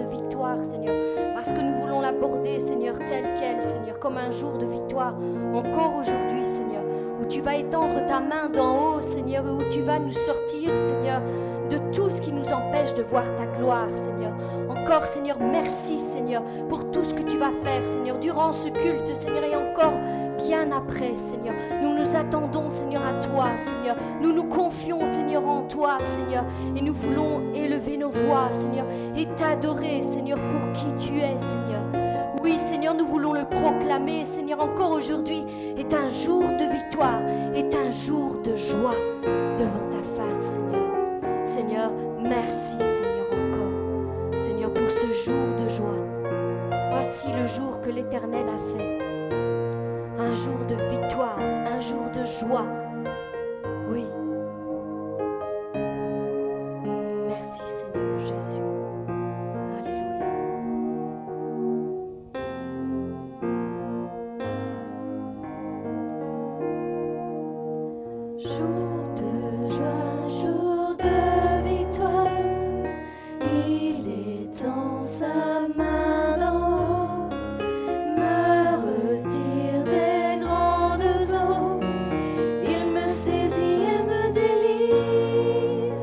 victoire, Seigneur, parce que nous voulons l'aborder, Seigneur, tel quel, Seigneur, comme un jour de victoire, encore aujourd'hui, Seigneur, où tu vas étendre ta main d'en haut, Seigneur, et où tu vas nous sortir, Seigneur, de tout ce qui nous empêche de voir ta gloire, Seigneur. Encore, Seigneur, merci, Seigneur, pour tout ce que tu vas faire, Seigneur, durant ce culte, Seigneur, et encore bien après, Seigneur. Nous nous attendons, Seigneur, à toi, Seigneur. Nous nous confions, Seigneur, en toi, Seigneur. Et nous voulons élever nos voix, Seigneur, et t'adorer, Seigneur, pour qui tu es, Seigneur. Oui, Seigneur, nous voulons le proclamer, Seigneur, encore aujourd'hui est un jour de victoire, est un jour de joie devant ta face, Seigneur. Seigneur, merci, Seigneur, encore. Seigneur, pour ce jour de joie. Voici le jour que l'Éternel a fait un jour de victoire, un jour de joie. Oui. Merci Seigneur Jésus. Alléluia. Jour de joie, jour de victoire. Il est en sa main d'en haut. Me retire des grandes eaux, il me saisit et me délivre.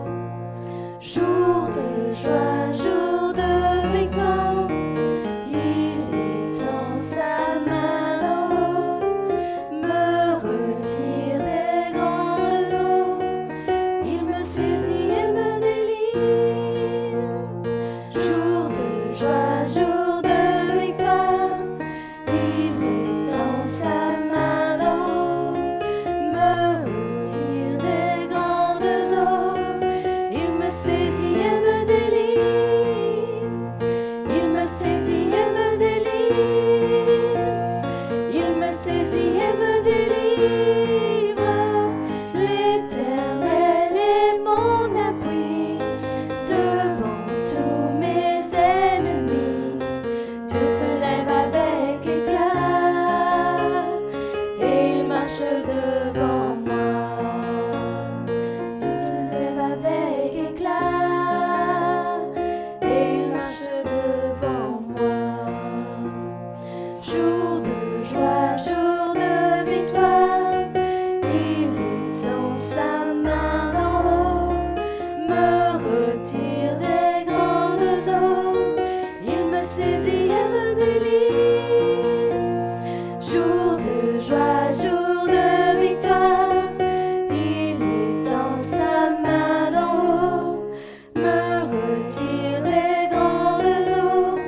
Jour de joie, jour de victoire, il est en sa main d'en haut. Me retire des grandes eaux, il me saisit et me délivre. Jour de joie, jour de victoire. Il est en sa main d'eau, me retire des grandes eaux, il me saisit et me délivre, il me saisit et me délivre, il me saisit et me délivre, l'éternel est mon appui, devant tous mes ennemis. Tu se lève avec éclat et il marche devant moi. Tu se lève avec éclat et il marche devant moi. Jour de joie, jour de victoire, il est en sa main d'en haut. Me retire des grandes eaux, il me saisit et me délivre. Jour de joie, jour de victoire, il est en sa main d'en haut. Me retire des grandes eaux,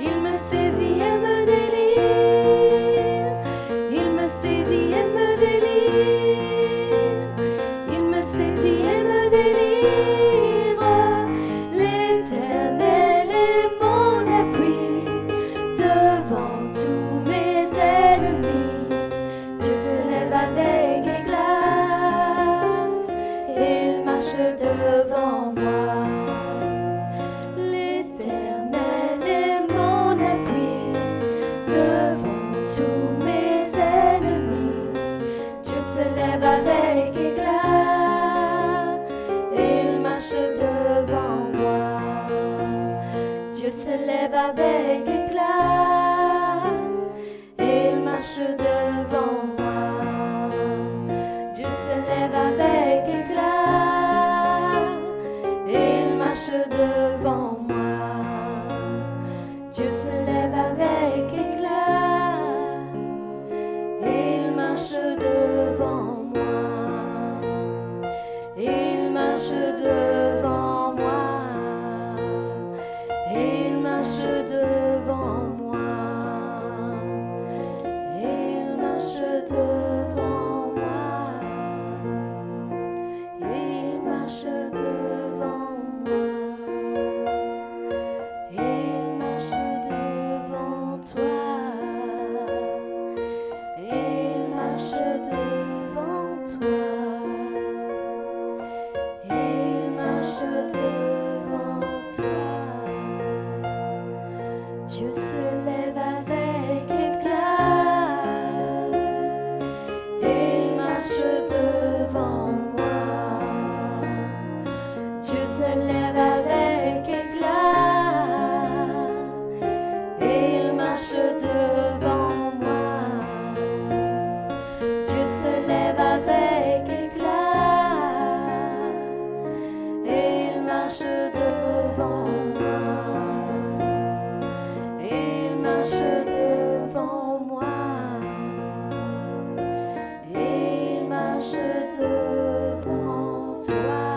il me saisit et me délivre. Il me saisit et me délivre. Il me saisit et me délivre. L'éternel est mon appui devant tous mes ennemis. Dieu se lève avec éclat. Il marche devant moi. L'éternel est mon appui devant tous mes ennemis. Dieu se lève avec éclat, il marche devant moi. Dieu se lève avec éclat, devant moi. Et il marche devant toi.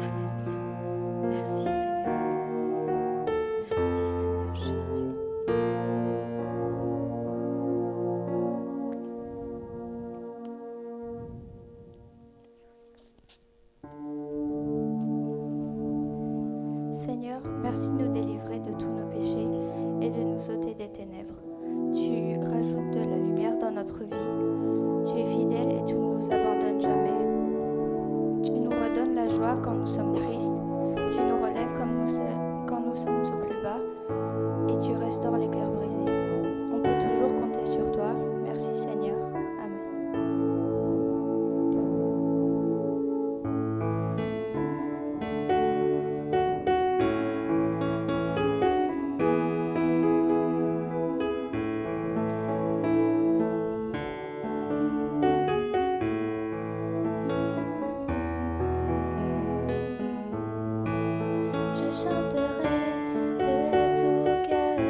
Alléluia. Merci Seigneur. Merci Seigneur Jésus. Seigneur, merci de nous délivrer de tous nos péchés et de nous ôter des ténèbres. Tu rajoutes de la lumière dans notre vie. Tu es fidèle et tu ne nous abandonnes jamais. Tu nous redonnes la joie quand nous sommes tristes. Tu nous relèves quand nous, se- quand nous sommes au plus bas et tu restaures les cœurs brisés. On peut toujours compter sur toi. Merci Seigneur. Amen. Je chanterai de tout cœur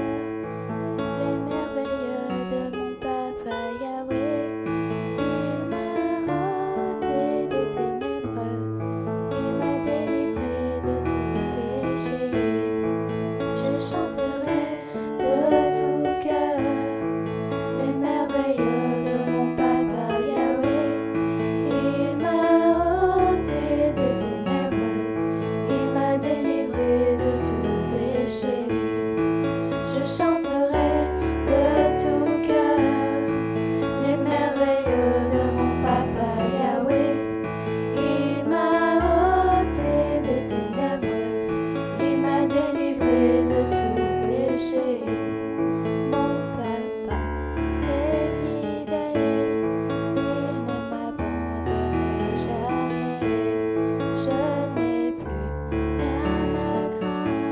les merveilles de mon papa Yahweh. Il m'a ôté des ténèbres, il m'a délivré de tout péché. Je chanterai de tout cœur les merveilles de mon papa Yahweh. Il m'a ôté des ténèbres. Il m'a délivré de tout péché. Je chanterai de tout cœur les merveilles de mon papa Yahweh. Il m'a ôté des ténèbres. Il m'a délivré de tout péché. Mon papa est fidèle. Il ne m'abandonne jamais. Je n'ai plus rien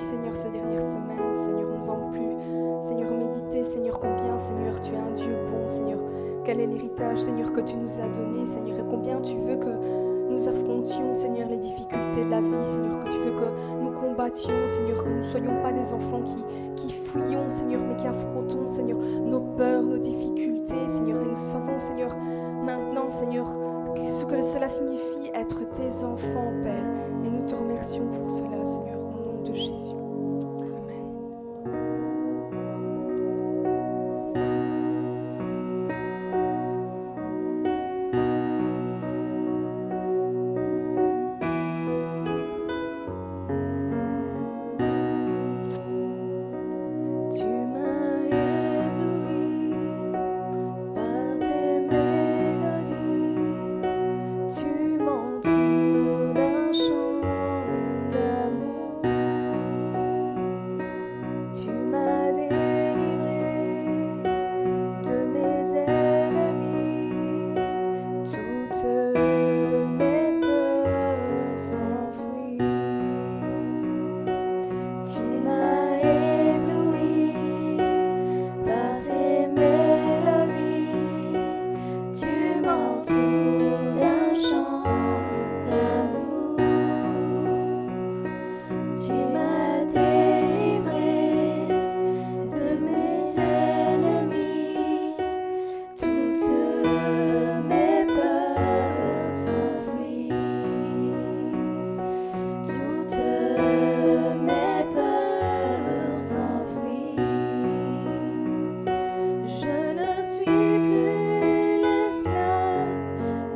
Seigneur, ces dernières semaines. Seigneur, nous n'avons plus, Seigneur, méditer, Seigneur, combien, Seigneur, tu es un Dieu bon, Seigneur. Quel est l'héritage, Seigneur, que tu nous as donné, Seigneur, et combien tu veux que nous affrontions, Seigneur, les difficultés de la vie, Seigneur, que tu veux que nous combattions, Seigneur, que nous ne soyons pas des enfants qui, qui fuyons, Seigneur, mais qui affrontons, Seigneur, nos peurs, nos difficultés, Seigneur, et nous savons, Seigneur, maintenant, Seigneur, ce que cela signifie être tes enfants, Père. Et nous te remercions pour cela, Seigneur, au nom de Jésus. Amen. Tu m'as ébloui par tes mélodies. Tu m'entoures d'un chant d'amour. Tu m'as délivré de mes ennemis. Toutes mes peurs s'enfuient. Tu m'as ébloui par tes mélodies. Tu m'entoures d'un chant d'amour. Tu m'as délivré de mes ennemis. Toutes mes peurs s'enfuient. Toutes mes peurs s'enfuient. Je ne suis plus l'esclave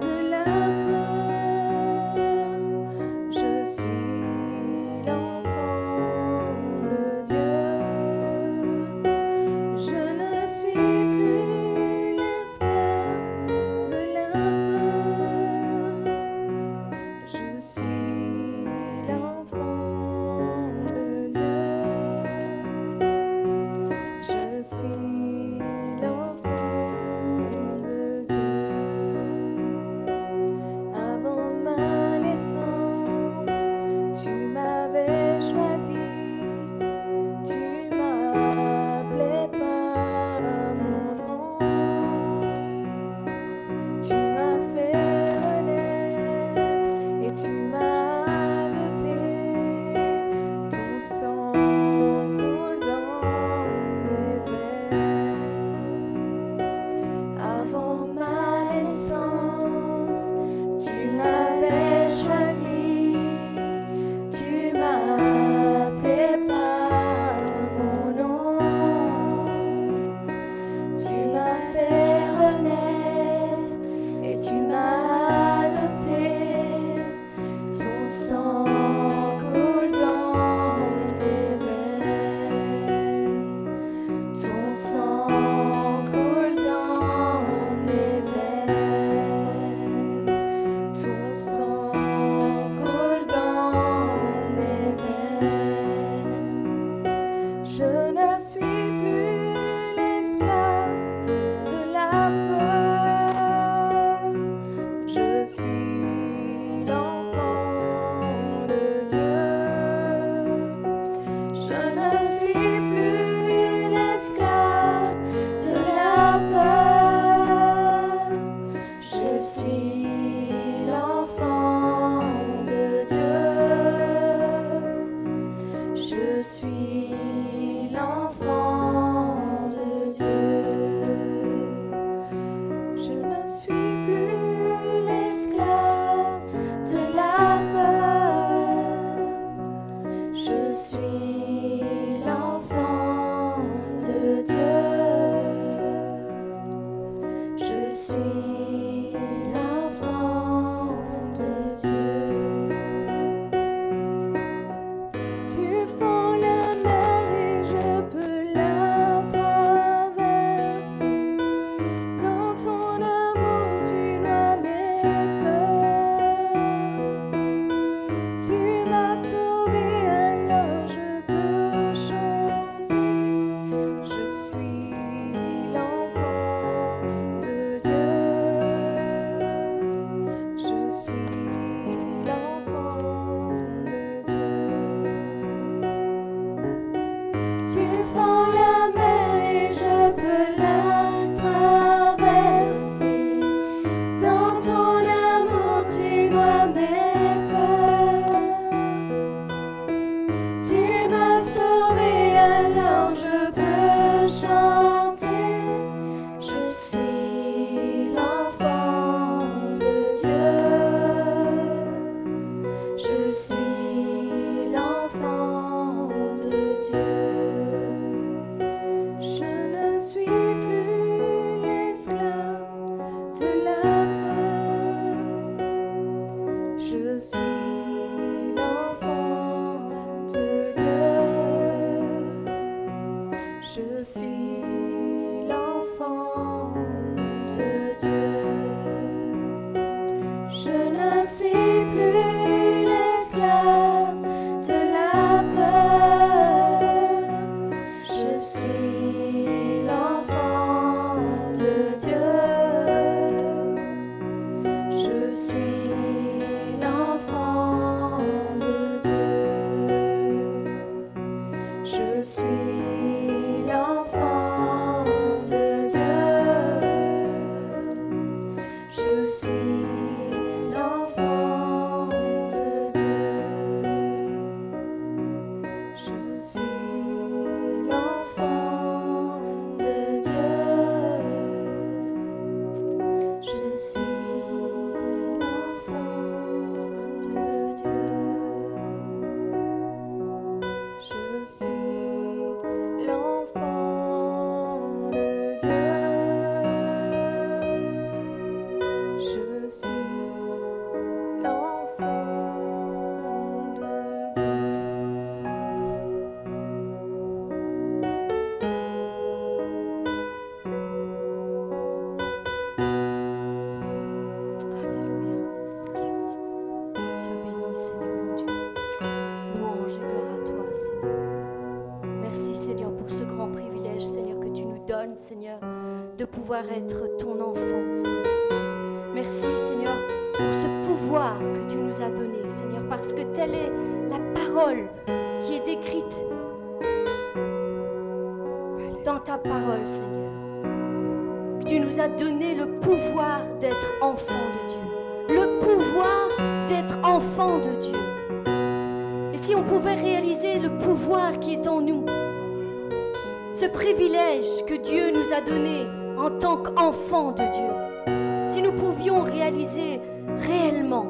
de la peur. Je suis l'enfant de Dieu. Je ne suis plus l'esclave de la peur. Je suis l'enfant de Dieu. Je suis l'enfant de Dieu. Avant ma naissance, tu m'avais choisi. Tu m'appelais par mon nom. Tu m'as fait renaître et tu m'as adopté. Ton sang coule dans mes veines. Avant ma naissance, tu m'avais choisi. Tu m'as appelé par mon nom. Tu m'as fait renaître et tu m'as adopté. Son sang coule dans mes veines. Son sang coule dans mes veines. Ton sang coule dans mes veines. Je ne suis plus l'esclave de la peur. Je suis l'enfant de Dieu. Je ne suis plus l'esclave de la peur. Je suis l'enfant de Dieu. Je suis l'enfant de Dieu. Je ne suis plus l'esclave de la peur. Je suis l'enfant de Dieu. Je suis l'enfant de Dieu. Tu fends la mer et je peux la traverser. Dans ton amour, tu noies mes peurs. Tu m'as sauvé, alors je peux chanter. Je suis l'enfant de Dieu. pouvoir être ton enfant, Seigneur. Merci, Seigneur, pour ce pouvoir que tu nous as donné, Seigneur, parce que telle est la parole qui est décrite dans ta parole, Seigneur. Que tu nous as donné le pouvoir d'être enfant de Dieu. Le pouvoir d'être enfant de Dieu. Et si on pouvait réaliser le pouvoir qui est en nous, ce privilège que Dieu nous a donné en tant qu'enfant de Dieu, si nous pouvions réaliser réellement,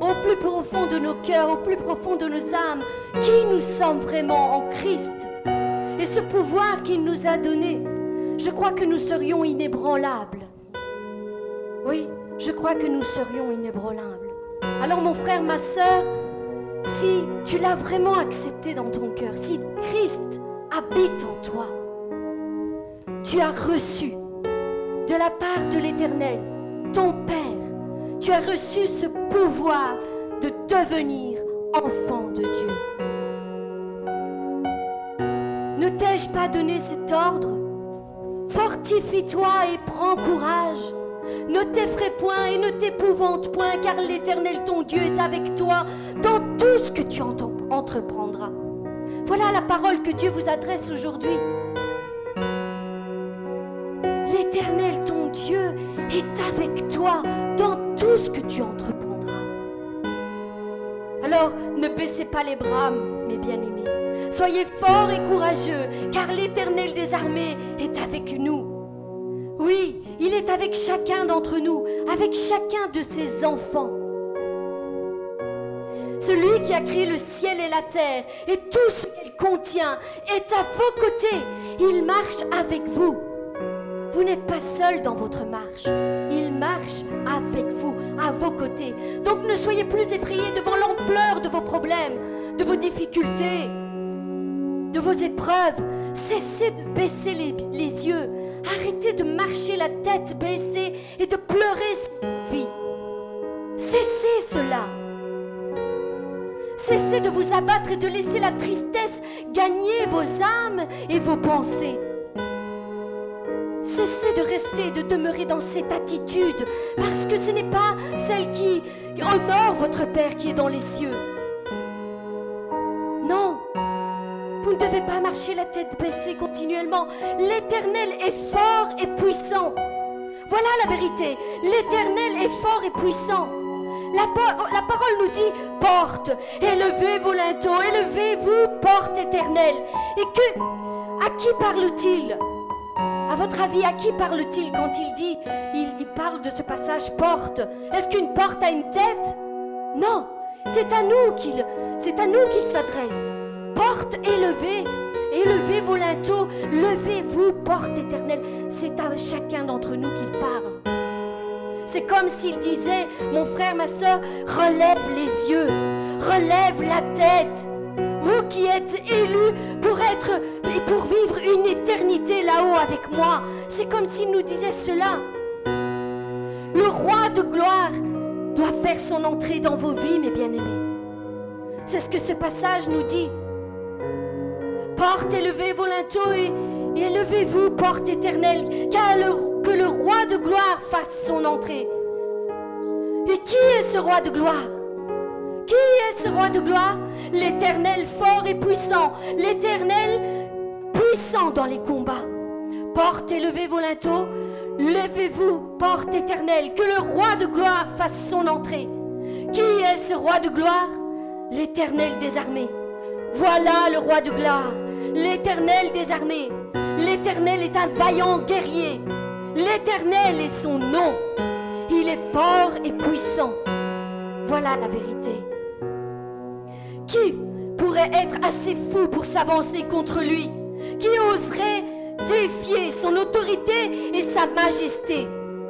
au plus profond de nos cœurs, au plus profond de nos âmes, qui nous sommes vraiment en Christ, et ce pouvoir qu'il nous a donné, je crois que nous serions inébranlables. Oui, je crois que nous serions inébranlables. Alors mon frère, ma sœur, si tu l'as vraiment accepté dans ton cœur, si Christ habite en toi, tu as reçu de la part de l'Éternel, ton Père, tu as reçu ce pouvoir de devenir enfant de Dieu. Ne t'ai-je pas donné cet ordre Fortifie-toi et prends courage. Ne t'effraie point et ne t'épouvante point, car l'Éternel ton Dieu est avec toi dans tout ce que tu entre- entreprendras. Voilà la parole que Dieu vous adresse aujourd'hui. L'Éternel ton Dieu est avec toi dans tout ce que tu entreprendras. Alors ne baissez pas les bras, mes bien-aimés. Soyez forts et courageux, car l'Éternel des armées est avec nous. Oui, il est avec chacun d'entre nous, avec chacun de ses enfants. Celui qui a créé le ciel et la terre et tout ce qu'elle contient est à vos côtés. Il marche avec vous. Vous n'êtes pas seul dans votre marche. Il marche avec vous, à vos côtés. Donc ne soyez plus effrayés devant l'ampleur de vos problèmes, de vos difficultés, de vos épreuves. Cessez de baisser les, les yeux. Arrêtez de marcher la tête baissée et de pleurer cette vie. Cessez cela. Cessez de vous abattre et de laisser la tristesse gagner vos âmes et vos pensées. Cessez de rester, de demeurer dans cette attitude, parce que ce n'est pas celle qui honore votre Père qui est dans les cieux. Non, vous ne devez pas marcher la tête baissée continuellement. L'Éternel est fort et puissant. Voilà la vérité. L'Éternel est fort et puissant. La, po- la parole nous dit, porte, élevez vos linteaux, élevez-vous, porte éternelle. Et que, à qui parle-t-il à votre avis, à qui parle-t-il quand il dit, il, il parle de ce passage porte Est-ce qu'une porte a une tête Non, c'est à nous qu'il, c'est à nous qu'il s'adresse. Porte élevée, élevez vos linteaux, levez-vous, porte éternelle. C'est à chacun d'entre nous qu'il parle. C'est comme s'il disait, mon frère, ma soeur, relève les yeux, relève la tête. Vous qui êtes élus pour être et pour vivre une éternité là-haut avec moi, c'est comme s'il nous disait cela. Le roi de gloire doit faire son entrée dans vos vies, mes bien-aimés. C'est ce que ce passage nous dit. Porte, élevez vos linteaux et, et élevez-vous, porte éternelle, car le- que le roi de gloire fasse son entrée. Et qui est ce roi de gloire qui est ce roi de gloire L'Éternel fort et puissant, l'Éternel puissant dans les combats. Porte élevez vos linteaux, levez-vous, porte éternelle, que le roi de gloire fasse son entrée. Qui est ce roi de gloire L'Éternel des armées. Voilà le roi de gloire, l'Éternel des armées. L'Éternel est un vaillant guerrier. L'Éternel est son nom. Il est fort et puissant. Voilà la vérité. Qui pourrait être assez fou pour s'avancer contre lui Qui oserait défier son autorité et sa majesté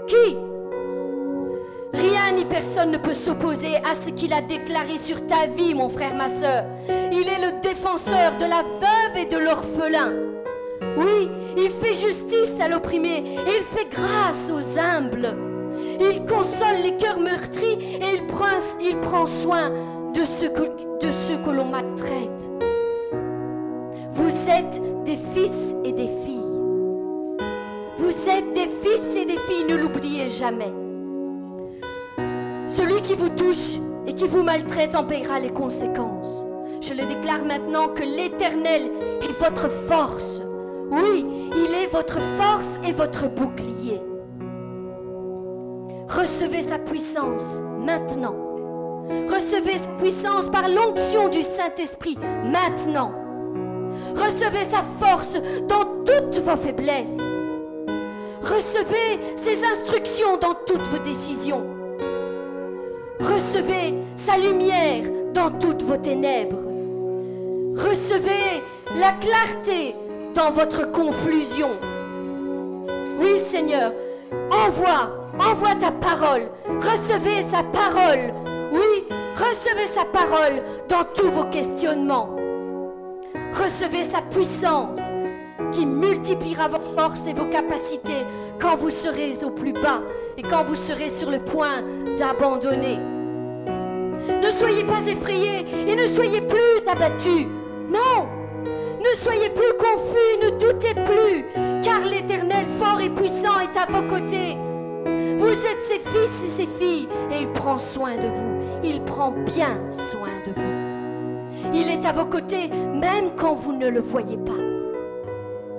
Qui Rien ni personne ne peut s'opposer à ce qu'il a déclaré sur ta vie, mon frère, ma sœur. Il est le défenseur de la veuve et de l'orphelin. Oui, il fait justice à l'opprimé et il fait grâce aux humbles. Il console les cœurs meurtris et il prend, il prend soin de ceux que, de ceux que l'on maltraite. Vous êtes des fils et des filles. Vous êtes des jamais. Celui qui vous touche et qui vous maltraite en paiera les conséquences. Je le déclare maintenant que l'Éternel est votre force. Oui, il est votre force et votre bouclier. Recevez sa puissance maintenant. Recevez sa puissance par l'onction du Saint-Esprit maintenant. Recevez sa force dans toutes vos faiblesses. Recevez ses instructions dans toutes vos décisions. Recevez sa lumière dans toutes vos ténèbres. Recevez la clarté dans votre confusion. Oui Seigneur, envoie, envoie ta parole. Recevez sa parole. Oui, recevez sa parole dans tous vos questionnements. Recevez sa puissance qui multipliera vos forces et vos capacités quand vous serez au plus bas et quand vous serez sur le point d'abandonner. Ne soyez pas effrayés et ne soyez plus abattus. Non, ne soyez plus confus, ne doutez plus, car l'Éternel fort et puissant est à vos côtés. Vous êtes ses fils et ses filles et il prend soin de vous. Il prend bien soin de vous. Il est à vos côtés même quand vous ne le voyez pas.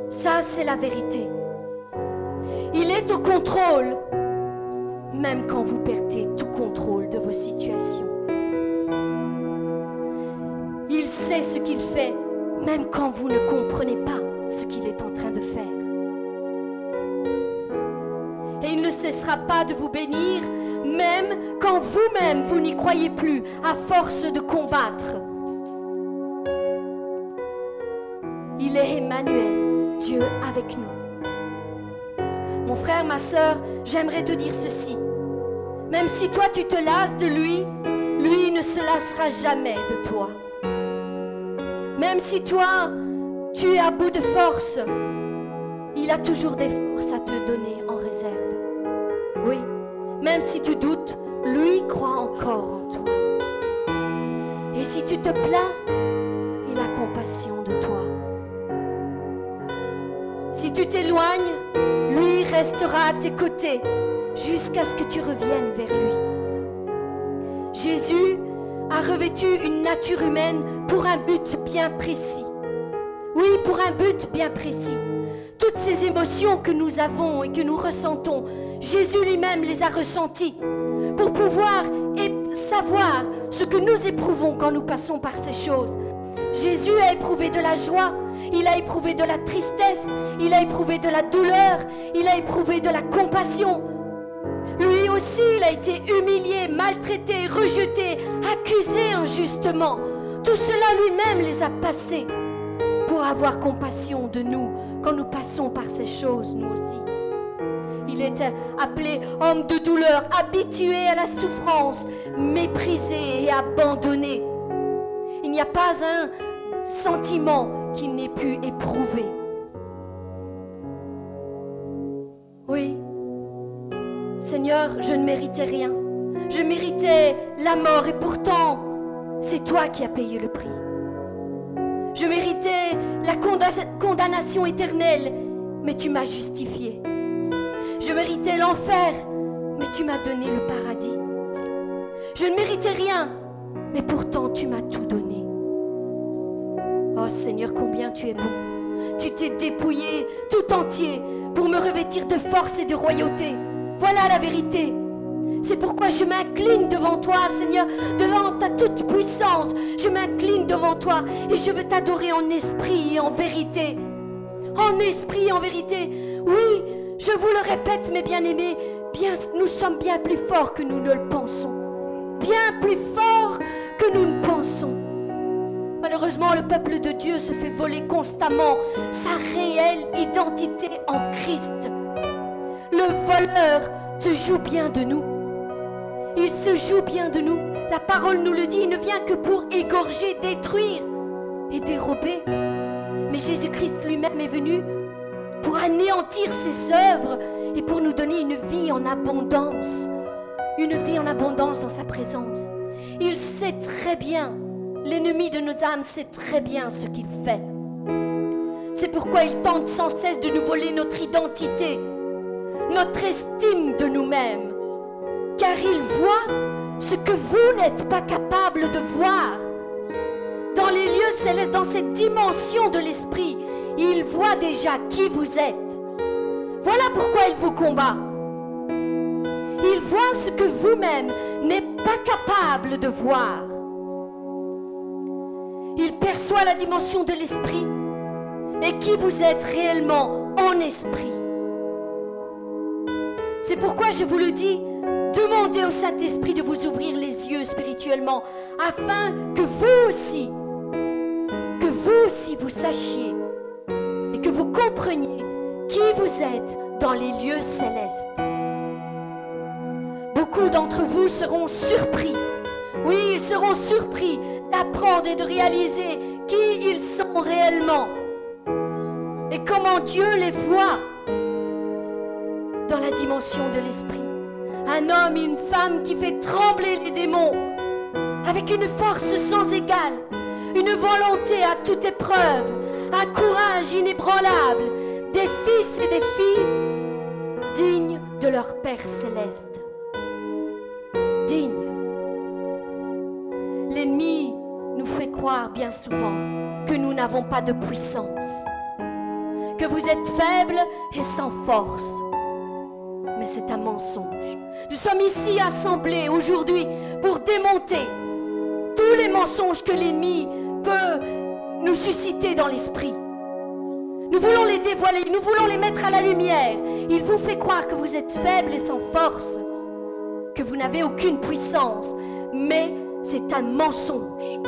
Ça, c'est la vérité. Il est au contrôle, même quand vous perdez tout contrôle de vos situations. Il sait ce qu'il fait, même quand vous ne comprenez pas ce qu'il est en train de faire. Et il ne cessera pas de vous bénir, même quand vous-même vous n'y croyez plus, à force de combattre. Il est Emmanuel, Dieu avec nous. Mon frère, ma sœur, j'aimerais te dire ceci. Même si toi tu te lasses de lui, lui ne se lassera jamais de toi. Même si toi tu es à bout de force, il a toujours des forces à te donner en réserve. Oui, même si tu doutes, lui croit encore en toi. Et si tu te plains, il a compassion de toi. Si tu t'éloignes, lui restera à tes côtés jusqu'à ce que tu reviennes vers lui. Jésus a revêtu une nature humaine pour un but bien précis. Oui, pour un but bien précis. Toutes ces émotions que nous avons et que nous ressentons, Jésus lui-même les a ressenties pour pouvoir ép- savoir ce que nous éprouvons quand nous passons par ces choses. Jésus a éprouvé de la joie, il a éprouvé de la tristesse, il a éprouvé de la douleur, il a éprouvé de la compassion. Lui aussi, il a été humilié, maltraité, rejeté, accusé injustement. Tout cela lui-même les a passés pour avoir compassion de nous quand nous passons par ces choses, nous aussi. Il était appelé homme de douleur, habitué à la souffrance, méprisé et abandonné. Il n'y a pas un sentiment qu'il n'ait pu éprouver. Oui, Seigneur, je ne méritais rien. Je méritais la mort et pourtant, c'est toi qui as payé le prix. Je méritais la conda- condamnation éternelle, mais tu m'as justifié. Je méritais l'enfer, mais tu m'as donné le paradis. Je ne méritais rien, mais pourtant tu m'as tout donné. Oh Seigneur, combien tu es bon. Tu t'es dépouillé tout entier pour me revêtir de force et de royauté. Voilà la vérité. C'est pourquoi je m'incline devant toi, Seigneur, devant ta toute puissance. Je m'incline devant toi et je veux t'adorer en esprit et en vérité. En esprit et en vérité. Oui, je vous le répète, mes bien-aimés, bien, nous sommes bien plus forts que nous ne le pensons. Bien plus forts que nous ne pensons. Malheureusement, le peuple de Dieu se fait voler constamment sa réelle identité en Christ. Le voleur se joue bien de nous. Il se joue bien de nous. La parole nous le dit, il ne vient que pour égorger, détruire et dérober. Mais Jésus-Christ lui-même est venu pour anéantir ses œuvres et pour nous donner une vie en abondance. Une vie en abondance dans sa présence. Il sait très bien, l'ennemi de nos âmes sait très bien ce qu'il fait. C'est pourquoi il tente sans cesse de nous voler notre identité notre estime de nous-mêmes, car il voit ce que vous n'êtes pas capable de voir. Dans les lieux célestes, dans cette dimension de l'esprit, il voit déjà qui vous êtes. Voilà pourquoi il vous combat. Il voit ce que vous-même n'êtes pas capable de voir. Il perçoit la dimension de l'esprit et qui vous êtes réellement en esprit. C'est pourquoi je vous le dis, demandez au Saint-Esprit de vous ouvrir les yeux spirituellement afin que vous aussi, que vous aussi vous sachiez et que vous compreniez qui vous êtes dans les lieux célestes. Beaucoup d'entre vous seront surpris. Oui, ils seront surpris d'apprendre et de réaliser qui ils sont réellement et comment Dieu les voit dans la dimension de l'esprit. Un homme et une femme qui fait trembler les démons avec une force sans égale, une volonté à toute épreuve, un courage inébranlable, des fils et des filles dignes de leur Père céleste. Dignes. L'ennemi nous fait croire bien souvent que nous n'avons pas de puissance que vous êtes faible et sans force. Mais c'est un mensonge. Nous sommes ici assemblés aujourd'hui pour démonter tous les mensonges que l'ennemi peut nous susciter dans l'esprit. Nous voulons les dévoiler, nous voulons les mettre à la lumière. Il vous fait croire que vous êtes faible et sans force, que vous n'avez aucune puissance, mais c'est un mensonge.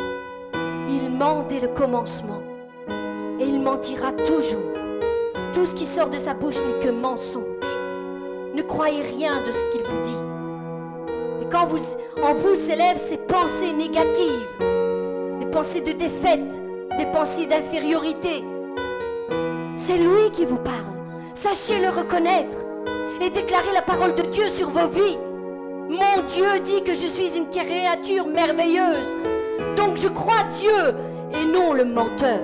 Il ment dès le commencement et il mentira toujours. Tout ce qui sort de sa bouche n'est que mensonge. Ne croyez rien de ce qu'il vous dit. Et quand vous, en vous s'élèvent ces pensées négatives, des pensées de défaite, des pensées d'infériorité, c'est lui qui vous parle. Sachez le reconnaître et déclarez la parole de Dieu sur vos vies. Mon Dieu dit que je suis une créature merveilleuse. Donc je crois Dieu et non le menteur.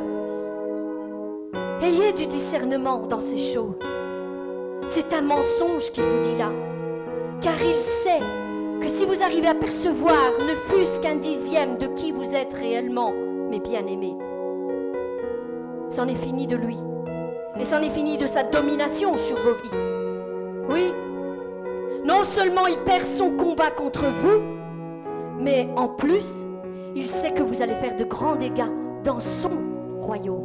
Ayez du discernement dans ces choses. C'est un mensonge qu'il vous dit là, car il sait que si vous arrivez à percevoir ne fût-ce qu'un dixième de qui vous êtes réellement, mes bien-aimés, c'en est fini de lui, et c'en est fini de sa domination sur vos vies. Oui, non seulement il perd son combat contre vous, mais en plus, il sait que vous allez faire de grands dégâts dans son royaume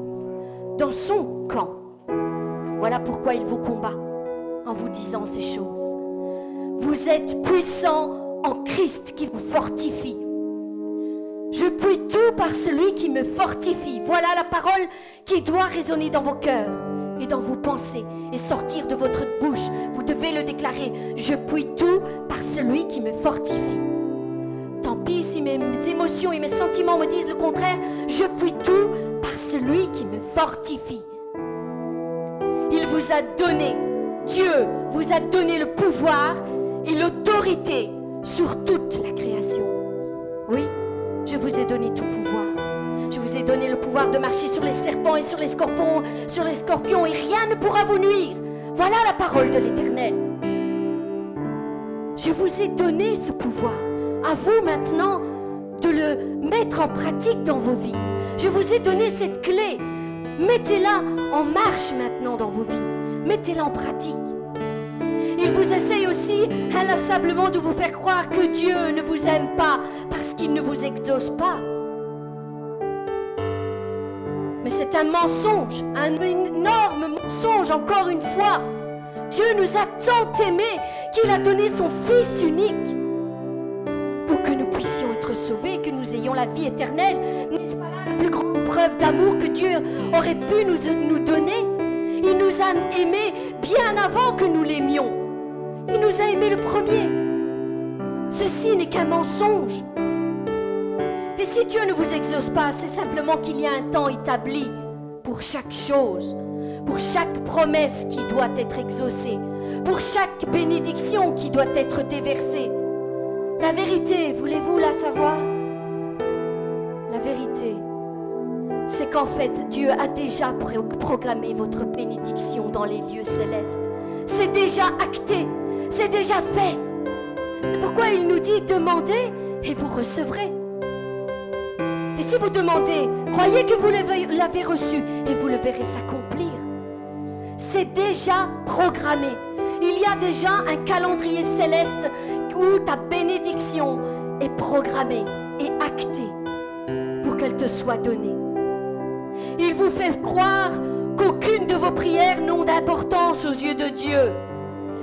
dans son camp. Voilà pourquoi il vous combat en vous disant ces choses. Vous êtes puissant en Christ qui vous fortifie. Je puis tout par celui qui me fortifie. Voilà la parole qui doit résonner dans vos cœurs et dans vos pensées et sortir de votre bouche. Vous devez le déclarer. Je puis tout par celui qui me fortifie. Tant pis si mes émotions et mes sentiments me disent le contraire. Je puis tout par celui qui me fortifie. Il vous a donné, Dieu vous a donné le pouvoir et l'autorité sur toute la création. Oui, je vous ai donné tout pouvoir. Je vous ai donné le pouvoir de marcher sur les serpents et sur les scorpions, sur les scorpions et rien ne pourra vous nuire. Voilà la parole de l'Éternel. Je vous ai donné ce pouvoir. À vous maintenant de le mettre en pratique dans vos vies. Je vous ai donné cette clé. Mettez-la en marche maintenant dans vos vies. Mettez-la en pratique. Il vous essaye aussi inlassablement de vous faire croire que Dieu ne vous aime pas parce qu'il ne vous exauce pas. Mais c'est un mensonge, un énorme mensonge encore une fois. Dieu nous a tant aimés qu'il a donné son Fils unique pour que nous puissions être sauvés, que nous ayons la vie éternelle. N'est-ce pas là la plus grande preuve d'amour que Dieu aurait pu nous, nous donner Il nous a aimés bien avant que nous l'aimions. Il nous a aimés le premier. Ceci n'est qu'un mensonge. Et si Dieu ne vous exauce pas, c'est simplement qu'il y a un temps établi pour chaque chose, pour chaque promesse qui doit être exaucée, pour chaque bénédiction qui doit être déversée. La vérité, voulez-vous la savoir La vérité, c'est qu'en fait, Dieu a déjà programmé votre bénédiction dans les lieux célestes. C'est déjà acté, c'est déjà fait. C'est pourquoi il nous dit demandez et vous recevrez. Et si vous demandez, croyez que vous l'avez l'avez reçu et vous le verrez s'accomplir. C'est déjà programmé. Il y a déjà un calendrier céleste où ta bénédiction est programmée et actée pour qu'elle te soit donnée. Il vous fait croire qu'aucune de vos prières n'ont d'importance aux yeux de Dieu.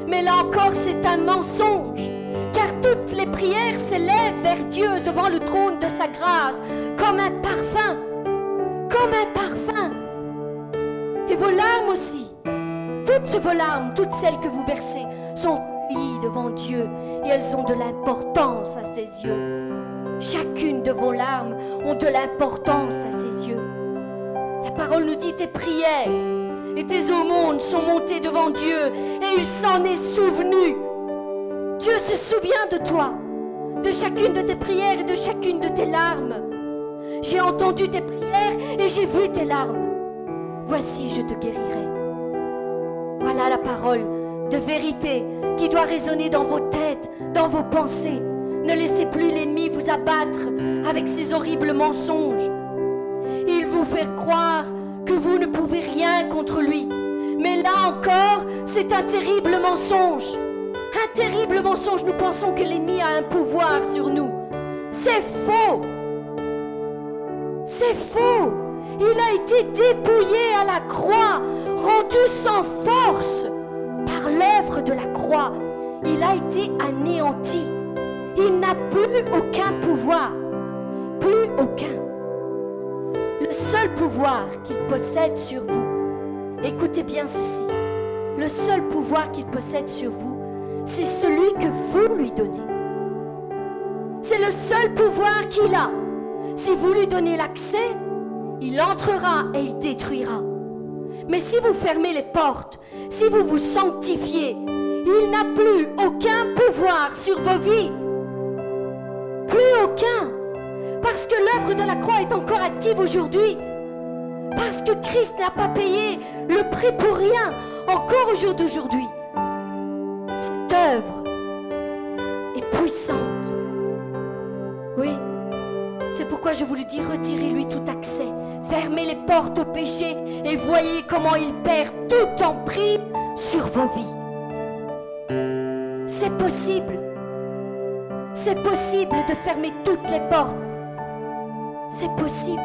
Mais là encore, c'est un mensonge, car toutes les prières s'élèvent vers Dieu devant le trône de sa grâce, comme un parfum, comme un parfum. Et vos larmes aussi, toutes vos larmes, toutes celles que vous versez, sont cueillies devant Dieu, et elles ont de l'importance à ses yeux. Chacune de vos larmes ont de l'importance à ses yeux. La parole nous dit tes prières et tes aumônes sont montées devant Dieu et il s'en est souvenu. Dieu se souvient de toi, de chacune de tes prières et de chacune de tes larmes. J'ai entendu tes prières et j'ai vu tes larmes. Voici, je te guérirai. Voilà la parole de vérité qui doit résonner dans vos têtes, dans vos pensées. Ne laissez plus l'ennemi vous abattre avec ses horribles mensonges. Il vous fait croire que vous ne pouvez rien contre lui. Mais là encore, c'est un terrible mensonge. Un terrible mensonge. Nous pensons que l'ennemi a un pouvoir sur nous. C'est faux. C'est faux. Il a été dépouillé à la croix, rendu sans force par l'œuvre de la croix. Il a été anéanti. Il n'a plus aucun pouvoir. Plus aucun. Le seul pouvoir qu'il possède sur vous, écoutez bien ceci, le seul pouvoir qu'il possède sur vous, c'est celui que vous lui donnez. C'est le seul pouvoir qu'il a. Si vous lui donnez l'accès, il entrera et il détruira. Mais si vous fermez les portes, si vous vous sanctifiez, il n'a plus aucun pouvoir sur vos vies. Plus aucun. Parce que l'œuvre de la croix est encore active aujourd'hui. Parce que Christ n'a pas payé le prix pour rien encore au jour d'aujourd'hui. Cette œuvre est puissante. Oui, c'est pourquoi je vous le dis, retirez-lui tout accès, fermez les portes au péché et voyez comment il perd tout emprise sur vos vies. C'est possible. C'est possible de fermer toutes les portes. C'est possible.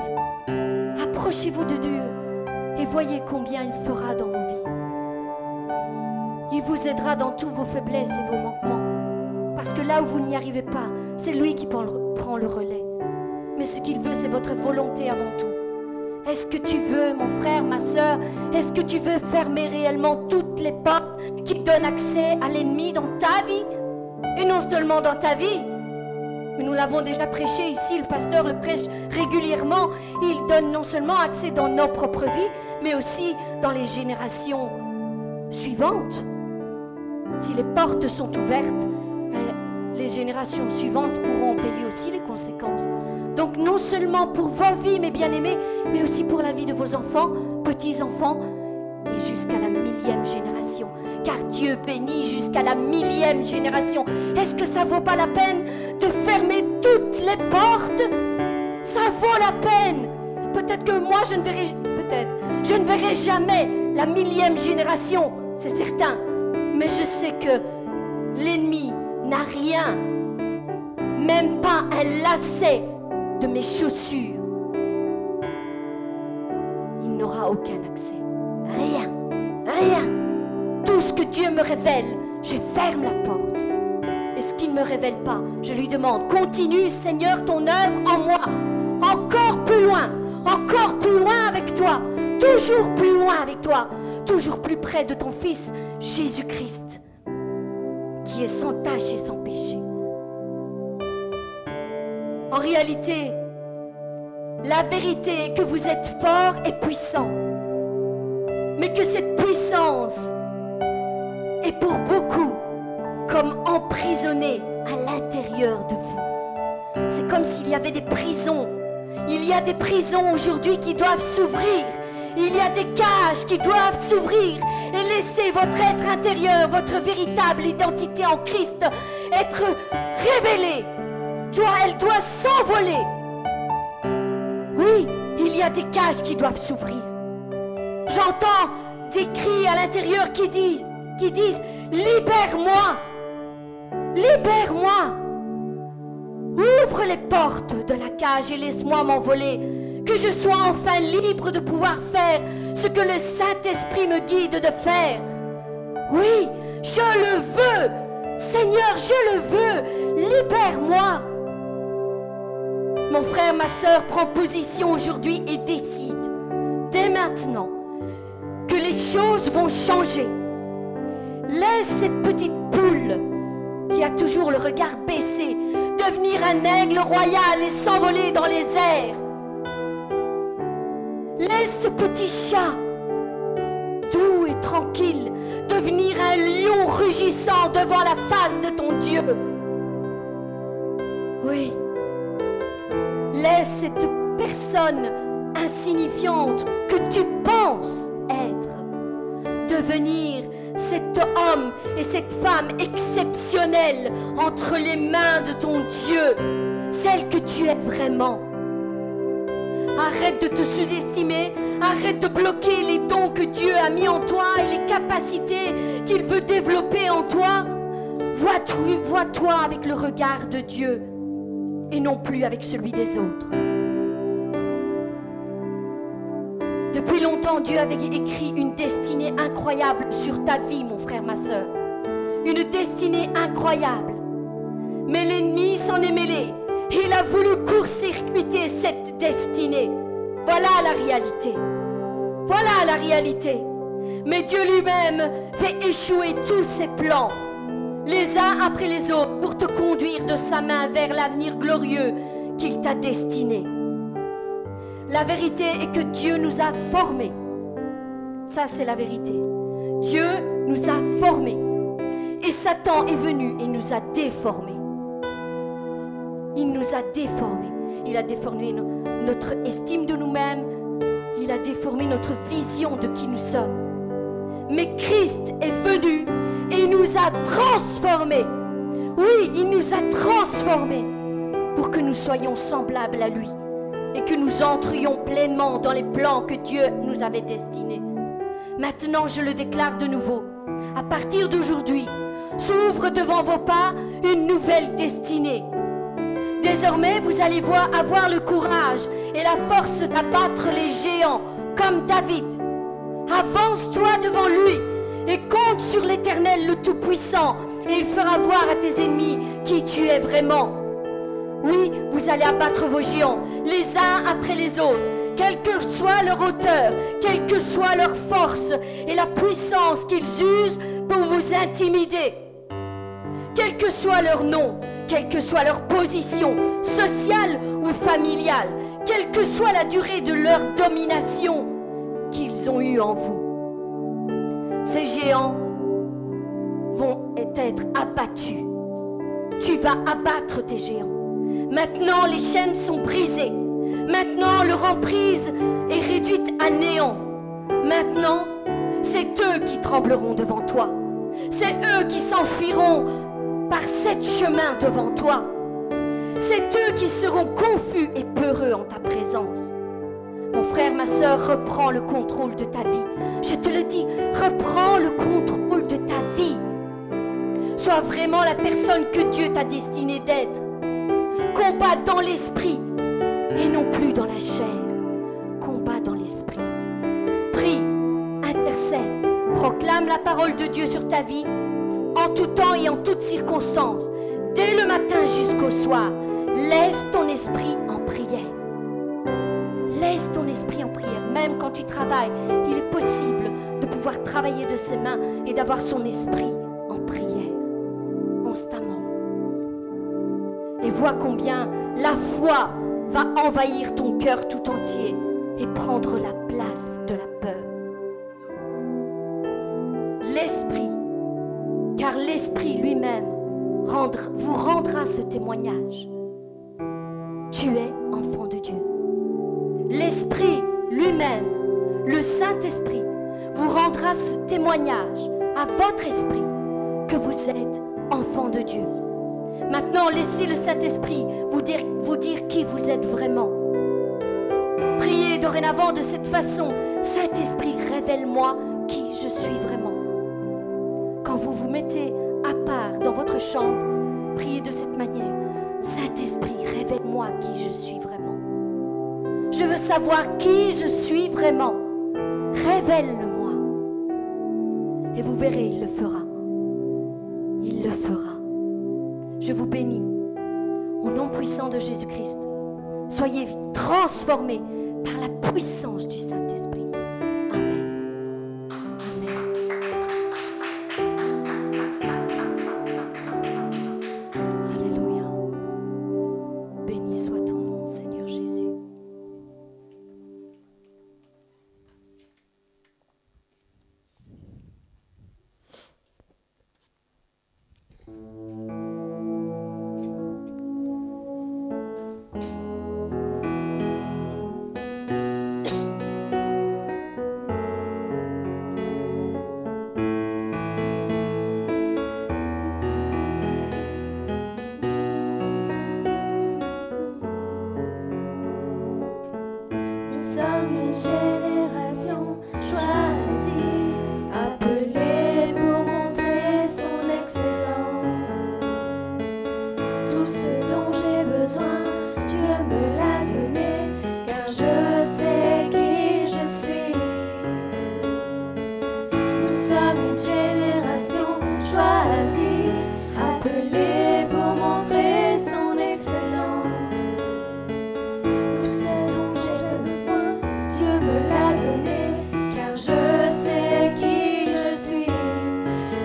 Approchez-vous de Dieu et voyez combien il fera dans vos vies. Il vous aidera dans toutes vos faiblesses et vos manquements. Parce que là où vous n'y arrivez pas, c'est lui qui prend le- prend le relais. Mais ce qu'il veut, c'est votre volonté avant tout. Est-ce que tu veux, mon frère, ma sœur, est-ce que tu veux fermer réellement toutes les portes qui donnent accès à l'ennemi dans ta vie Et non seulement dans ta vie, mais nous l'avons déjà prêché ici, le pasteur le prêche régulièrement. Il donne non seulement accès dans nos propres vies, mais aussi dans les générations suivantes. Si les portes sont ouvertes, euh, les générations suivantes pourront en payer aussi les conséquences. Donc non seulement pour vos vies, mes bien-aimés, mais aussi pour la vie de vos enfants, petits-enfants, et jusqu'à la millième génération. Car Dieu bénit jusqu'à la millième génération. Est-ce que ça vaut pas la peine de fermer toutes les portes Ça vaut la peine. Peut-être que moi je ne verrai peut-être je ne verrai jamais la millième génération, c'est certain. Mais je sais que l'ennemi n'a rien, même pas un lacet de mes chaussures. Il n'aura aucun accès. Rien, rien. Tout ce que Dieu me révèle, je ferme la porte. Et ce qu'il ne me révèle pas, je lui demande, continue Seigneur ton œuvre en moi, encore plus loin, encore plus loin avec toi, toujours plus loin avec toi, toujours plus près de ton Fils Jésus-Christ, qui est sans tache et sans péché. En réalité, la vérité est que vous êtes fort et puissant, mais que cette puissance est pour beaucoup comme emprisonnée à l'intérieur de vous. C'est comme s'il y avait des prisons. Il y a des prisons aujourd'hui qui doivent s'ouvrir Il y a des cages qui doivent s'ouvrir et laisser votre être intérieur, votre véritable identité en Christ être révélée. Doit- elle doit s'envoler. Oui, il y a des cages qui doivent s'ouvrir. J'entends des cris à l'intérieur qui disent, qui disent, libère-moi, libère-moi. Ouvre les portes de la cage et laisse-moi m'envoler. Que je sois enfin libre de pouvoir faire ce que le Saint-Esprit me guide de faire. Oui, je le veux. Seigneur, je le veux. Libère-moi. Mon frère, ma sœur, prends position aujourd'hui et décide, dès maintenant, que les choses vont changer. Laisse cette petite poule qui a toujours le regard baissé, devenir un aigle royal et s'envoler dans les airs. Laisse ce petit chat, doux et tranquille, devenir un lion rugissant devant la face de ton Dieu. Oui, laisse cette personne insignifiante que tu penses être devenir cet homme et cette femme exceptionnelle entre les mains de ton Dieu, celle que tu es vraiment. Arrête de te sous-estimer, arrête de bloquer les dons que Dieu a mis en toi et les capacités qu'il veut développer en toi. Vois-tu- Vois-toi avec le regard de Dieu et non plus avec celui des autres. Depuis longtemps, Dieu avait écrit une destinée incroyable sur ta vie, mon frère, ma sœur. Une destinée incroyable. Mais l'ennemi s'en est mêlé. Il a voulu court-circuiter cette destinée. Voilà la réalité. Voilà la réalité. Mais Dieu lui-même fait échouer tous ses plans, les uns après les autres, pour te conduire de sa main vers l'avenir glorieux qu'il t'a destiné. La vérité est que Dieu nous a formés. Ça, c'est la vérité. Dieu nous a formés. Et Satan est venu et nous a déformés. Il nous a déformés. Il a déformé no- notre estime de nous-mêmes. Il a déformé notre vision de qui nous sommes. Mais Christ est venu et il nous a transformés. Oui, il nous a transformés pour que nous soyons semblables à lui et que nous entrions pleinement dans les plans que Dieu nous avait destinés. Maintenant, je le déclare de nouveau. À partir d'aujourd'hui, s'ouvre devant vos pas une nouvelle destinée. Désormais, vous allez voir, avoir le courage et la force d'abattre les géants comme David. Avance-toi devant lui et compte sur l'Éternel le Tout-Puissant et il fera voir à tes ennemis qui tu es vraiment. Oui, vous allez abattre vos géants, les uns après les autres, quelle que soit leur hauteur, quelle que soit leur force et la puissance qu'ils usent pour vous intimider. Quel que soit leur nom, quelle que soit leur position, sociale ou familiale, quelle que soit la durée de leur domination qu'ils ont eue en vous. Ces géants vont être abattus. Tu vas abattre tes géants. Maintenant, les chaînes sont brisées. Maintenant, leur emprise est réduite à néant. Maintenant, c'est eux qui trembleront devant toi. C'est eux qui s'enfuiront par sept chemins devant toi. C'est eux qui seront confus et peureux en ta présence. Mon frère, ma sœur, reprends le contrôle de ta vie. Je te le dis, reprends le contrôle de ta vie. Sois vraiment la personne que Dieu t'a destinée d'être combat dans l'esprit et non plus dans la chair. Combat dans l'esprit. Prie, intercède, proclame la parole de Dieu sur ta vie en tout temps et en toutes circonstances, dès le matin jusqu'au soir. Laisse ton esprit en prière. Laisse ton esprit en prière. Même quand tu travailles, il est possible de pouvoir travailler de ses mains et d'avoir son esprit en prière constamment et vois combien la foi va envahir ton cœur tout entier et prendre la place de la peur. L'Esprit, car l'Esprit lui-même rendra- vous rendra ce témoignage. Tu es enfant de Dieu. L'Esprit lui-même, le Saint-Esprit vous rendra ce témoignage à votre esprit que vous êtes enfant de Dieu. Maintenant, laissez le Saint-Esprit vous dire, vous dire qui vous êtes vraiment. Priez dorénavant de cette façon. Saint-Esprit, révèle-moi qui je suis vraiment. Quand vous vous mettez à part dans votre chambre, priez de cette manière. Saint-Esprit, révèle-moi qui je suis vraiment. Je veux savoir qui je suis vraiment. Révèle-le-moi. Et vous verrez, il le fera. Il le fera. Je vous bénis au nom puissant de Jésus-Christ. Soyez transformés par la puissance du Saint-Esprit. Amen. Amen. Alléluia. Béni soit ton nom, Seigneur Jésus. Nous sommes une génération choisie, appelée pour montrer son excellence. Tout ce dont j'ai besoin, Dieu me l'a donné, car je sais qui je suis. Nous sommes une génération choisie, appelée pour montrer son excellence. Tout ce dont j'ai besoin, Dieu me l'a donné, car je sais qui je suis.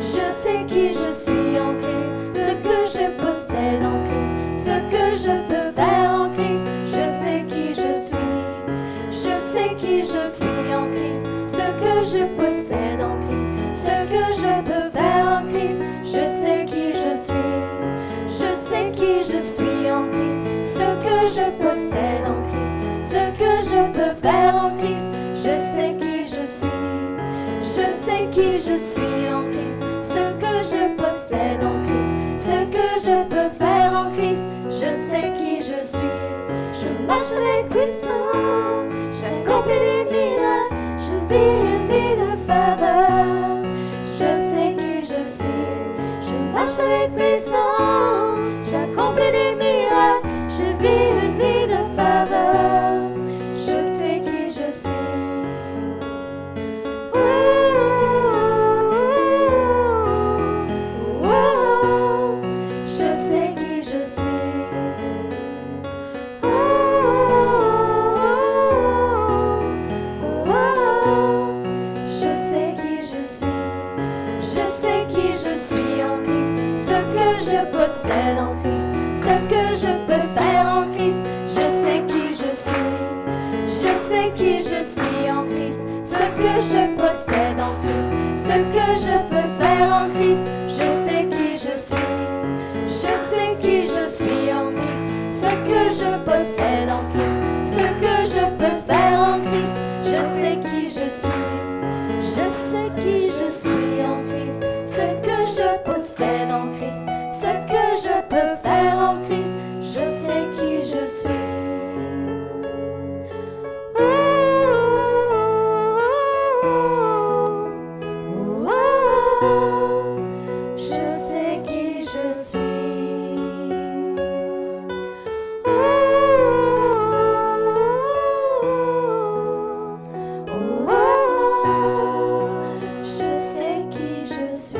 Je sais qui je suis en Christ, ce que je possède en Christ, ce que je peux faire en Christ. Je sais qui je suis. Je sais qui je suis en Christ, ce que je possède en Christ, ce que je peux faire en Christ. Je sais qui je suis. Je sais qui je suis en Christ, ce que je possède en Christ, ce que je peux faire en Christ. Je sais qui je suis. Je sais qui je suis en Christ, ce que je possède en Christ, ce que je peux faire en Christ. Je sais qui je suis. Je marche avec puissance, j'accomplis des miracles, je vis une vie de faveur. Je sais qui je suis. Je marche avec puissance, j'accomplis des miracles, je vis une vie de faveur. Je sais qui je suis. Ouh, ouh, ouh. Je sais qui je suis. Ouh, ouh, ouh. Oh, Je sais qui je suis. Je sais qui je suis en Christ, ce que je possède en Christ, ce que je peux faire en Christ. Je sais qui je suis. Je sais qui je suis en Christ, ce que je possède en Christ, ce que je peux faire en Christ. Je sais qui je suis. Je sais qui je suis en Christ, ce que je possède en Christ, ce que je peux faire en Christ. Je sais qui je suis. Je sais qui je suis en Christ, ce que je possède en Christ, ce que je peux faire en Christ. Je sais qui je suis. Ouh, ouh, ouh, ouh. Je sais qui je suis. Ouh, ouh, ouh. Je sais qui je suis.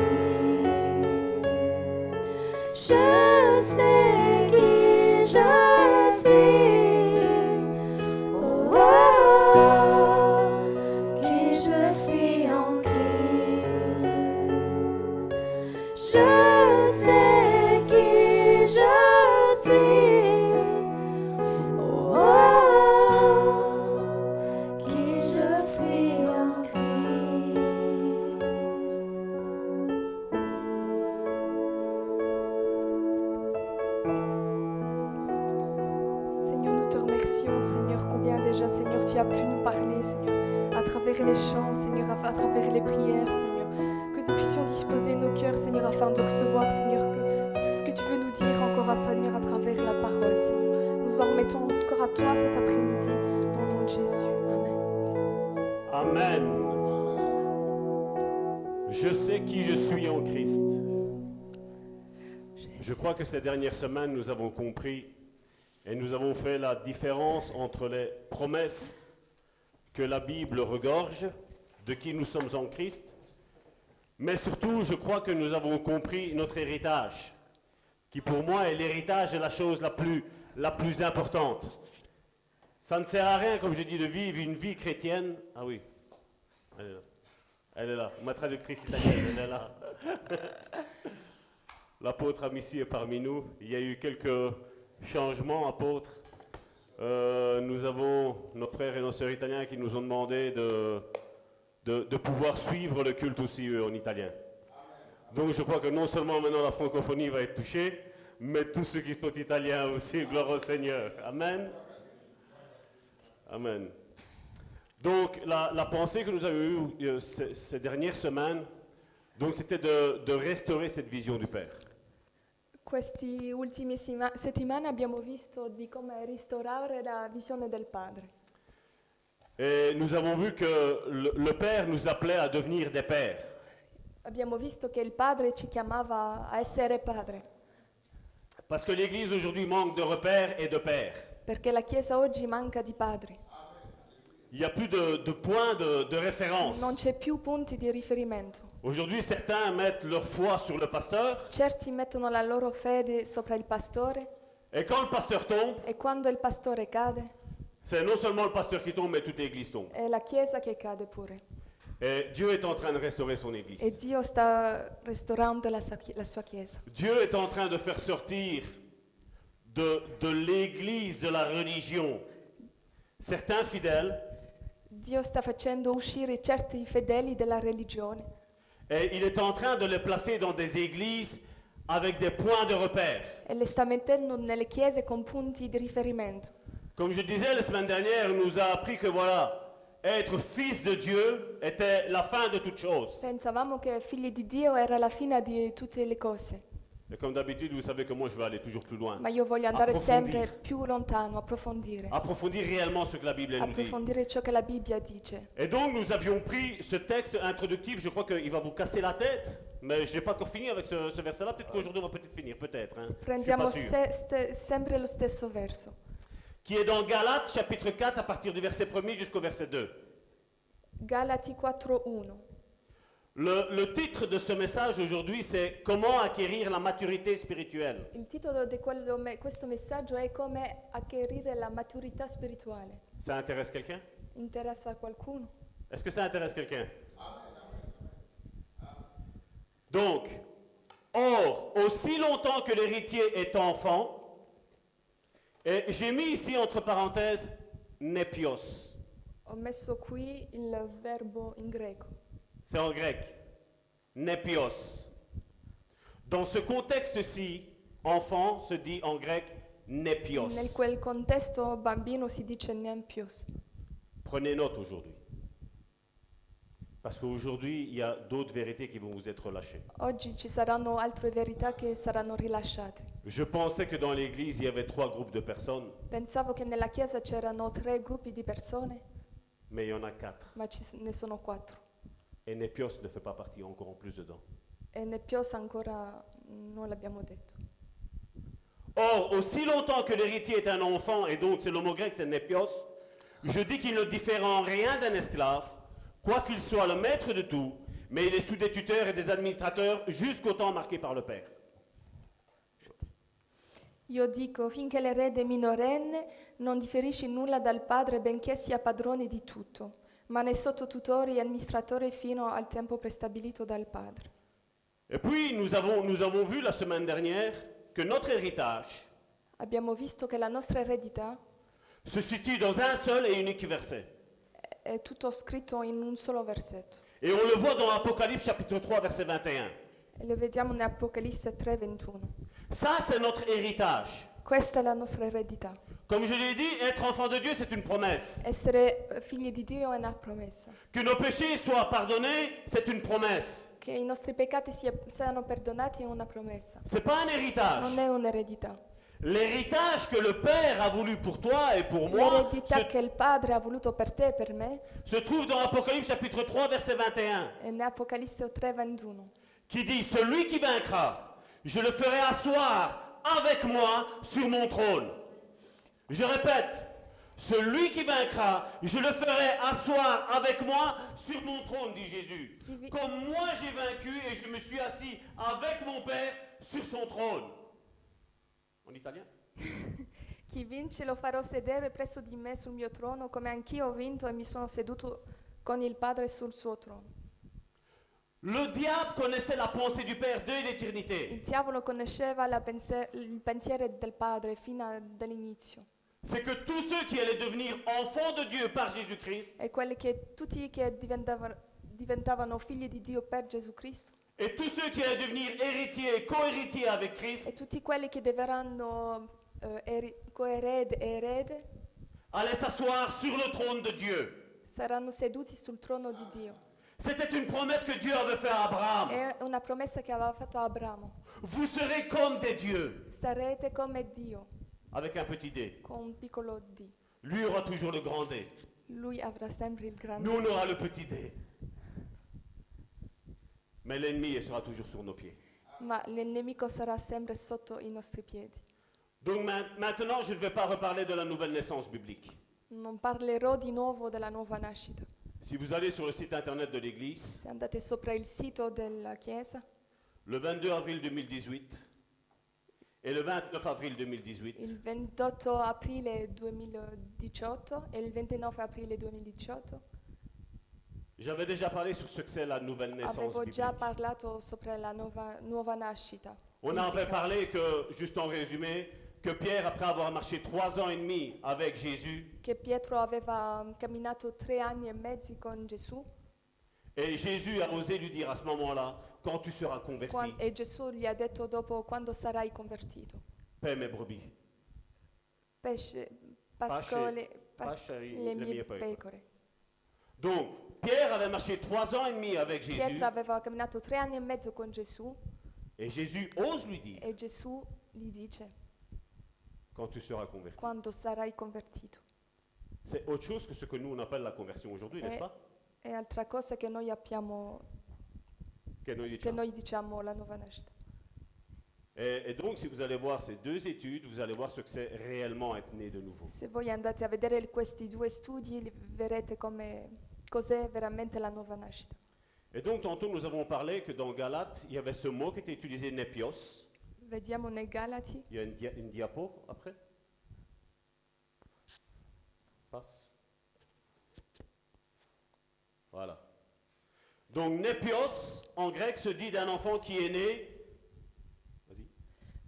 Je sais qui je suis. Oh, Qui je suis en Christ. Je sais qui je suis Oh, qui je suis en Christ. Seigneur, nous te remercions. bénédiction, Seigneur. Combien déjà, Seigneur, tu as pu nous parler, Seigneur, à travers les chants, Seigneur, à, à travers les prières, Seigneur. Que nous puissions disposer nos cœurs, Seigneur, afin de recevoir, Seigneur, que ce que tu veux nous dire encore à Seigneur à travers la parole, Seigneur. Nous en remettons encore à toi cet après-midi, dans le nom de Jésus. Amen. Amen. Je sais qui je suis en Christ. Je crois que ces dernières semaines, nous avons compris et nous avons fait la différence entre les promesses que la Bible regorge, de qui nous sommes en Christ, mais surtout, je crois que nous avons compris notre héritage, qui pour moi est l'héritage est la chose la plus, la plus importante. Ça ne sert à rien, comme je dis, de vivre une vie chrétienne. Ah oui, elle est là. Elle est là. Ma traductrice italienne, elle est là. L'apôtre Amici est parmi nous. Il y a eu quelques changements, apôtres. Euh, nous avons nos frères et nos sœurs italiens qui nous ont demandé de, de, de pouvoir suivre le culte aussi eux, en italien. Donc je crois que non seulement maintenant la francophonie va être touchée, mais tous ceux qui sont italiens aussi, gloire au Seigneur. Amen. Amen. Donc la, la pensée que nous avons eue euh, ces, ces dernières semaines, donc c'était de- de restaurer cette vision du Père. Queste ultime sima- settimane abbiamo visto di come restaurare la visione del Padre. Et nous avons vu que le, le Père nous appelait à devenir des pères. Abbiamo visto che il Padre ci chiamava a essere Padre, Parce que l'Église aujourd'hui manque de repères et de pères. perché la Chiesa oggi manca di padri. Il n'y a plus de, de points de, de référence. Non c'è più punti di riferimento. Aujourd'hui, certains mettent leur foi sur le pasteur. Certi mettono la loro fede sopra il pastore Et quand le pasteur tombe, e quando il pastore cade c'est non seulement le pasteur qui tombe, mais toute l'Église tombe. è la Chiesa che cade pure. Et Dieu est en train de restaurer son E Église. Dio sta restaurando la sua, chi- la sua Chiesa. Dieu est en train de faire sortir de, de l'Église, de la religion, certains fidèles. Dio sta facendo uscire certi fedeli della religione Et il est en train de les placer dans des églises avec des points de repère. e le sta mettendo nelle chiese con punti di riferimento. Comme je disais la semaine dernière, on nous a appris que voilà, être fils de Dieu était la fin de toute chose. Pensavamo che figli di Dio era la fine di tutte le cose, Et comme d'habitude, vous savez que moi je vais aller toujours plus loin. ma io voglio andare Approfondire. sempre più lontano, approfondire, Approfondir réellement ce que la Bible nous dit. approfondire ciò che la Bibbia dice. Et donc nous avions pris ce texte introductif, je crois qu'il va vous casser la tête, mais je n'ai pas encore fini avec ce, ce verset-là, peut-être qu'aujourd'hui on va peut-être finir, peut-être. hein. Je suis Prendiamo pas sûr. se- ste- sempre lo stesso verso, Qui est dans Galates chapitre 4 à partir du verset 1er jusqu'au verset 2. Galati 4.1. Le, le titre de ce message aujourd'hui, c'est Comment acquérir la maturité spirituelle. Il titolo di quello me- questo messaggio è come acquisire la maturità spirituale. Ça intéresse quelqu'un Interessa a qualcuno? Est-ce que ça intéresse quelqu'un Donc, or, aussi longtemps que l'héritier est enfant, et j'ai mis ici entre parenthèses nepios, Ho messo qui il verbo in greco. c'est en grec, nepios. Dans ce contexte-ci, enfant se dit en grec nepios. Nel quel contesto bambino si dice nempios. Prenez note aujourd'hui. Parce qu'aujourd'hui, il y a d'autres vérités qui vont vous être relâchées. Oggi ci saranno altre verità che saranno rilasciate. Je pensais que dans l'Église, il y avait trois groupes de personnes, Pensavo che nella chiesa c'erano tre gruppi di persone, mais il y en a quatre. ma ci s- ne sono quattro. Et Népios ne fait pas partie encore en plus dedans. E nempios ancora mm, non l'abbiamo detto. Or, aussi longtemps que l'héritier est un enfant, et donc c'est le mot grec, c'est Népios, je dis qu'il ne diffère en rien d'un esclave, quoi qu'il soit le maître de tout, mais il est sous des tuteurs et des administrateurs jusqu'au temps marqué par le Père. Io dico, finché l'erede è minorenne, non differisce in nulla dal padre, benché sia padrone di tutto, ma ne è sotto tutori e amministratore fino al tempo prestabilito dal padre. Et puis, nous avons, nous avons vu la semaine dernière que notre héritage Abbiamo visto che la nostra eredità se situe dans un seul et unique verset. è tutto scritto in un solo versetto. Et on le voit dans Apocalypse chapitre 3, verset 21. E lo vediamo in Apocalisse 3:21. Ça, c'est notre héritage. Questa è la nostra eredità. Comme je l'ai dit, être enfant de Dieu, c'est une promesse. Essere eh, figli di Dio è una promessa. Que nos péchés soient pardonnés, c'est une promesse. Che i nostri peccati sia- siano perdonati è una promessa. C'est pas un héritage. Non è un'eredità. L'héritage que le Père a voulu pour toi et pour moi L'eredità che il Padre ha voluto per te e per me se, se trouve dans Apocalypse chapitre 3 verset 21 è in Apocalisse 3, 21. qui dit celui qui vaincra, je le ferai asseoir avec moi sur mon trône. Je répète, celui qui vaincra, je le ferai asseoir avec moi sur mon trône, dit Jésus. Qui vi- Comme moi j'ai vaincu et je me suis assis avec mon Père sur son trône. En italien Chi vince lo farò sedere presso di me sul mio trono, come anch'io ho vinto e mi sono seduto con il Padre sul suo trono. Le diable connaissait la pensée du Père dès l'éternité. Il diavolo conosceva la pense- il pensiero del Padre fino a- dall'inizio C'est que tous ceux qui allaient devenir enfants de Dieu par Jésus-Christ e quelli che tutti che diventavano, diventavano figli di Dio per Gesù Cristo et tous ceux qui allaient devenir héritiers et co-héritiers avec Christ e tutti quelli che diverranno eh, eri- coerede e erede allaient s'asseoir sur le trône de Dieu. saranno seduti sul trono di Dio. C'était une promesse que Dieu avait faite à Abraham. È una promessa che aveva fatto Abramo. Vous serez comme des dieux, Sarete come Dio, avec un petit dé. con un piccolo D. Lui aura toujours le grand dé. Lui avrà sempre il grande Nous, on aura le petit dé. Mais l'ennemi il sera toujours sur nos pieds. ma il nemico sarà sempre sotto i nostri piedi. Donc ma- maintenant, je ne vais pas reparler de la nouvelle naissance biblique. Non parlerò di nuovo della nuova nascita. Si vous allez sur le site internet de l'Église, Se andate sopra il sito della Chiesa, le 22 avril 2018 et le 29 avril 2018, il 28 aprile 2018 e il 29 aprile 2018, j'avais déjà parlé sur ce que c'est la nouvelle naissance avevo già biblique. parlato sopra la nuova, nuova nascita. On avait parlé que, juste en résumé, que Pierre, après avoir marché trois ans et demi avec Jésus, Che Pietro aveva mm, camminato tre anni e mezzo con Gesù et Jésus a osé lui dire à ce moment-là, quand tu seras converti, quan- e Gesù gli ha detto dopo quando sarai convertito. paie mes brebis. Pesce, pascole, pas- pasce i- le mie pecore. pecore. Donc, Pierre avait marché trois ans et demi avec Jésus, Pietro aveva camminato tre anni e mezzo con Gesù et Jésus ose lui dire, e Gesù gli dice quand tu seras converti. quando sarai convertito. C'est autre chose que ce que nous on appelle la conversion aujourd'hui, n'est-ce Eh, pas È altra cosa che noi abbiamo Que nous che diciamo. noi diciamo la nuova nascita. Et, et donc, si vous allez voir ces deux études, vous allez voir ce que c'est réellement être né de nouveau. Se voi andate a vedere il- questi due studi, li verrete come cos'è veramente la nuova nascita. Et donc, tantôt, nous avons parlé que dans Galate, il y avait ce mot qui était utilisé, nepios. Vediamo nei Galati, Il y a une, dia- une diapo après Passe. Voilà. Donc, nepios, en grec, se dit d'un enfant qui est né. Vas-y.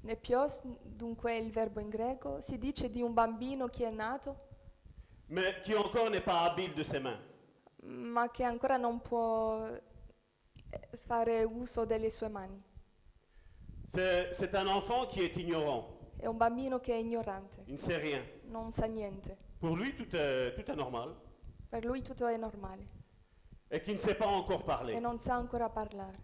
nepios, dunque il verbo in greco, si dice di un bambino che è nato, Mais qui encore n'est pas habile de ses mains. ma che ancora non può eh, fare uso delle sue mani. C'est c'est un enfant qui est ignorant. È un bambino che è ignorante, Il ne sait rien. non sa niente. Pour lui, tout est, tout est normal. Per lui tutto è normale Et qui ne sait pas encore e parler. non sa ancora parlare.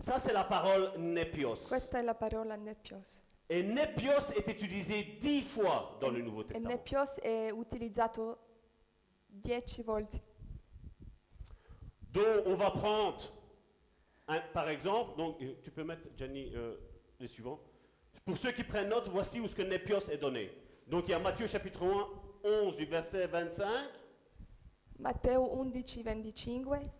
Ça, c'est la parole nepios. Questa è la parola nepios. Et nepios est utilisé dix fois dans le Nouveau E Testament. nepios è utilizzato dieci volte. Donc, on va prendre, un- par exemple, donc, euh, tu peux mettre, Gianni, euh, les suivants. Pour ceux qui prennent note, voici où ce que nepios est donné. Donc, il y a Matthieu chapitre 1, 11 du verset 25. Matteo 11, 25,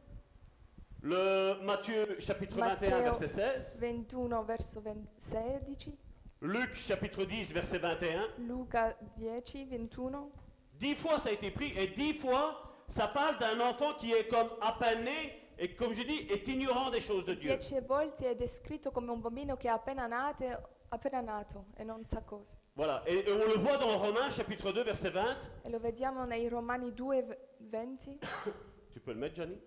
Le Matthieu chapitre 21, Matthieu. verset 16. 21 verso 20 16, Luc chapitre 10, verset 21. Luca 10, 21. Dix fois ça a été pris et dix fois ça parle d'un enfant qui est comme à peine né et comme je dis est ignorant des choses de Dieu. Dieci volte è descritto come un bambino che è appena nato, appena nato e non sa cosa. Voilà, et, et on le voit dans Romains chapitre 2 verset 20. E lo vediamo nei Romani 2, v- 20, Tu peux le mettre Johnny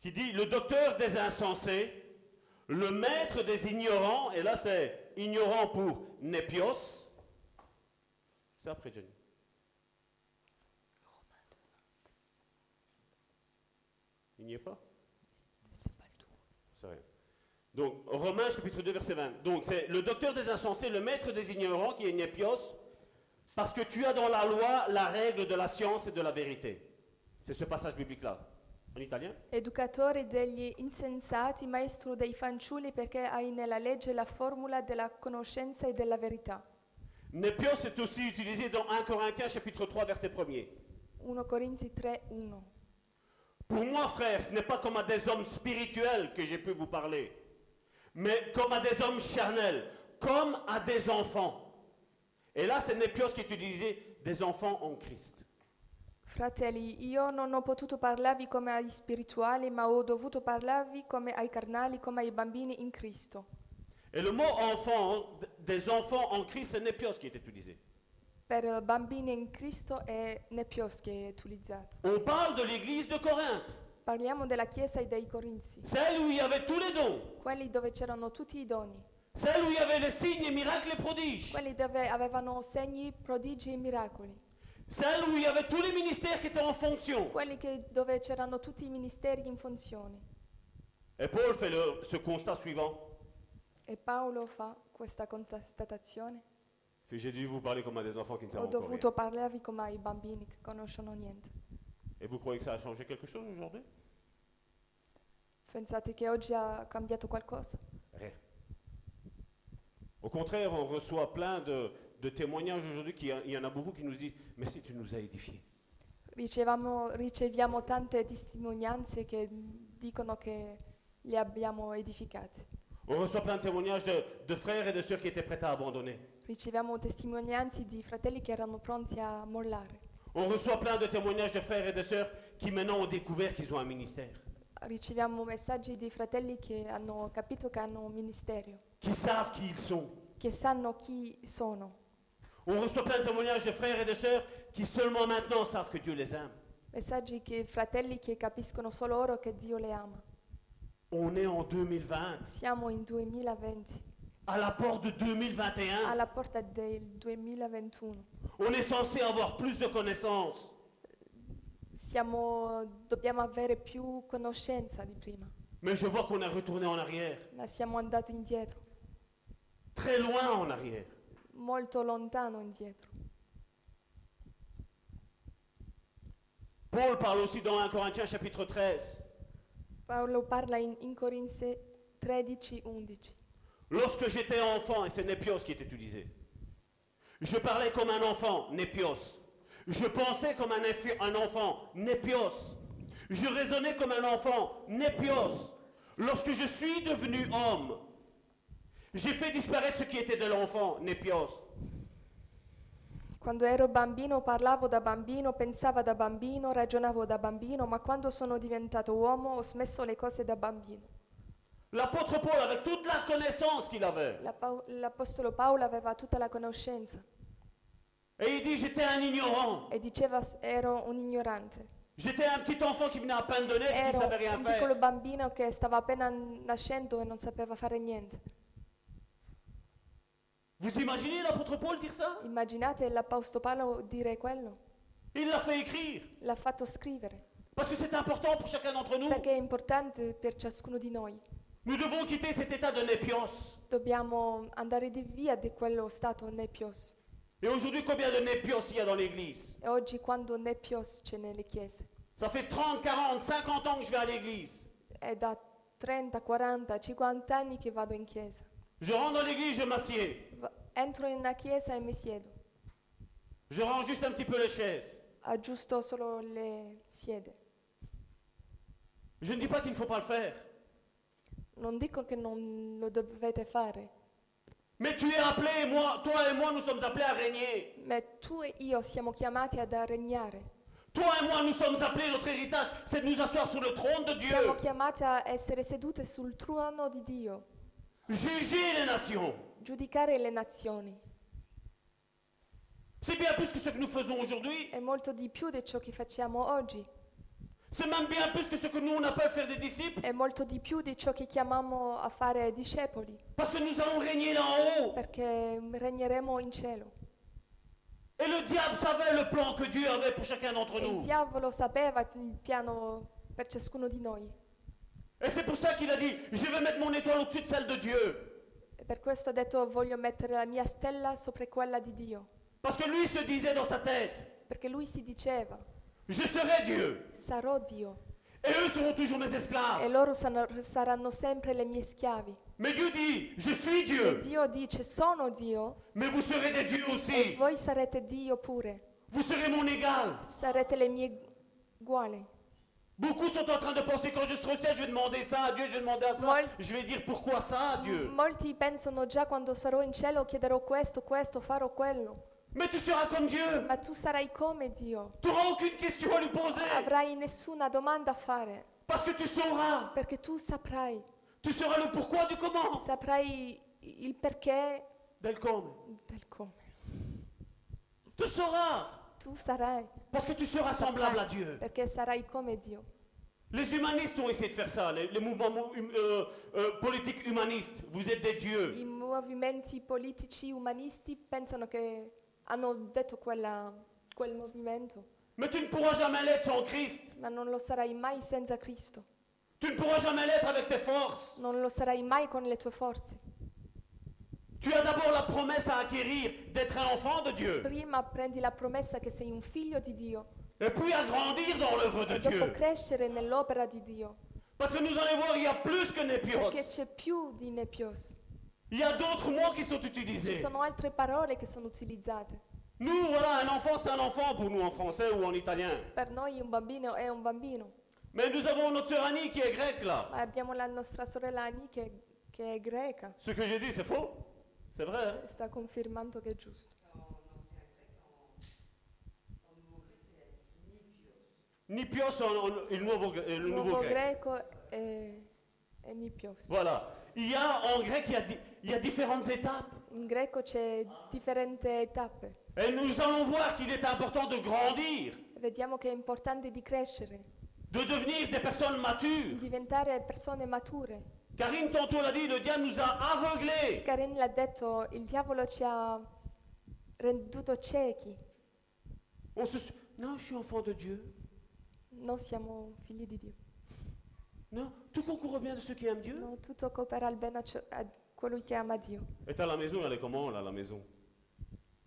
Qui dit le docteur des insensés, le maître des ignorants et là c'est ignorant pour népios C'est après Jenny. Il n'y est pas C'est rien. Donc, Romains chapitre 2, verset 20. Donc, c'est le docteur des insensés, le maître des ignorants, qui est Népios, parce que tu as dans la loi la règle de la science et de la vérité. C'est ce passage biblique-là. En italien Educatore degli insensati, maestro dei fanciulli, perché hai nella legge la formula della conoscenza e della verità. Népios est aussi utilisé dans 1 Corinthiens chapitre 3, verset 1er. 1 Corinzi 3, 1. Pour moi, frère, ce n'est pas comme à des hommes spirituels que j'ai pu vous parler, mais comme à des hommes charnels, comme à des enfants. Et là, c'est Népios qui est utilisé, des enfants en Christ. Fratelli, io non ho potuto parlarvi come ai spirituali, ma ho dovuto parlarvi come ai carnali, come ai bambini in Cristo. Et le mot enfant, d- des enfants en Christ, c'est Népios qui est utilisé. Per eh, bambini in Cristo è Nepios che è utilizzato. On parle de l'église de Corinthe, Parliamo della Chiesa e dei Corinzi, celle où il y avait tous les dons, quelli dove c'erano tutti i doni, celle où il y avait les signes, les miracles, les prodiges, quelli dove avevano segni, prodigi e miracoli, celle où il y avait tous les ministères qui étaient en fonction. quelli che- dove c'erano tutti i ministeri in funzione. Et Paul fait le- ce constat suivant. E Paolo fa questa constatazione. Puis J'ai dû vous parler comme à des enfants qui ne savent Ho encore rien. dovuto parlarvi come ai bambini che conoscono niente. Et vous croyez que ça a changé quelque chose aujourd'hui Pensate che oggi ha cambiato qualcosa? Rien. Au contraire, on reçoit plein de, de témoignages aujourd'hui. qui- Il y en a beaucoup qui nous disent Merci, tu nous as édifiés. Ricevamo- riceviamo tante testimonianze che dicono che li abbiamo edificati. On reçoit plein de témoignages de, de frères et de sœurs qui étaient prêts à abandonner. Riceviamo testimonianze di fratelli che erano pronti a mollare. On reçoit plein de témoignages de frères et de sœurs qui maintenant ont découvert qu'ils ont un ministère, Riceviamo messaggi di fratelli che hanno capito che hanno un ministero, qui savent qui ils sont. che sanno chi sono. On reçoit plein de témoignages de frères et de sœurs qui seulement maintenant savent que Dieu les aime. Messaggi che fratelli che capiscono solo loro che Dio le ama. On est en 2020, Siamo in 2020, à la porte de 2021. alla porta del 2021. On est censé avoir plus de connaissances. Siamo, dobbiamo avere più conoscenza di prima, Mais je vois qu'on est retourné en arrière, ma siamo andati indietro, très loin en arrière. molto lontano indietro. Paul parle aussi dans 1 Corinthiens chapitre 13. Paolo parla in, in Corinze 13, 11. Lorsque j'étais enfant, et c'est Népios qui est utilisé, je parlais comme un enfant, Népios. Je pensais comme un, enfi- un enfant, Népios. Je raisonnais comme un enfant, Népios. Lorsque je suis devenu homme, j'ai fait disparaître ce qui était de l'enfant, Népios. Quando ero bambino parlavo da bambino, pensavo da bambino, ragionavo da bambino, ma quando sono diventato uomo ho smesso le cose da bambino. L'apôtre Paul, avec toute la connaissance qu'il avait, La Pao- L'apostolo Paolo aveva tutta la conoscenza Et il dit, j'étais un ignorant. e diceva s- ero un ignorante. J'étais un petit enfant qui venait à peine de naître, qui ne Ero savait rien un piccolo faire. bambino che stava appena nascendo e non sapeva fare niente. Vous imaginez l'apôtre Paul dire ça Immaginate l'Apostolo Paolo dire quello? Il l'a fait écrire. L'ha fatto scrivere, Parce que c'est important pour chacun d'entre nous. perché è importante per ciascuno di noi. Nous devons quitter cet état de népios. Dobbiamo andare di via di quello stato nepios. Et aujourd'hui, combien de népios il y a dans l'église E oggi quando nepios c'è nelle chiese, Ça fait 30, 40, 50 ans que je vais à l'église. è da 30, 40, 50 anni che vado in chiesa. Je rentre dans l'église, je m'assieds. Va- Entro in una chiesa e mi siedo, Je range juste un petit peu les chaises. aggiusto solo le siede. Je ne dis pas qu'il ne faut pas le faire. Non dico che non lo dovete fare, Mais tu es appelé, et moi, toi et moi, nous sommes appelés à régner. ma tu e io siamo chiamati ad regnare. Toi et moi, nous sommes appelés, notre héritage, c'est de nous asseoir sur le trône de Dieu. Siamo chiamati a essere sedute sul trono di Dio, Juger les nations. giudicare le nazioni. C'est bien plus que ce que nous faisons aujourd'hui. È molto di più di ciò che facciamo oggi, C'est même bien plus que ce que nous, on appelle faire des disciples. è molto di più di ciò che chiamiamo a fare discepoli, Parce que nous allons régner là en haut. perché regneremo in cielo. Et le diable savait le plan que Dieu avait pour chacun d'entre E il nous. diavolo sapeva il piano per ciascuno di noi. Et c'est pour ça qu'il a dit, je vais mettre mon étoile au-dessus de celle de Dieu. E per questo ha detto voglio mettere la mia stella sopra quella di Dio. Parce que lui se disait dans sa tête, Perché lui si diceva je serai Dieu. sarò Dio Et eux seront toujours mes e esclaves. loro sano- saranno sempre le mie schiavi. Mais Dieu dit, je suis E Dieu. Dio dice sono Dio Mais vous serez des dieux e aussi. voi sarete Dio pure, Vous serez mon égal. sarete le mie uguali. Beaucoup sont en train de penser quand je serai au ciel, je vais demander ça à Dieu, je vais demander à ça. Moi- Mm. Je vais dire pourquoi ça à Dieu. Molti pensano già quando sarò in cielo chiederò questo, questo, farò quello. Mais tu seras comme Dieu. Ma tu sarai come Dio. Tu n'auras aucune question à lui poser. Avrai nessuna domanda a fare Parce que tu sauras. perché tu saprai, Tu sauras le pourquoi du comment. saprai il perché Del comble. del come. Tu sauras. Tu sarai Parce que tu seras semblable à Dieu. perché sarai come Dio. Les humanistes ont essayé de faire ça, les, les mouvements mou- hum- euh, euh, politiques humanistes. Vous êtes des dieux. I movimenti politici umanisti pensano che hanno detto quella- quel movimento, Mais tu ne pourras jamais l'être sans Christ. ma non lo sarai mai senza Cristo, Tu ne pourras jamais l'être avec tes forces. non lo sarai mai con le tue forze. Tu as d'abord la promesse à acquérir d'être un enfant de Dieu. Prima prendi la promessa che sei un figlio di Dio Et puis à grandir dans l'œuvre de e dopo Dieu. crescere nell'opera di Dio, Parce que nous allons voir, il y a plus que Népios. perché c'è più di nepios. Il y a d'autres mots qui sont Ci utilisés. sono altre parole che sono utilizzate. Nous, voilà, un enfant, c'est un enfant pour nous en français ou en italien. Per noi un bambino è un bambino, Mais nous avons notre sœur Annie qui est grecque là. ma abbiamo la nostra sorella Annie che, che è greca Ce que j'ai dit, c'est faux. C'est vrai. hein. e sta confermando che è giusto. Népios, en- en- il nouveau, euh, le nouveau Nuovo grec. greco e, e nipios. Voilà. Il y a en grec, il y a, di- il y a différentes étapes. In greco c'è differenti tappe. Et nous allons voir qu'il est important de grandir, Vediamo che è importante di crescere, de devenir des personnes di matures. diventare persone mature. Karine tantôt l'a dit, le diable nous a aveuglés. Karen l'ha detto, il diavolo ci ha renduto ciechi. On se... su- Non, je suis enfant de Dieu. Noi siamo figli di Dio. Non, tout concourt au bien de ceux qui aiment Dieu. No, tutto coopera al bene a, ciò- a colui che ama Dio. Et à la maison, elle est comment là, la maison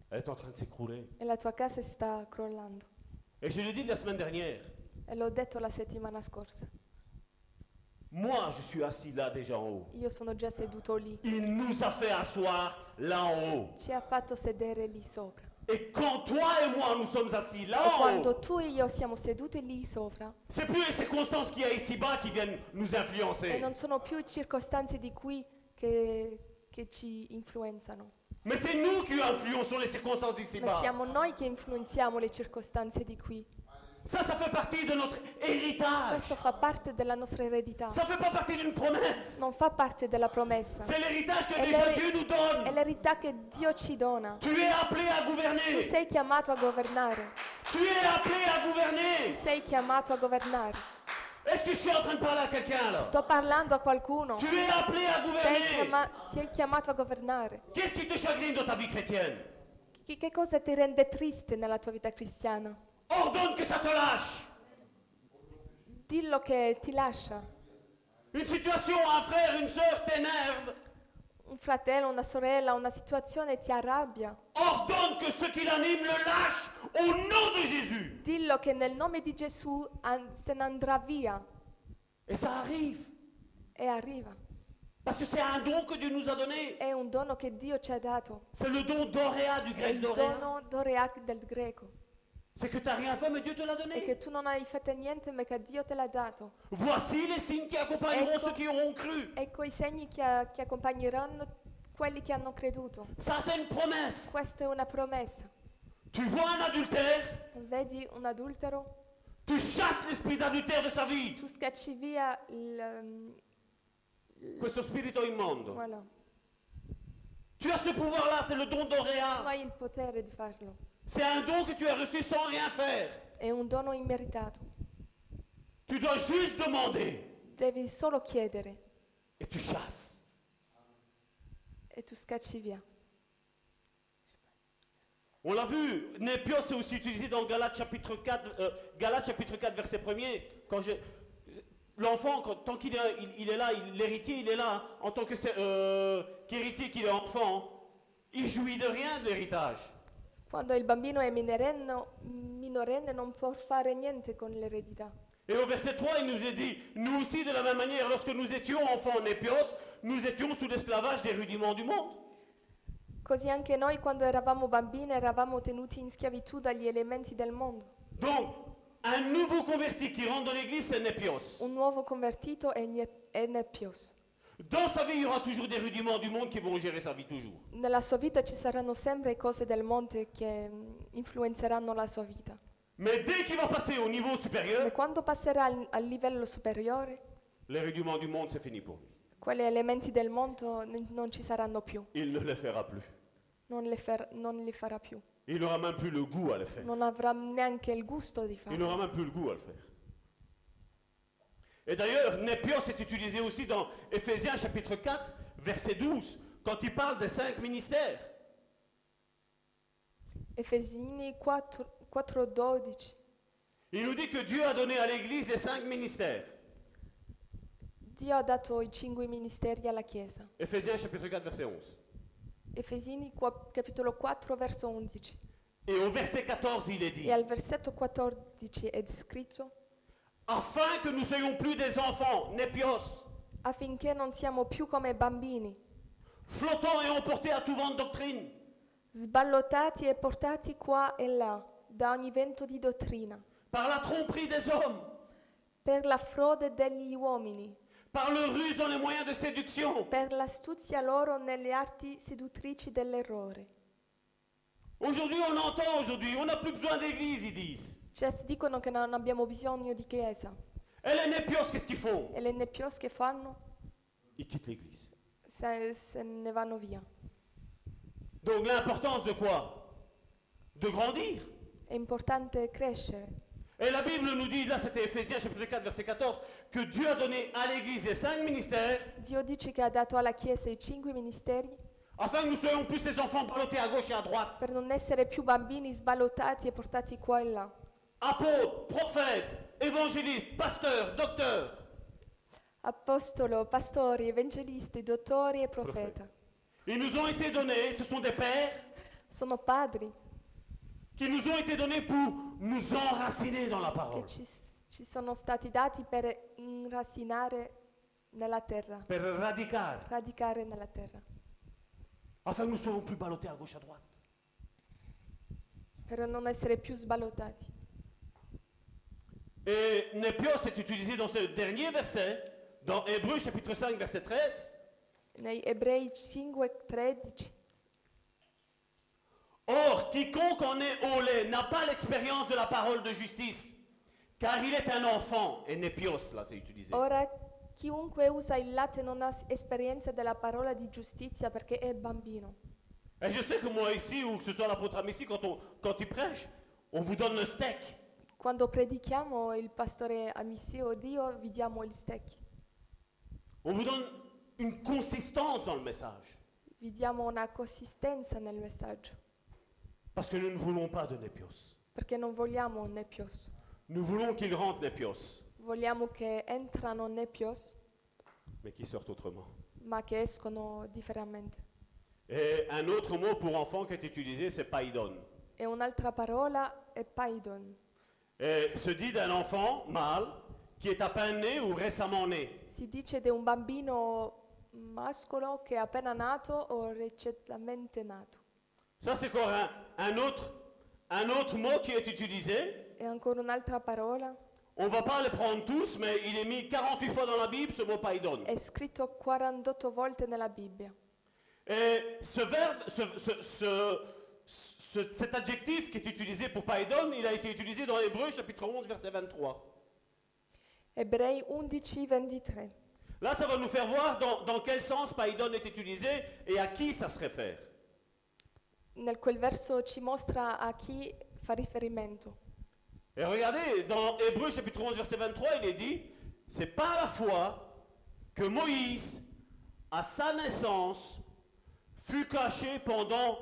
Elle est en train de s'écrouler. E la tua casa sta crollando. Et je l'ai dit la semaine dernière, E l'ho detto la settimana scorsa. moi je suis assis là déjà en haut. Io sono già seduto lì. Il nous a fait asseoir là en haut. Ci ha fatto sedere lì sopra. Et quand toi et moi nous sommes assis là E en haut, quando tu e io siamo seduti lì sopra, c'est plus les circonstances qu'il y a ici bas qui viennent nous e influencer. non sono più circostanze di qui che, che ci influenzano, Mais c'est nous qui influençons les circonstances d'ici ma bas. siamo noi che influenziamo le circostanze di qui. Ça, ça fait partie de notre héritage. Questo fa parte della nostra eredità, Ça fait pas partie d'une promesse. non fa parte della promessa. C'est l'héritage que Elle déjà est- Dieu nous È donne. l'eredità che Dio ci dona. Tu es appelé à Tu gouverner. sei chiamato a governare, Tu es appelé à gouverner. sei chiamato a governare. Est-ce que je suis en train de parler à quelqu'un là Sto parlando a qualcuno, Tu es appelé à sei, gouverner. chiama- sei chiamato a governare. Qu'est-ce qui te chagrine dans ta vie chrétienne Che, che cosa ti rende triste nella tua vita cristiana? Ordonne que ça te lâche. Dillo che ti lascia. Une situation, un frère, une sœur t'énerve. Un fratello, una sorella, una situazione ti arrabbia. Ordonne que ce qui l'anime le lâche au nom de Jésus. Dillo che nel nome di Gesù an- se ne andrà via Et ça arrive. e arriva. Parce que c'est un don que Dieu nous a donné. È un dono che Dio ci ha dato. C'est le don d'Oréa du È il grec d'Oréa. dono d'Oreac del greco. C'est que tu n'as rien fait, mais Dieu te l'a E donné. che tu non hai fatto niente ma che Dio te l'ha dato. Voici les signes qui accompagneront Ecco. ceux qui auront cru. Ecco i segni che, a- che accompagneranno quelli che hanno creduto. Ça, c'est une promesse. Questa è una promessa. Tu vois un adultère, Vedi un adultero, tu chasses l'esprit d'adultère de sa vie. tu scacci via il... um, Questo spirito immondo. voilà. Tu as ce pouvoir-là, c'est le don Tu d'Oréa. hai il potere di farlo. C'est un don que tu as reçu sans rien faire. È un dono immeritato. Tu dois juste demander Devi solo chiedere et tu chasses. e tu scacci via. On l'a vu, Népios est aussi utilisé dans Galates chapitre 4, euh, Galates chapitre 4 verset 1er. Quand je- l'enfant, quand- tant qu'il est, il, il est là, il- l'héritier, il est là, hein, en tant que c'est- euh, qu'héritier, qu'il est enfant, hein, il jouit de rien d'héritage. Quando il bambino è minorenne, minorenne non può fare niente con l'eredità. Et au verset 3, il nous est dit, nous aussi de la même manière, lorsque nous étions enfants en Épios, nous étions sous l'esclavage des rudiments du monde. Così anche noi quando eravamo bambine eravamo tenuti in schiavitù dagli elementi del mondo. Donc, un nouveau converti qui rentre dans l'église, c'est Népios. Un nuovo convertito è, Nie- è Nepios. Dans sa vie, il y aura toujours des rudiments du monde qui vont gérer sa vie toujours. Nella sua vita ci saranno sempre cose del mondo che mm, influenzeranno la sua vita. Mais dès qu'il va passer au niveau Ma supérieur, quando passerà al, al livello superiore, les rudiments du monde, c'est fini pour lui. quegli elementi del mondo n- non ci saranno più, Il ne les fera plus. non, le fer- non li farà più. Il n'aura même plus le goût à le faire. Non avrà neanche il gusto di Il farlo. n'aura même plus le goût à le faire. Et d'ailleurs, Népios est utilisé aussi dans Éphésiens chapitre 4, verset 12, quand il parle des cinq ministères. Efesini 4, 4:12. Il nous dit que Dieu a donné à l'Église les cinq ministères. Dio ha dato i cinque ministeri alla Chiesa. Éphésiens chapitre 4, verset 11. Efesini qua- capitolo 4 verso 11. Et au verset 14, il est dit, E al versetto 14 è scritto afin que nous soyons plus des enfants, Népios, affinché non siamo più come bambini, flottants et emportés à tout vent de doctrine, sballottati e portati qua e là da ogni vento di dottrina, par la tromperie des hommes, per la frode degli uomini, par le ruse dans les moyens de séduction. per l'astuzia loro nelle arti seduttrici dell'errore. Aujourd'hui, on entend aujourd'hui, on n'a plus besoin d'église, ils disent. Certi dicono che non abbiamo bisogno di chiesa Et les Népios, qu'est-ce qu'ils font e le neppios che fanno Ils quittent l'église. se, se ne vanno via. Donc l'importance de quoi De grandir. È importante crescere. Et la Bible nous dit, là c'était Ephésiens chapitre 4 verset 14, que Dieu a donné à l'église les cinq ministères Dio dice che ha dato alla chiesa i cinque ministeri afin que nous soyons plus ces enfants ballottés à gauche et à droite. per non essere più bambini sballottati e portati qua e là. Apôtres, prophètes, évangélistes, pasteurs, docteurs. Apostolo, pastori, evangelisti, dottori e profeta. Ils nous ont été donnés, ce sont des pères Sono padri qui nous ont été donnés pour nous enraciner dans la parole. che ci, s- ci sono stati dati per inrasinare nella terra, Père radical, radicare nella terra, afin que nous soyons plus ballottés à gauche et à droite. per non essere più sballottati. Et Népios est utilisé dans ce dernier verset, dans Hébreu chapitre 5 verset 13. Nei Ebrei 5, 13 Or, quiconque en est au lait n'a pas l'expérience de la parole de justice, car il est un enfant. Et Népios, là, c'est utilisé. Ora chiunque usa il latte non ha s- esperienza della parola di giustizia perché è bambino. Et je sais que moi ici, ou que ce soit l'apôtre Amici, quand, on, quand il prêche, on vous donne le steak. Quando predichiamo il pastore Amissi o Dio vi diamo il steak, On vous donne une consistance dans le message. vi diamo una consistenza nel messaggio, Parce que nous ne voulons pas de Népios. perché non vogliamo nepios, Nous voulons qu'il rentre Népios, vogliamo che entrano nepios mais qu'il sorte autrement. ma che escono differente. Et un autre mot pour enfant qui est utilisé, c'est païdon. E un'altra parola è paidon, Et se dit d'un enfant mâle qui est à peine né ou récemment né. si dice di un bambino mascolo che è appena nato o recentemente nato. Ça, c'est encore un, un autre, un autre mot qui est utilisé. E ancora un'altra parola, On ne va pas les prendre tous, mais il est mis 48 fois dans la Bible, ce mot païdon. è scritto 48 volte nella Bibbia. Et ce verbe, ce- ce- ce- ce- cet adjectif qui est utilisé pour païdon, il a été utilisé dans Hébreu chapitre 11, verset 23. Ebrei 11, 23. Là, ça va nous faire voir dans, dans quel sens païdon est utilisé et à qui ça se réfère. Nel quel verso ci mostra a chi fa riferimento. Et regardez, dans Hébreu chapitre 11, verset 23, il est dit, c'est par la foi que Moïse, à sa naissance, fut caché pendant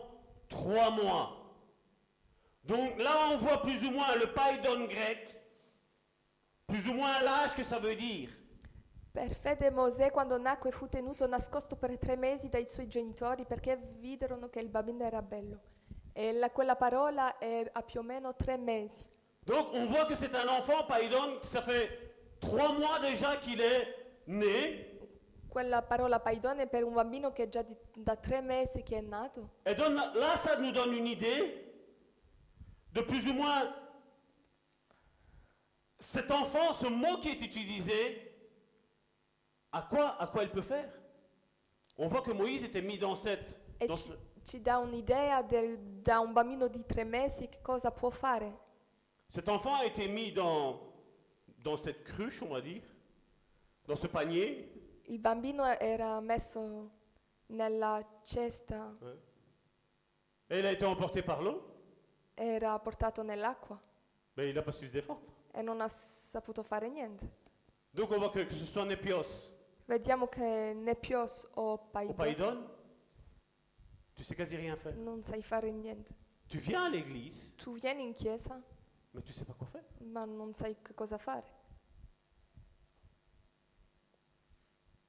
trois mois Donc là, on voit plus ou moins le païdon grec, plus ou moins l'âge que ça veut dire. Per fede Mosè quando nacque fu tenuto nascosto per tre mesi dai suoi genitori perché videro che il bambino era bello. E la- quella parola è a più o meno tre mesi. Donc on voit que c'est un enfant païdon, ça fait trois mois déjà qu'il est né. Quella parola paidone è per un bambino che è già di- da tre mesi che è nato. Et donne- là, ça nous donne une idée de plus ou moins cet enfant, ce mot qui est utilisé, à quoi, à quoi il peut faire. On voit que Moïse était mis dans cette... E dans ci, ce- ci dà un'idea del- da un bambino di tre mesi che cosa può fare. Cet enfant a été mis dans, dans cette cruche, on va dire, dans ce panier. Il bambino era messo nella cesta, Et il a été emporté par l'eau, era portato nell'acqua mais il n'a pas su se défendre. e non ha saputo fare niente. Donc on voit que, que ce soit Népios Vediamo che Nepios o ou Paidone Païdon, tu sais quasi rien faire. non sai fare niente. Tu viens à l'église, Tu vieni in chiesa, mais tu sais pas quoi faire. ma non sai che cosa fare.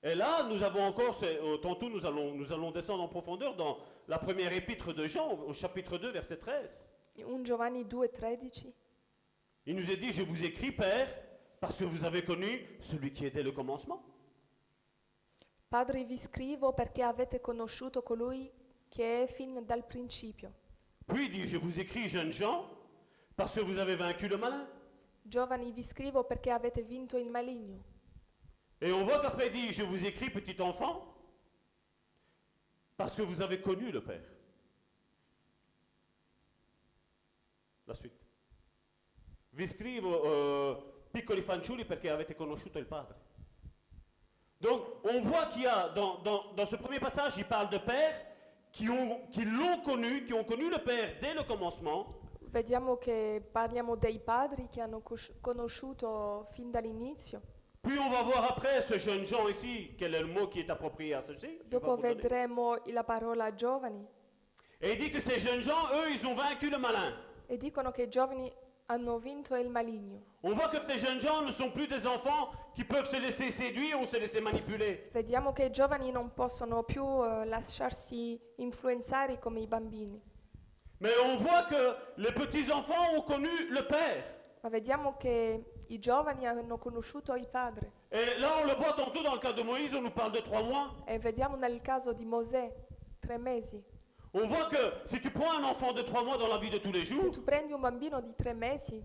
Et là, nous avons encore, c'est- euh, tantôt nous allons, nous allons descendre en profondeur dans la première épître de Jean, au au chapitre 2, verset 13. Un Giovanni 2,13 Il nous est dit, je vous écris, Père, parce que vous avez connu celui qui est dès le commencement. Padre vi scrivo perché avete conosciuto colui che è fin dal principio. Puis il dit, je vous écris, jeunes gens, parce que vous avez vaincu le malin. Giovani vi scrivo perché avete vinto il maligno. Et on voit qu'après il dit, je vous écris, petit enfant, parce que vous avez connu le Père. La suite. Vi scrivo, euh, piccoli fanciulli, perché avete conosciuto il Padre. Donc, on voit qu'il y a, dans, dans- dans ce premier passage, il parle de pères qui, ont, qui l'ont connu, qui ont connu le Père dès le commencement, Vediamo che parliamo dei padri che hanno cos- conosciuto fin dall'inizio. Puis on va voir après ce jeune Jean ici, quel est le mot qui est approprié à ceci. je vais Dopo vous donner. vedremo la parola giovani Et il dit que ces jeunes gens, eux, ils ont vaincu le malin. e dicono che i giovani hanno vinto il maligno. On voit que ces jeunes gens ne sont plus des enfants qui peuvent se laisser séduire ou se laisser manipuler. Vediamo che i giovani non possono più eh, lasciarsi influenzare come i bambini, Mais on voit que les petits-enfants ont connu le Père. ma vediamo che i giovani hanno conosciuto il padre. Et là, on le voit tantôt dans le cas de Moïse, on nous parle de trois mois. E vediamo nel caso di Mosè, tre mesi. On voit que si tu prends un enfant de trois mois dans la vie de tous les Se jours, tu prendi un bambino di tre mesi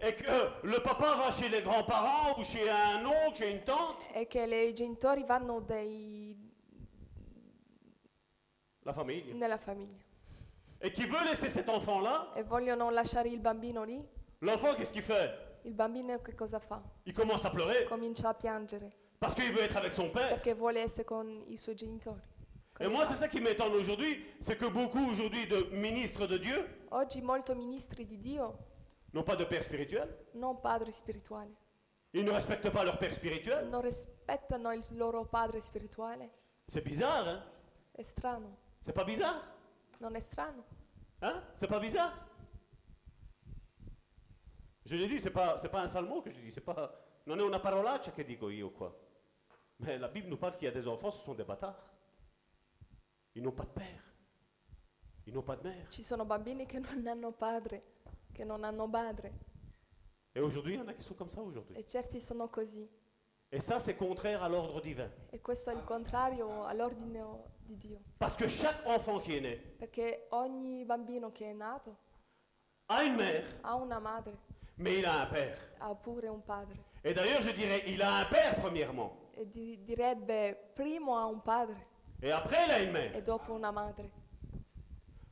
et que le papa va chez les grands-parents ou chez un oncle, chez une tante, e che le- i genitori vanno dai- la famille, nella famiglia et qui veut laisser cet enfant-là, e vogliono lasciare il bambino lì, l'enfant, qu'est-ce qu'il fait il bambino che cosa fa? Il commence à pleurer Comincia a piangere parce qu'il veut être avec son père. perché vuole essere con i suoi genitori. con Et i moi, c'est padri. ça qui m'étonne aujourd'hui, c'est que beaucoup aujourd'hui de ministres de Dieu Oggi molti ministri di Dio n'ont pas de père spirituel, non padri spirituali. ils ne respectent pas leur père spirituel. non rispettano il loro padre spirituale? C'est bizarre, hein È strano, C'est pas bizarre non è strano? Hein C'est pas bizarre Je l'ai dit, c'est pas, c'est pas un sale mot que je dis, c'est pas... Non è una parolaccia che dico io quoi. Mais la Bible nous parle qu'il y a des enfants, ce sont des bâtards. Ils n'ont pas de père. Ils n'ont pas de mère. Ci sono bambini che non hanno padre, che non hanno padre, Et aujourd'hui, il y en a qui sont comme ça aujourd'hui. e certi sono così. Et ça, c'est contraire à l'ordre divin. E questo è il contrario all'ordine di Dio, Parce que chaque enfant qui est né perché ogni bambino che è nato a une mère, ha una madre, mais il a un père. ha pure un padre. Et d'ailleurs, je dirais, il a un père premièrement, E di- direbbe primo ha un padre et après, il a une mère. e dopo una madre,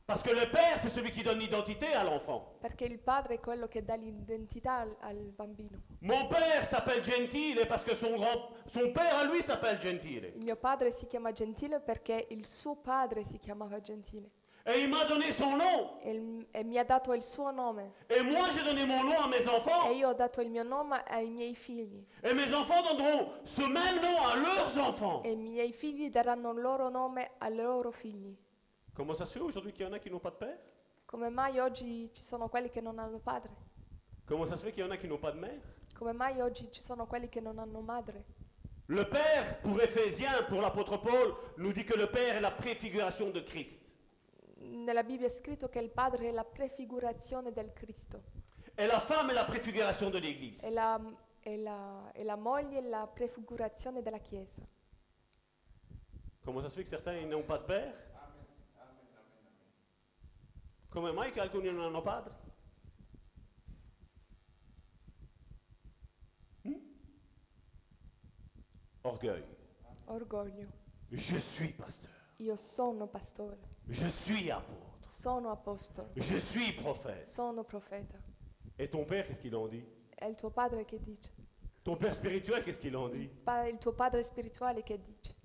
Parce que le père, c'est celui qui donne l'identité à l'enfant. perché il padre è quello che dà l'identità al, al bambino. Mon père s'appelle Gentile parce que son, grand, son père à lui s'appelle Gentile. Il mio padre si chiama Gentile perché il suo padre si chiamava Gentile. Et il m'a donné son nom. e, il- e mi ha dato il suo nome Et moi, j'ai donné mon nom à mes enfants. e io ho dato il mio nome ai miei figli Et mes enfants donneront ce même nom à leurs enfants. e i miei figli daranno il loro nome ai loro figli. Comment ça se fait aujourd'hui qu'il y en a qui n'ont pas de père Come mai oggi ci sono quelli che non hanno padre? Comment ça se fait qu'il y en a qui n'ont pas de mère Come mai oggi ci sono quelli che non hanno madre? Le Père, pour Éphésiens, pour l'apôtre Paul, nous dit que le Père est la préfiguration de Christ. Nella Bibbia è scritto che il padre è la prefigurazione del Cristo Et la femme est la préfiguration de l'Église. e la, e la- e la moglie è la prefigurazione della Chiesa. Comment ça se fait que certains n'ont pas de père Come mai che alcuni non hanno padre? Hmm? Orgueil. Orgoglio. Je suis pasteur. Io sono pastore, Je suis apôtre. sono apostolo, Je suis prophète. sono profeta. Et ton père, qu'est-ce qu'il en dit È il tuo padre che dice, Ton père spirituel, qu'est-ce qu'il en dit pa- il tuo padre spirituale che dice,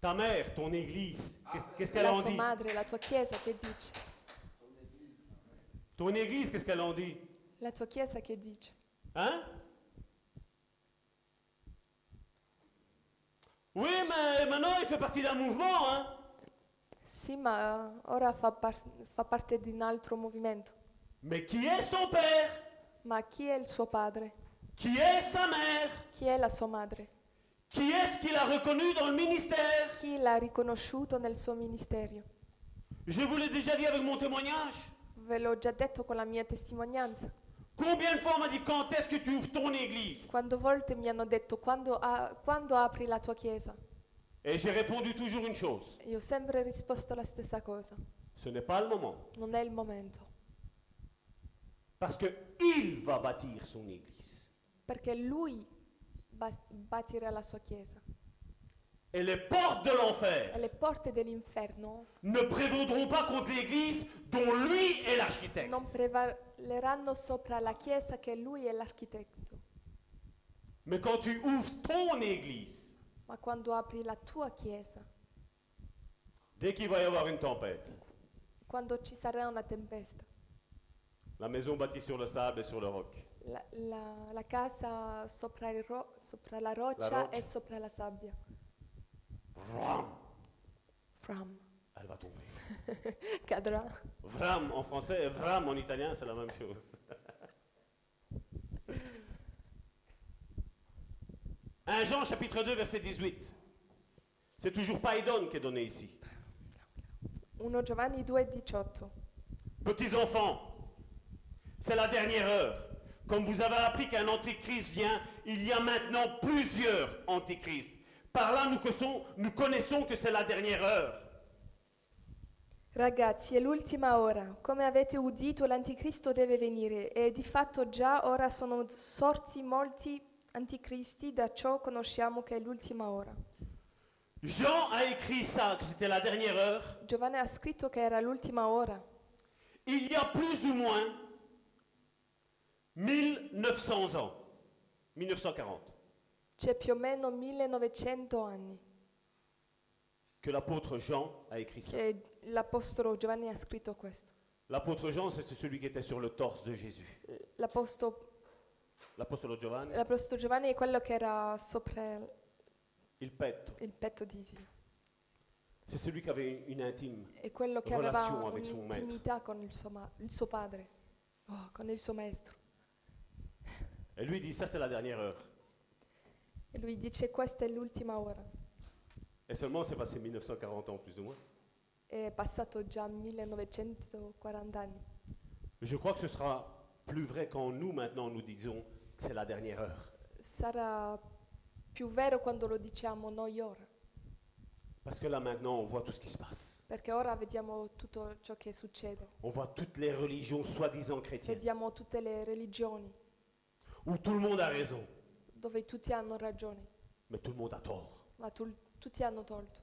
Ta mère, ton église, qu'est-ce qu'elle Ah. la en tua dit madre, la tua chiesa che dice, Ton église, qu'est-ce qu'elle en dit la tua chiesa che dice. Hein Oui, mais maintenant il fait partie d'un mouvement, hein Sì, ma eh, ora fa, par- fa parte di un altro movimento. Mais qui est son père Ma chi è il suo padre? Qui est sa mère Chi è la sua madre? Qui est-ce qu'il a reconnu dans le ministère Chi l'ha riconosciuto nel suo ministero? Je vous l'ai déjà dit avec mon témoignage. Ve l'ho già detto con la mia testimonianza. Combien de fois on m'a dit quand est-ce que tu ouvres ton église Quando volte mi hanno detto quando, a- quando apri la tua chiesa? Et j'ai répondu toujours une chose. Io ho sempre risposto la stessa cosa. Ce n'est pas le moment. Non è il momento. Parce que il va bâtir son église. perché lui bas- bâtirà la sua chiesa Et les portes de l'enfer e le porte dell'inferno ne prévaudront pas contre l'église dont lui est l'architecte. non prevaleranno sopra la chiesa che lui è l'architetto, Mais quand tu ouvres ton église, ma quando apri la tua chiesa, dès qu'il va y avoir une tempête, quando ci sarà una tempesta, la maison bâtie sur le sable et sur le roc, la, la- la casa sopra, il ro- sopra la, roccia La roccia. e sopra la sabbia, vram, fram, elle va tomber. cadrà. Vram en français et vram en italien, c'est la même chose. Un Jean chapitre 2 verset 18. C'est toujours Païdon qui est donné ici. 1 Giovanni 2,18 Petits enfants, c'est la dernière heure. Comme vous avez appris qu'un antichrist vient, il y a maintenant plusieurs antichrists. Par là, nous, que sont- nous connaissons que c'est la dernière heure. Ragazzi, è l'ultima ora. Come avete udito, l'anticristo deve venire e di fatto già ora sono sorti molti anticristi, da ciò conosciamo che è l'ultima ora. Jean a écrit ça, que c'était la dernière heure, Giovanni ha scritto che era l'ultima ora. il y a plus ou moins 1900 ans, 1940, C'è più o meno 1900 anni que l'apôtre Jean a écrit ça. che l'apostolo Giovanni ha scritto questo. L'apôtre Jean, c'est celui qui était sur le torse de Jésus. L'apostolo, L'apôtre Giovanni, l'apostolo Giovanni è quello che era sopra il pète. il petto di Dio. C'est celui qui avait une- une intime. È quello che Relazione aveva avec son maître. un'intimità con il suo, ma- il suo padre, oh, con il suo maestro. Et lui dit, ça c'est la dernière heure. E lui dice questa è l'ultima ora. Et seulement c'est passé 1940 ans plus ou moins. È passato già 1940 anni. Je crois que ce sera plus vrai quand nous maintenant nous disons que c'est la dernière heure. Sarà più vero quando lo diciamo noi ora, Parce que là maintenant on voit tout ce qui se passe. perché ora vediamo tutto ciò che succede. On voit toutes les religions soi-disant chrétiennes Vediamo tutte le religioni où tout le monde a raison, dove tutti hanno ragione, mais tout le monde a tort. ma tu- tutti hanno torto.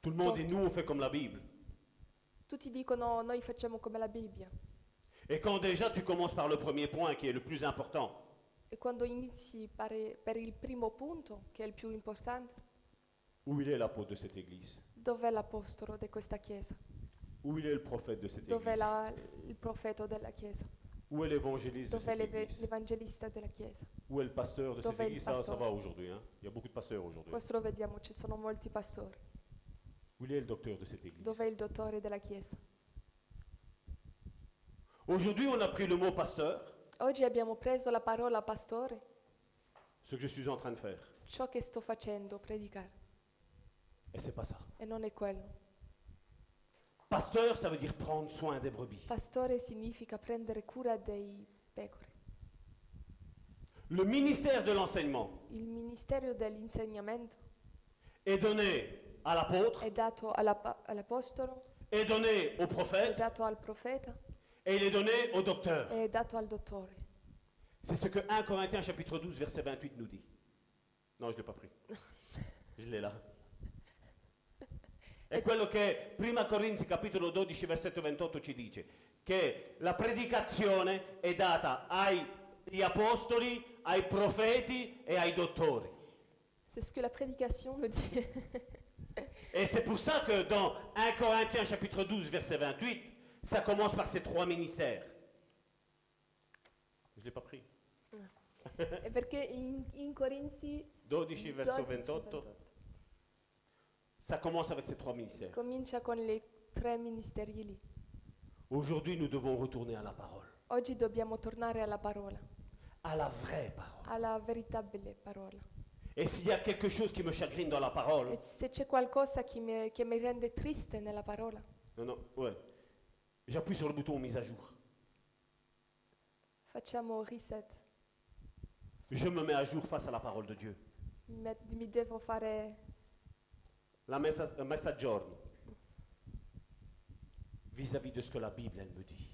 Tout le monde Tort. et nous on fait comme la Bible. Tutti dicono noi facciamo come la Bibbia. Et quand déjà tu commences par le premier point qui est le plus important, E quando inizi pare- per il primo punto, che è il più importante, où il est l'apôtre de cette église dov'è l'apostolo di questa chiesa? Où il est le prophète de cette Dov'è église la- il profeta della chiesa? Où est l'évangéliste de Dov'è cette l'eve- église l'evangelista della chiesa? Où est le pasteur de cette Dov'è il église Ça, ça pastore? va aujourd'hui. hein. Il y a beaucoup de pasteurs aujourd'hui. Questo lo vediamo, ci sono molti pastori. Où il est le docteur de cette église Dov'è il dottore della chiesa? Aujourd'hui, on a pris le mot pasteur, Oggi abbiamo preso la parola pastore, ce que je suis en train de faire. ciò che sto facendo, predicare, Et c'est pas ça. e non è quello. Pasteur, ça veut dire prendre soin des brebis. Pastore significa prendere cura dei pecore. Le ministère de l'enseignement Il ministero dell'insegnamento est donné à l'apôtre, è dato alla pa- all'apostolo, est donné au è prophète, dato al profeta, et il est donné au docteur. è dato al dottore. C'est ce que 1 Corinthiens chapitre 12 verset 28 nous dit. Non, je ne l'ai pas pris. Je l'ai là. È quello che 1 Corinzi capitolo 12 versetto 28 ci dice, che la predicazione è data agli apostoli, ai profeti e ai dottori. C'est ce que la prédication me dit. Et c'est pour ça que dans 1 Corinthiens chapitre 12 verset 28, ça commence par ces trois ministères. Je ne l'ai pas pris. È perché in, in Corinzi 12 verso 12, 28. Ça commence avec ces trois ministères. Comincia con le tre ministeri lì. Aujourd'hui, nous devons retourner à la parole, Oggi dobbiamo tornare alla parola, à la vraie parole. alla veritabile parola. Et s'il y a quelque chose qui me chagrine dans la parole, E se c'è qualcosa che mi, che mi rende triste nella parola, non, non, ouais, j'appuie sur le bouton mise à jour. facciamo reset. Je me mets à jour face à la parole de Dieu. Mi met- mi devo fare La messa, euh, la messa giorno, vis-à-vis de ce que la Bible elle me dit.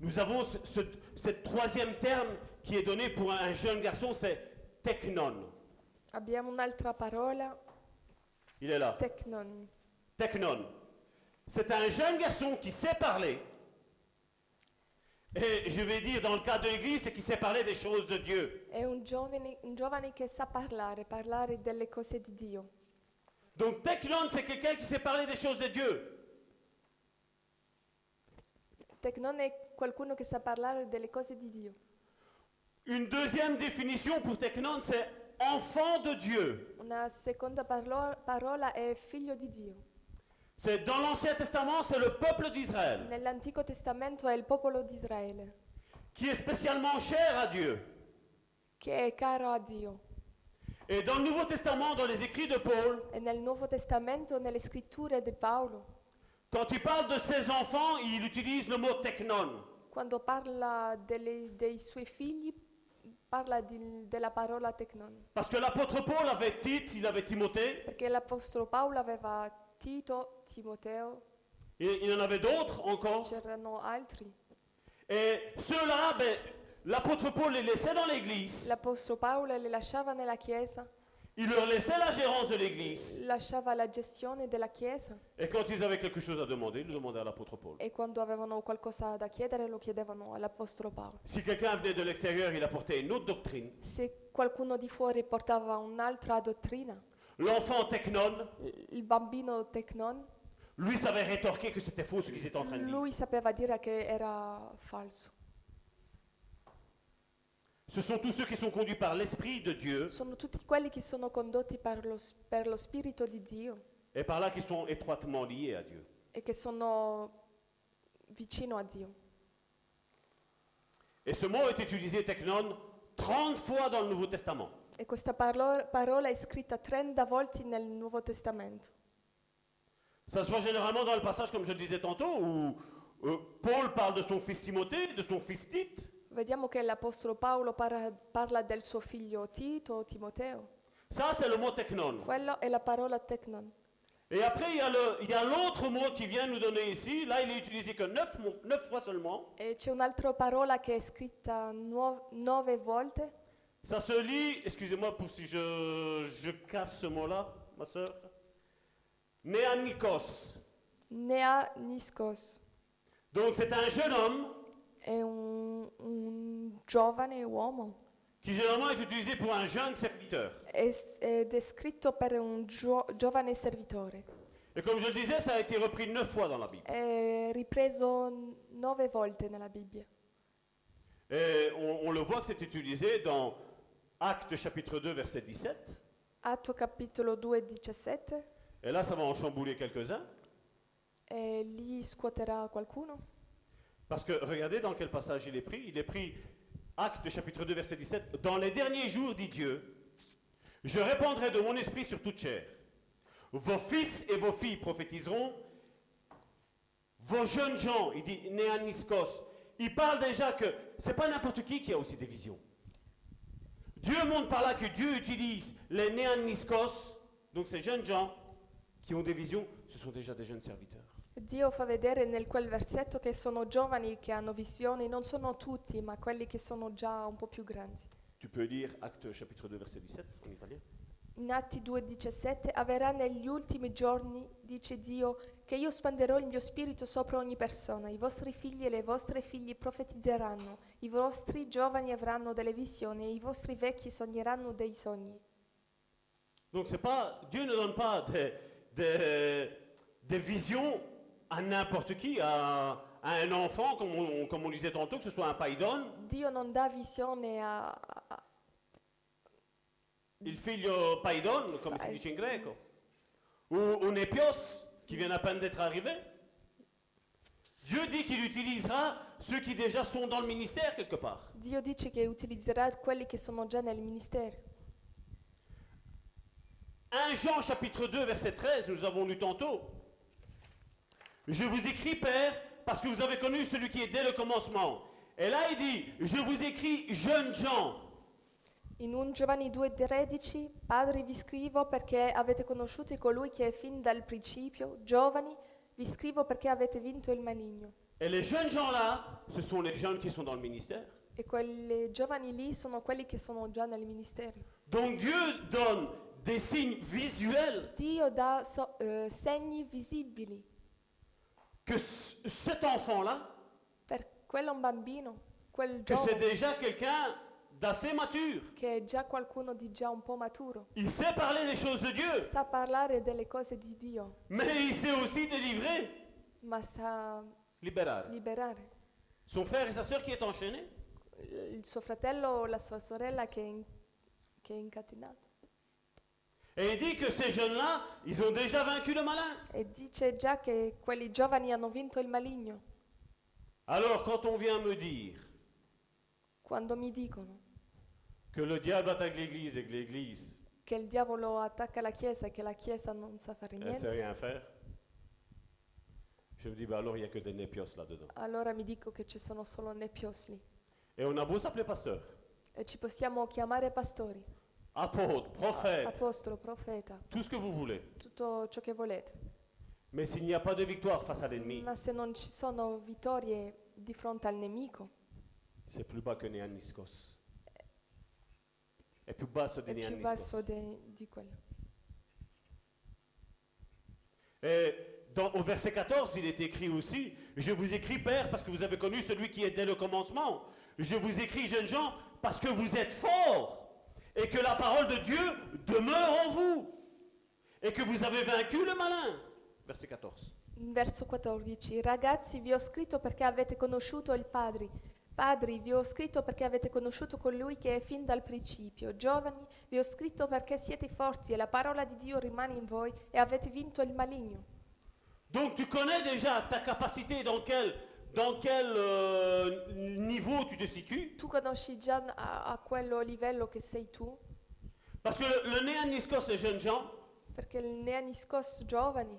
Nous avons ce, ce cette troisième terme qui est donné pour un- un jeune garçon, c'est technon. Abbiamo un'altra parola, Il est là. technon. Technon. C'est un jeune garçon qui sait parler. Et je vais dire, dans le cas de l'Église, c'est qu'il sait parler des choses de Dieu. È un giovane, un giovane che sa parlare, parlare delle cose di Dio. Donc Technon, c'est quelqu'un qui sait parler des choses de Dieu. Technon è qualcuno che sa parlare delle cose di Dio. Une deuxième définition pour Technon, c'est enfant de Dieu. Una seconda parlo- parola è figlio di Dio. C'est dans l'Ancien Testament, c'est le peuple d'Israël, Nell'Antico Testamento è il popolo di Israele, qui est spécialement cher à Dieu. che è caro a Dio. Et dans le Nouveau Testament, dans les écrits de Paul, E nel Nuovo Testamento, nelle scritture di Paolo, quand il parle de ses enfants, il utilise le mot Technon. quando parla delle- dei suoi figli, parla di- della parola technon. Parce que l'apôtre Paul avait Tite, il avait Timothée. Perché l'Apostolo Paolo aveva Tito, Timoteo, Il, il en avait d'autres encore. c'erano altri. Et ceux-là, ben, l'apôtre Paul les laissait dans l'église. L'Apostolo Paolo li lasciava nella Chiesa, Il leur laissait la gérance de l'église. lasciava la gestione della Chiesa Et quand ils avaient quelque chose à demander, ils le demandaient à l'apôtre Paul. e quando avevano qualcosa da chiedere lo chiedevano all'Apostolo Paolo. Si quelqu'un venait de l'extérieur, il apportait une autre doctrine. Se qualcuno di fuori portava un'altra dottrina, L'enfant technon, l- il bambino technon, lui savait rétorquer que c'était faux ce qu'ils étaient en train de dire. lui sapeva dire che era falso. Ce sont tous ceux qui sont conduits par l'Esprit de Dieu Sono tutti quelli che sono condotti per lo, s- per lo Spirito di Dio et par là qui sont étroitement liés à Dieu. e che sono vicino a Dio. Et ce mot est utilisé technon 30 fois dans le Nouveau Testament. E questa parlo- parola è scritta 30 volte nel Nuovo Testamento. Ça se voit généralement dans le passage, comme je le disais tantôt, où euh, Paul parle de son fils Timothée, de son fils Tite. Vediamo che l'Apostolo Paolo parla, parla del suo figlio Tito, Timoteo. Ça, c'est le mot technon. Quello è la parola technon. Et après, il y a le- il y a l'autre mot qui vient nous donner ici. Là, il est utilisé que neuf, mo- neuf fois seulement. E c'è un'altra parola che è scritta nuo- nove volte. Ça se lit, excusez-moi pour si je, je casse ce mot-là, ma soeur. Néanikos. Nea Niskos. Donc, c'est un jeune homme È un, un giovane uomo. qui généralement est utilisé pour un jeune serviteur. È s- ed è scritto per un gio- giovane servitore. Et comme je le disais, ça a été repris neuf fois dans la Bible. È ripreso n- nove volte nella Bibbia. Et on, on le voit que c'est utilisé dans Actes chapitre 2, verset 17. Atto capitolo 2, 17. Et là, ça va en chambouler quelques-uns. E e lì scuoterà qualcuno? Parce que regardez dans quel passage il est pris. Il est pris, acte chapitre 2, verset 17. Dans les derniers jours, dit Dieu, je répandrai de mon esprit sur toute chair. Vos fils et vos filles prophétiseront. Vos jeunes gens, il dit Néaniskos, il parle déjà que c'est pas n'importe qui qui a aussi des visions. Dieu montre par là que Dieu utilise les Néaniskos, donc ces jeunes gens qui ont des visions, ce sont déjà des jeunes serviteurs. Dio fa vedere nel quel versetto che sono giovani che hanno visioni, non sono tutti, ma quelli che sono già un po' più grandi. Tu peux lire Acte chapitre 2 verset 17 en italien. In Atti 2,17 avverrà negli ultimi giorni, dice Dio, che io spanderò il mio spirito sopra ogni persona, i vostri figli e le vostre figlie profetizzeranno, i vostri giovani avranno delle visioni e i vostri vecchi sogneranno dei sogni. Donc c'est pas Dieu ne donne pas des, des- des visions à n'importe qui, à, à un enfant comme on, comme on disait tantôt, que ce soit un païdon, Dio non dà visione a, a- il figlio païdon, comme si Bah, dit en grec, ou un épios qui vient à peine d'être arrivé. Dieu dit qu'il utilisera ceux qui déjà sont dans le ministère quelque part. Dio dice che utilizzerà quelli che sono già nel ministero. 1 Jean chapitre 2 verset 13, nous avons lu tantôt. Je vous écris, Père, parce que vous avez connu celui qui est dès le commencement. Et là, il dit, je vous écris, jeunes gens. In 1 Giovanni 2,13, Padri vi scrivo perché avete conosciuto colui che è fin dal principio, giovani vi scrivo perché avete vinto il maligno. Et les jeunes gens là, ce sont les jeunes qui sont dans le ministère. E quei giovani lì sono quelli che sono già nel ministero. Donc Dieu donne des signes visuels Dio dà so- eh, segni visibili que c- cet enfant-là, per quello bambino, quel que c'est giovane déjà quelqu'un d'assez mature. che è già qualcuno di già un po' maturo. Il sait parler des choses de Dieu, Sa parlare delle cose di Dio, mais il sait aussi délivrer, ma sa libéral. liberare. Son frère et sa sœur qui est enchaîné. Il suo fratello o la sua sorella che è, in- che è incatenato. Et il dit que ces jeunes-là, ils ont déjà vaincu le malin. E dice già che quelli giovani hanno vinto il maligno. Alors quand on vient me dire Quando mi dicono que le diable attaque l'Église et que l'Église che il diavolo attacca la Chiesa e che la Chiesa non sa fare ne sait niente, rien faire, je me dis, bah alors il n'y a que des népios là-dedans. allora mi dico che ci sono solo nepios lì. Et on a beau s'appeler pasteur, E ci possiamo chiamare pastori, apôtre, prophète, apostolo, profeta, tout ce que vous voulez. tutto ciò che volete. Mais s'il n'y a pas de victoire face à l'ennemi, Ma se non ci sono vittorie di fronte al nemico, c'est plus bas que Néaniskos. Et plus basse de è più basso Néaniskos. de- di quello. Et dans- au verset 14, il est écrit aussi, je vous écris, Père, parce que vous avez connu celui qui est dès le commencement. Je vous écris, jeunes gens, parce que vous êtes forts et que la parole de Dieu demeure en vous et que vous avez vaincu le malin. Verset 14. Verso 14. Ragazzi, vi ho scritto perché avete conosciuto il Padre. Padri, vi ho scritto perché avete conosciuto colui che è fin dal principio. Giovani, vi ho scritto perché siete forti e la parola di Dio rimane in voi e avete vinto il maligno. Donc tu connais déjà ta capacité, dans quel, dans quel euh, niveau tu te situes. Tu conosci già a, a quello livello che sei tu, Parce que le, le Néaniskos, ces jeunes gens, perché il neaniscos giovani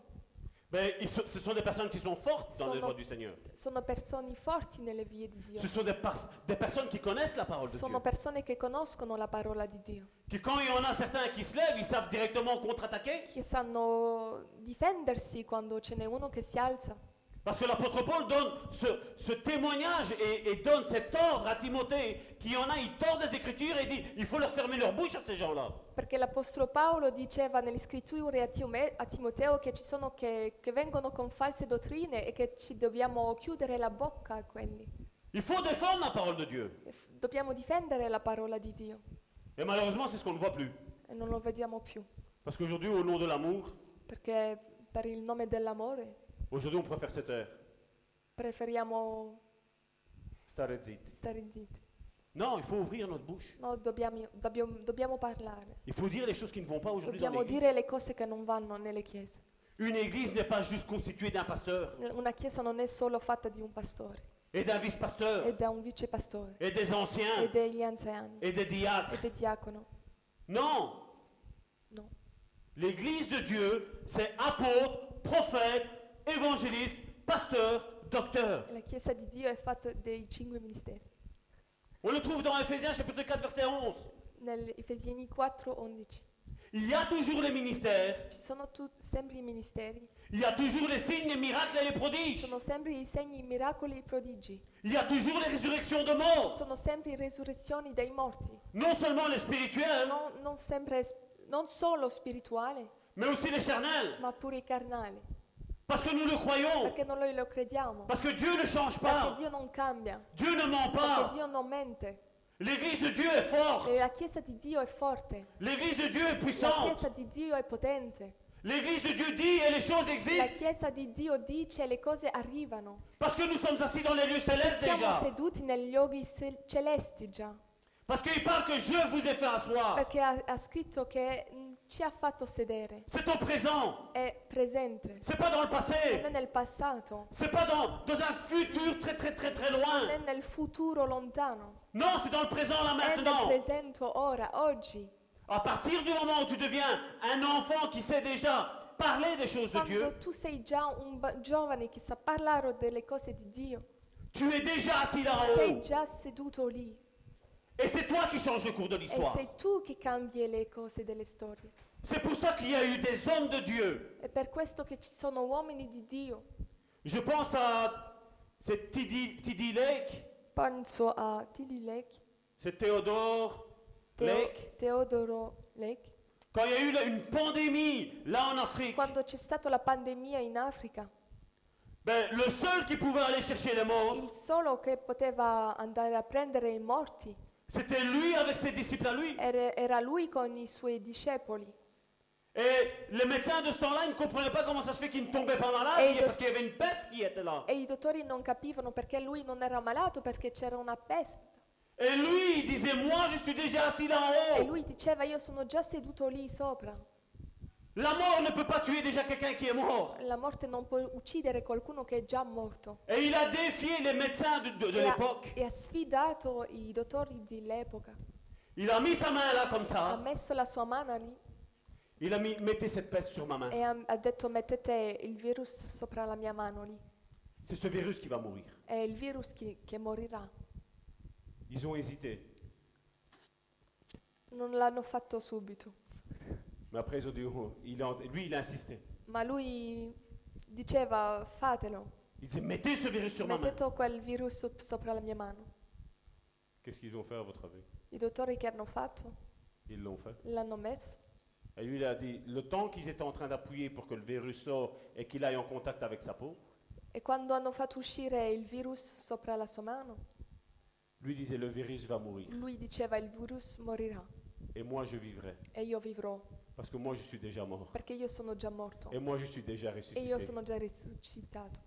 ben, ils sont- ce sont des personnes qui sont fortes dans Sont les droits dans- du Seigneur. sono persone forti nelle vie di Dio. Ce sont des, pers- des personnes qui connaissent la parole de Dieu. Sono persone che conoscono la parola di Dio, Que quand il y en a certains qui se lèvent, ils savent directement contre-attaquer. che sanno difendersi quando ce n'è uno che si alza. Parce que l'apôtre Paul donne ce, ce témoignage et, et donne cet ordre à Timothée, qu'il y en a, il tord des Écritures et dit, il faut leur fermer leur bouche à ces gens-là. Perché l'Apostolo Paolo diceva nelle scritture a, Tiome- a Timoteo che ci sono che, che vengono con false dottrine e che ci dobbiamo chiudere la bocca a quelli. Il faut défendre la parole de Dieu. E f- Dobbiamo difendere la parola di Dio Et malheureusement, c'est ce qu'on ne voit plus. e non lo vediamo più. Parce qu'aujourd'hui, au nom de l'amour, Perché per il nome dell'amore aujourd'hui, on préfère cette heure. preferiamo Starezit. stare zitti. Non, il faut ouvrir notre bouche. No, dobbiamo, dobbiamo- dobbiamo parlare. Il faut dire les choses qui ne vont pas aujourd'hui dans Dobbiamo l'église. dire le cose che non vanno nelle chiese. Une église n'est pas juste constituée d'un pasteur Una chiesa non è solo fatta di un pastore, et d'un vice-pasteur è da un vicepastore, et des e anciens degli anziani, et des diacres. e del diacono. Non, No. l'église de Dieu, c'est apôtre, prophète, évangéliste, pasteur, docteur. La chiesa di Dio è fatta dei cinque ministeri. On le trouve dans Ephésiens chapitre 4 verset 11. Nell'Efesini 4, 11. Il y a toujours les ministères, Ci sono tu- sempre i ministeri, il y a toujours les signes, les miracles et les ci prodiges. sono sempre i segni, i miracoli e i prodigi, ci Il y a toujours les résurrections de morts, sono sempre le resurrezioni dai morti, non seulement les spirituelles, non, non sempre sp- non solo spirituali, mais aussi les charnelles, ma pure carnali, parce que nous le croyons, perché noi lo crediamo, parce que Dieu ne change perché pas, Dio non cambia, Dieu ne ment perché pas. Dio non mente. L'église de Dieu est forte, E la Chiesa di Dio è forte, l'église de Dieu est la puissante, Chiesa di Dio è potente, l'église de Dieu dit et les choses la existent, Chiesa di Dio dice le cose arrivano. parce que nous sommes assis dans les lieux célestes Siamo déjà, seduti negli luoghi se- celesti già, parce qu'il parle que je vous ai fait asseoir. perché ha, ha scritto che mm, ci ha fatto sedere, C'est au présent, è presente, c'est pas dans le passé, non è nel passato, c'est pas dans, dans un futur très très très très loin. non è nel futuro lontano, Non, c'est dans euh, le présent, là, è nel maintenant. presente ora, oggi. À partir du moment où tu deviens un enfant qui sait déjà parler des choses de Dieu, Quando tu sei già un ba- giovane che sa parlare delle cose di Dio, tu es déjà assis sei là-haut. già seduto lì Et c'est toi qui changes le cours de e l'histoire. sei tu che cambi le cose delle storie. C'est pour ça qu'il y a eu des hommes de Dieu. È per questo che ci sono uomini di Dio. Je pense à c'est T.D. T.D. Lake, Penso a Tilly Lake, c'est Théodore Teo- Lake. Teodoro Lake. Quand il y a eu la- une pandémie là en Afrique, Quando c'è stata la pandemia in Africa, ben, le seul qui pouvait aller chercher les morts, il solo che poteva andare a prendere i morti c'était lui avec ses disciples à lui. era, era lui con i suoi discepoli. Et les médecins de ce temps-là ils ne comprenaient pas comment ça se fait qu'ils ne tombaient pas Et malades, de- parce qu'il y avait une peste qui était là. E i dottori non capivano perché lui non era malato, perché c'era una peste. Et lui, il disait, moi, je suis déjà assis E là-haut. lui diceva, io sono già seduto lì sopra. La mort ne peut pas tuer déjà quelqu'un qui est mort. La morte non può uccidere qualcuno che è già morto. Et il a défié les médecins de, de- de e, ha, l'époque. e ha sfidato i dottori dell'epoca. Il a mis sa main là comme Ha ça. messo la sua mano lì Il a mis, mettez cette peste sur ma main. e ha, ha detto mettete il virus sopra la mia mano lì. C'est ce virus qui va mourir. È il virus che, che morirà. Ils ont hésité. Non l'hanno fatto subito. Mais après, ils ont dit, oh, il a- lui, il a insisté. Ma lui diceva fatelo. Il disait, mettez ce virus sur ma main. Mettete quel virus sop- sopra la mia mano. Qu'est-ce qu'ils ont fait à votre avis I dottori che hanno fatto Ils l'ont fait. l'hanno messo. Et lui, il a dit, le temps qu'ils étaient en train d'appuyer pour que le virus sorte et qu'il aille en contact avec sa peau, E quando hanno fatto uscire il virus sopra la sua mano, lui disait, le virus va mourir. lui diceva il virus morirà Et moi, je vivrai. e io vivrò Parce que moi, je suis déjà mort. perché io sono già morto Et moi, je suis déjà e io ressuscité. sono già risuscitato.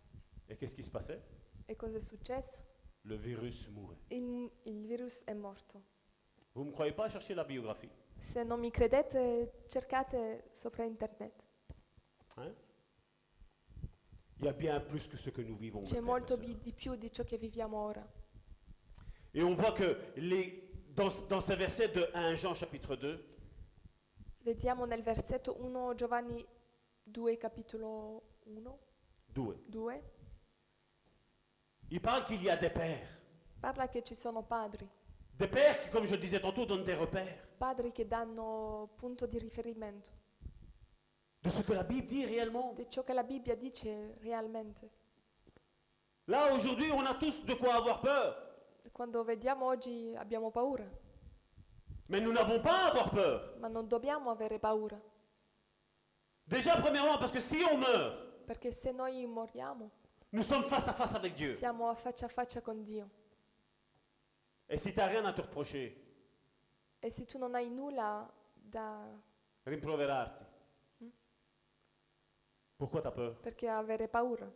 Et qu'est-ce qui se passait E cosa è successo? Le virus mourait. Il, il virus è morto. Vous ne me croyez pas Cherchez la biographie. Se non mi credete, cercate sopra internet. hein Il y a bien plus que ce que nous vivons. mes C'è frères et molto sœurs. bi- di più di ciò che viviamo ora. Et on voit que les, dans, dans ce verset de 1 Jean chapitre 2, Vediamo nel versetto 1 Giovanni 2, capitolo 1, 2, 2. il parle qu'il y a des pères. Parla che ci sono padri, Des pères qui, comme je le disais tantôt, donnent des repères padri che danno punto di riferimento de ce que la Bible dit réellement. di ciò che la Bibbia dice realmente. Là, aujourd'hui, on a tous de quoi avoir peur. Quando vediamo oggi abbiamo paura, Mais nous n'avons pas à avoir peur. ma non dobbiamo avere paura, Déjà, premièrement, parce que si on meurt, perché se noi moriamo nous sommes face à face avec Dieu. siamo a faccia a faccia con Dio. Et si tu n'as rien à te reprocher, E se tu non hai nulla da... rimproverarti. Pourquoi tu as peur perché avere paura?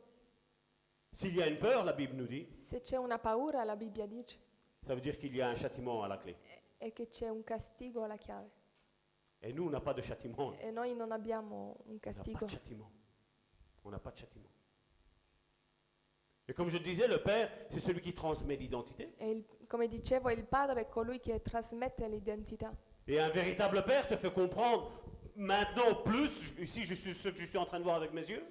S'il y a une peur, la Bible nous dit, Se c'è una paura, la Bibbia dice, ça veut dire qu'il y a un châtiment à la clé. è che c'è un castigo alla chiave. Et nous, on n'a pas de châtiment. E noi non abbiamo un On n'a castigo, pas de châtiment. On n'a pas de châtiment. Et comme je disais, le Père, c'est celui qui transmet l'identité. E il- come dicevo, il padre è colui che trasmette l'identità. Et un véritable Père te fait comprendre maintenant plus, ici je suis ce que je suis en train de voir avec mes yeux,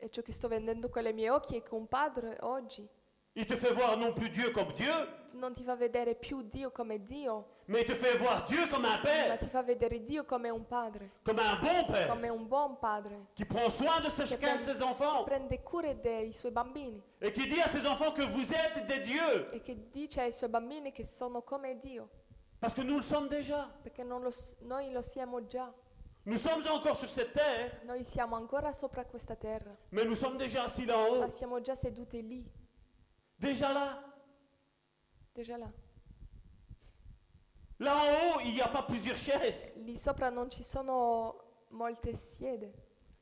E ciò che sto vendendo con le mie occhi è che un padre oggi il te fait voir non plus Dieu comme Dieu, non ti fa vedere più Dio come Dio, mais il te fait voir Dieu comme un ma Père, ti fa vedere Dio come un padre, comme un bon Père, come un buon padre, qui prend soin de chacun de ses enfants prende cura dei suoi bambini et qui dit à ses enfants que vous êtes des dieux, e che dice ai suoi bambini che sono come Dio, parce que nous le sommes déjà. perché non lo s- noi lo siamo già, Nous sommes encore sur cette terre, noi siamo ancora sopra questa terra, mais nous sommes déjà assis là-haut, ma siamo già seduti lì, déjà là. già là. Là en haut, il n'y a pas plusieurs chaises, Lì sopra non ci sono molte siede,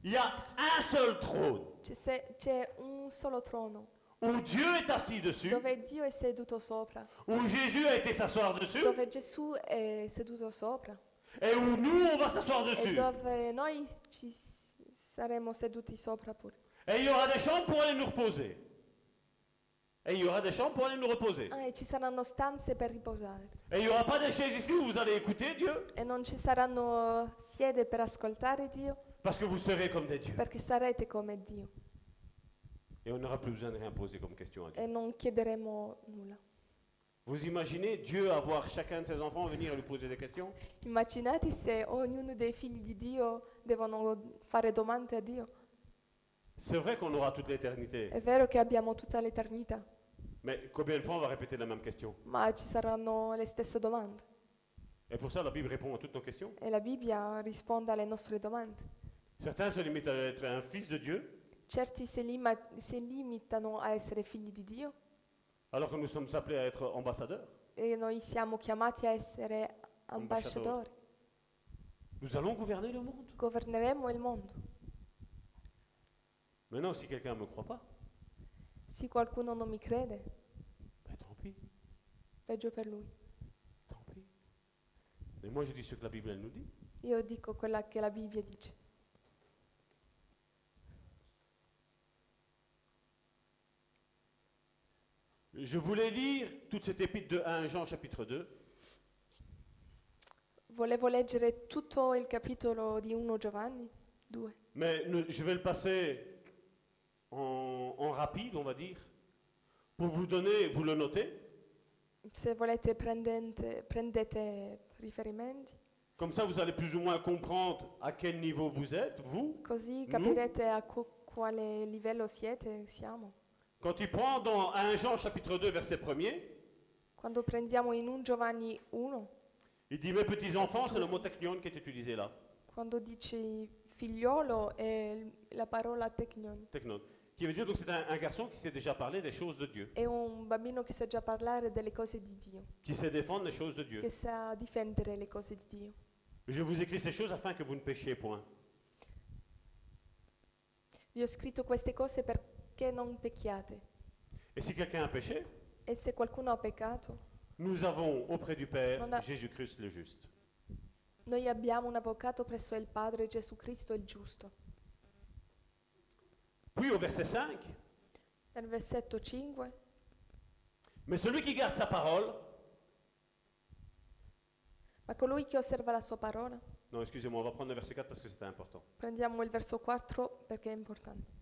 il y a un seul trône c'è, se- c'è un solo trono où Dieu est assis dessus, dove Dio è seduto sopra, où Jésus a été s'asseoir dessus, dove Gesù è seduto sopra et où nous, on va s'asseoir e dessus. dove noi ci s- saremo seduti sopra pure. Et il y aura des chambres pour aller nous reposer. Et il y aura des chambres pour aller nous reposer. Ah, e ci saranno stanze per riposare Et il n'y aura pas des chaises ici où vous allez écouter Dieu, e non ci saranno siede per ascoltare Dio parce que vous serez comme des dieux. perché sarete come Dio Et on n'aura plus besoin de rien poser comme question à Dieu. e non chiederemo nulla. Vous imaginez Dieu avoir chacun de ses enfants venir lui poser des questions Immaginate se ognuno dei figli di Dio devono fare domande a Dio. C'est vrai qu'on aura toute l'éternité, È vero che abbiamo tutta l'eternità, mais combien de fois on va répéter la même question ma ci saranno le stesse domande Et pour ça, la Bible répond à toutes nos questions. e la Bibbia risponde alle nostre domande. Certains se limitent à être un fils de Dieu, Certi si, lima- si limitano a essere figli di Dio alors que nous sommes appelés à être ambassadeurs. e noi siamo chiamati a essere ambasciatori. Nous allons gouverner le monde. Governeremo il mondo. Maintenant, si quelqu'un ne me croit pas, Se qualcuno non mi crede, ben, tant pis, peggio per lui. tant pis. Mais moi, je dis ce que la Bible elle nous dit. Io dico quella che la Bibbia dice. Je voulais lire toute cette épître de 1 Jean chapitre 2, Volevo leggere tutto il capitolo di 1 Giovanni 2, mais ne- je vais le passer en, en rapide, on va dire, pour vous donner, vous le notez, se volete prendente- prendete riferimenti. comme ça vous allez plus ou moins comprendre à quel niveau vous êtes, vous. Così Mm. capirete a co- quale livello siete, siamo. Quand il prend dans 1 Jean chapitre 2 verset 1er, Quando prendiamo in 1 Giovanni 1, Il dit mes petits enfants, c'est le mot technion qui est utilisé là. quando dici figliolo è il- la parola technion. Technon. Qui veut dire donc c'est un, un garçon qui sait déjà parler des choses de Dieu, È un bambino che sa già parlare delle cose di Dio, qui sait défendre les choses de Dieu. che sa difendere le cose di Dio. Je vous écris ces choses afin que vous ne péchiez point. Vi ho scritto queste cose perché non pecchiate. Et si quelqu'un a péché, E se qualcuno ha peccato, nous avons auprès du Père On a- Jésus-Christ le juste. noi abbiamo un avvocato presso il Padre Gesù Cristo il giusto. Puis au verset 5, Nel versetto 5, mais celui qui garde sa parole, ma colui che osserva la sua parola, non excusez-moi, on va prendre le verset 4 parce que c'était important. prendiamo il verso 4 perché è importante.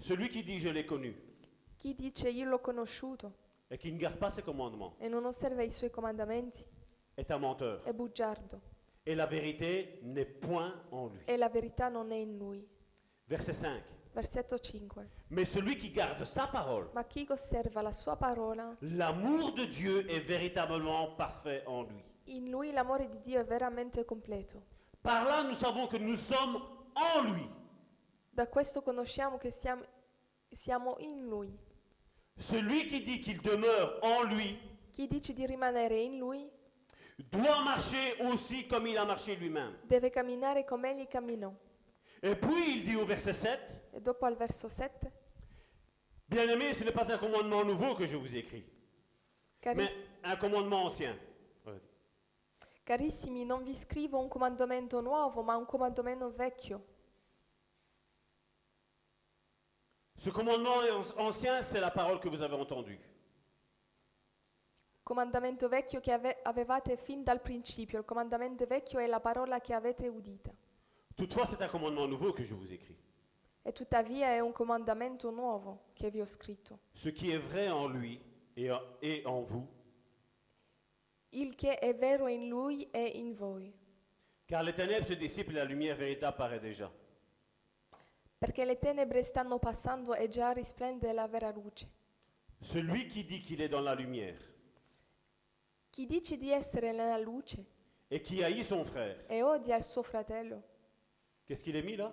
Celui qui dit je l'ai connu Chi dice io l'ho conosciuto et qui ne garde pas ses commandements e non osserva i suoi comandamenti est un menteur è bugiardo et la vérité n'est point en lui. e la verità non è in lui. Verset 5, Versetto 5. mais celui qui garde sa parole Ma chi osserva la sua parola, L'amour de Dieu est véritablement parfait en lui. in lui l'amore di Dio è veramente completo. Par là, nous savons que nous sommes en lui. Da questo conosciamo che siamo, siamo in lui. Celui qui dit qu'il demeure en lui Chi dice di rimanere in lui doit marcher aussi comme il a marché lui-même. deve camminare come egli camminò. Et puis, il dit au verset 7, E dopo al verso 7, Bien-aimés, ce n'est pas un commandement nouveau que je vous écris, mais "Caris- un commandement ancien. Vas-y. carissimi, non vi scrivo un comandamento nuovo, ma un comandamento vecchio, Ce commandement ancien, c'est la parole que vous avez entendue. Comandamento vecchio che ave- avevate fin dal principio, il comandamento vecchio è la parola che avete udita. Toutefois, c'est un commandement nouveau que je vous écris. E tuttavia è un comandamento nuovo che vi ho scritto, Ce qui est vrai en lui et en- et en vous, il che è vero in lui è in voi, car les ténèbres se dissipent et la lumière véritable paraît déjà. perché le tenebre stanno passando e già risplende la vera luce. Celui qui dit qu'il est dans la lumière Chi dice di essere nella luce et qui haït son frère, e odia il suo fratello, qu'est-ce qu'il est mis là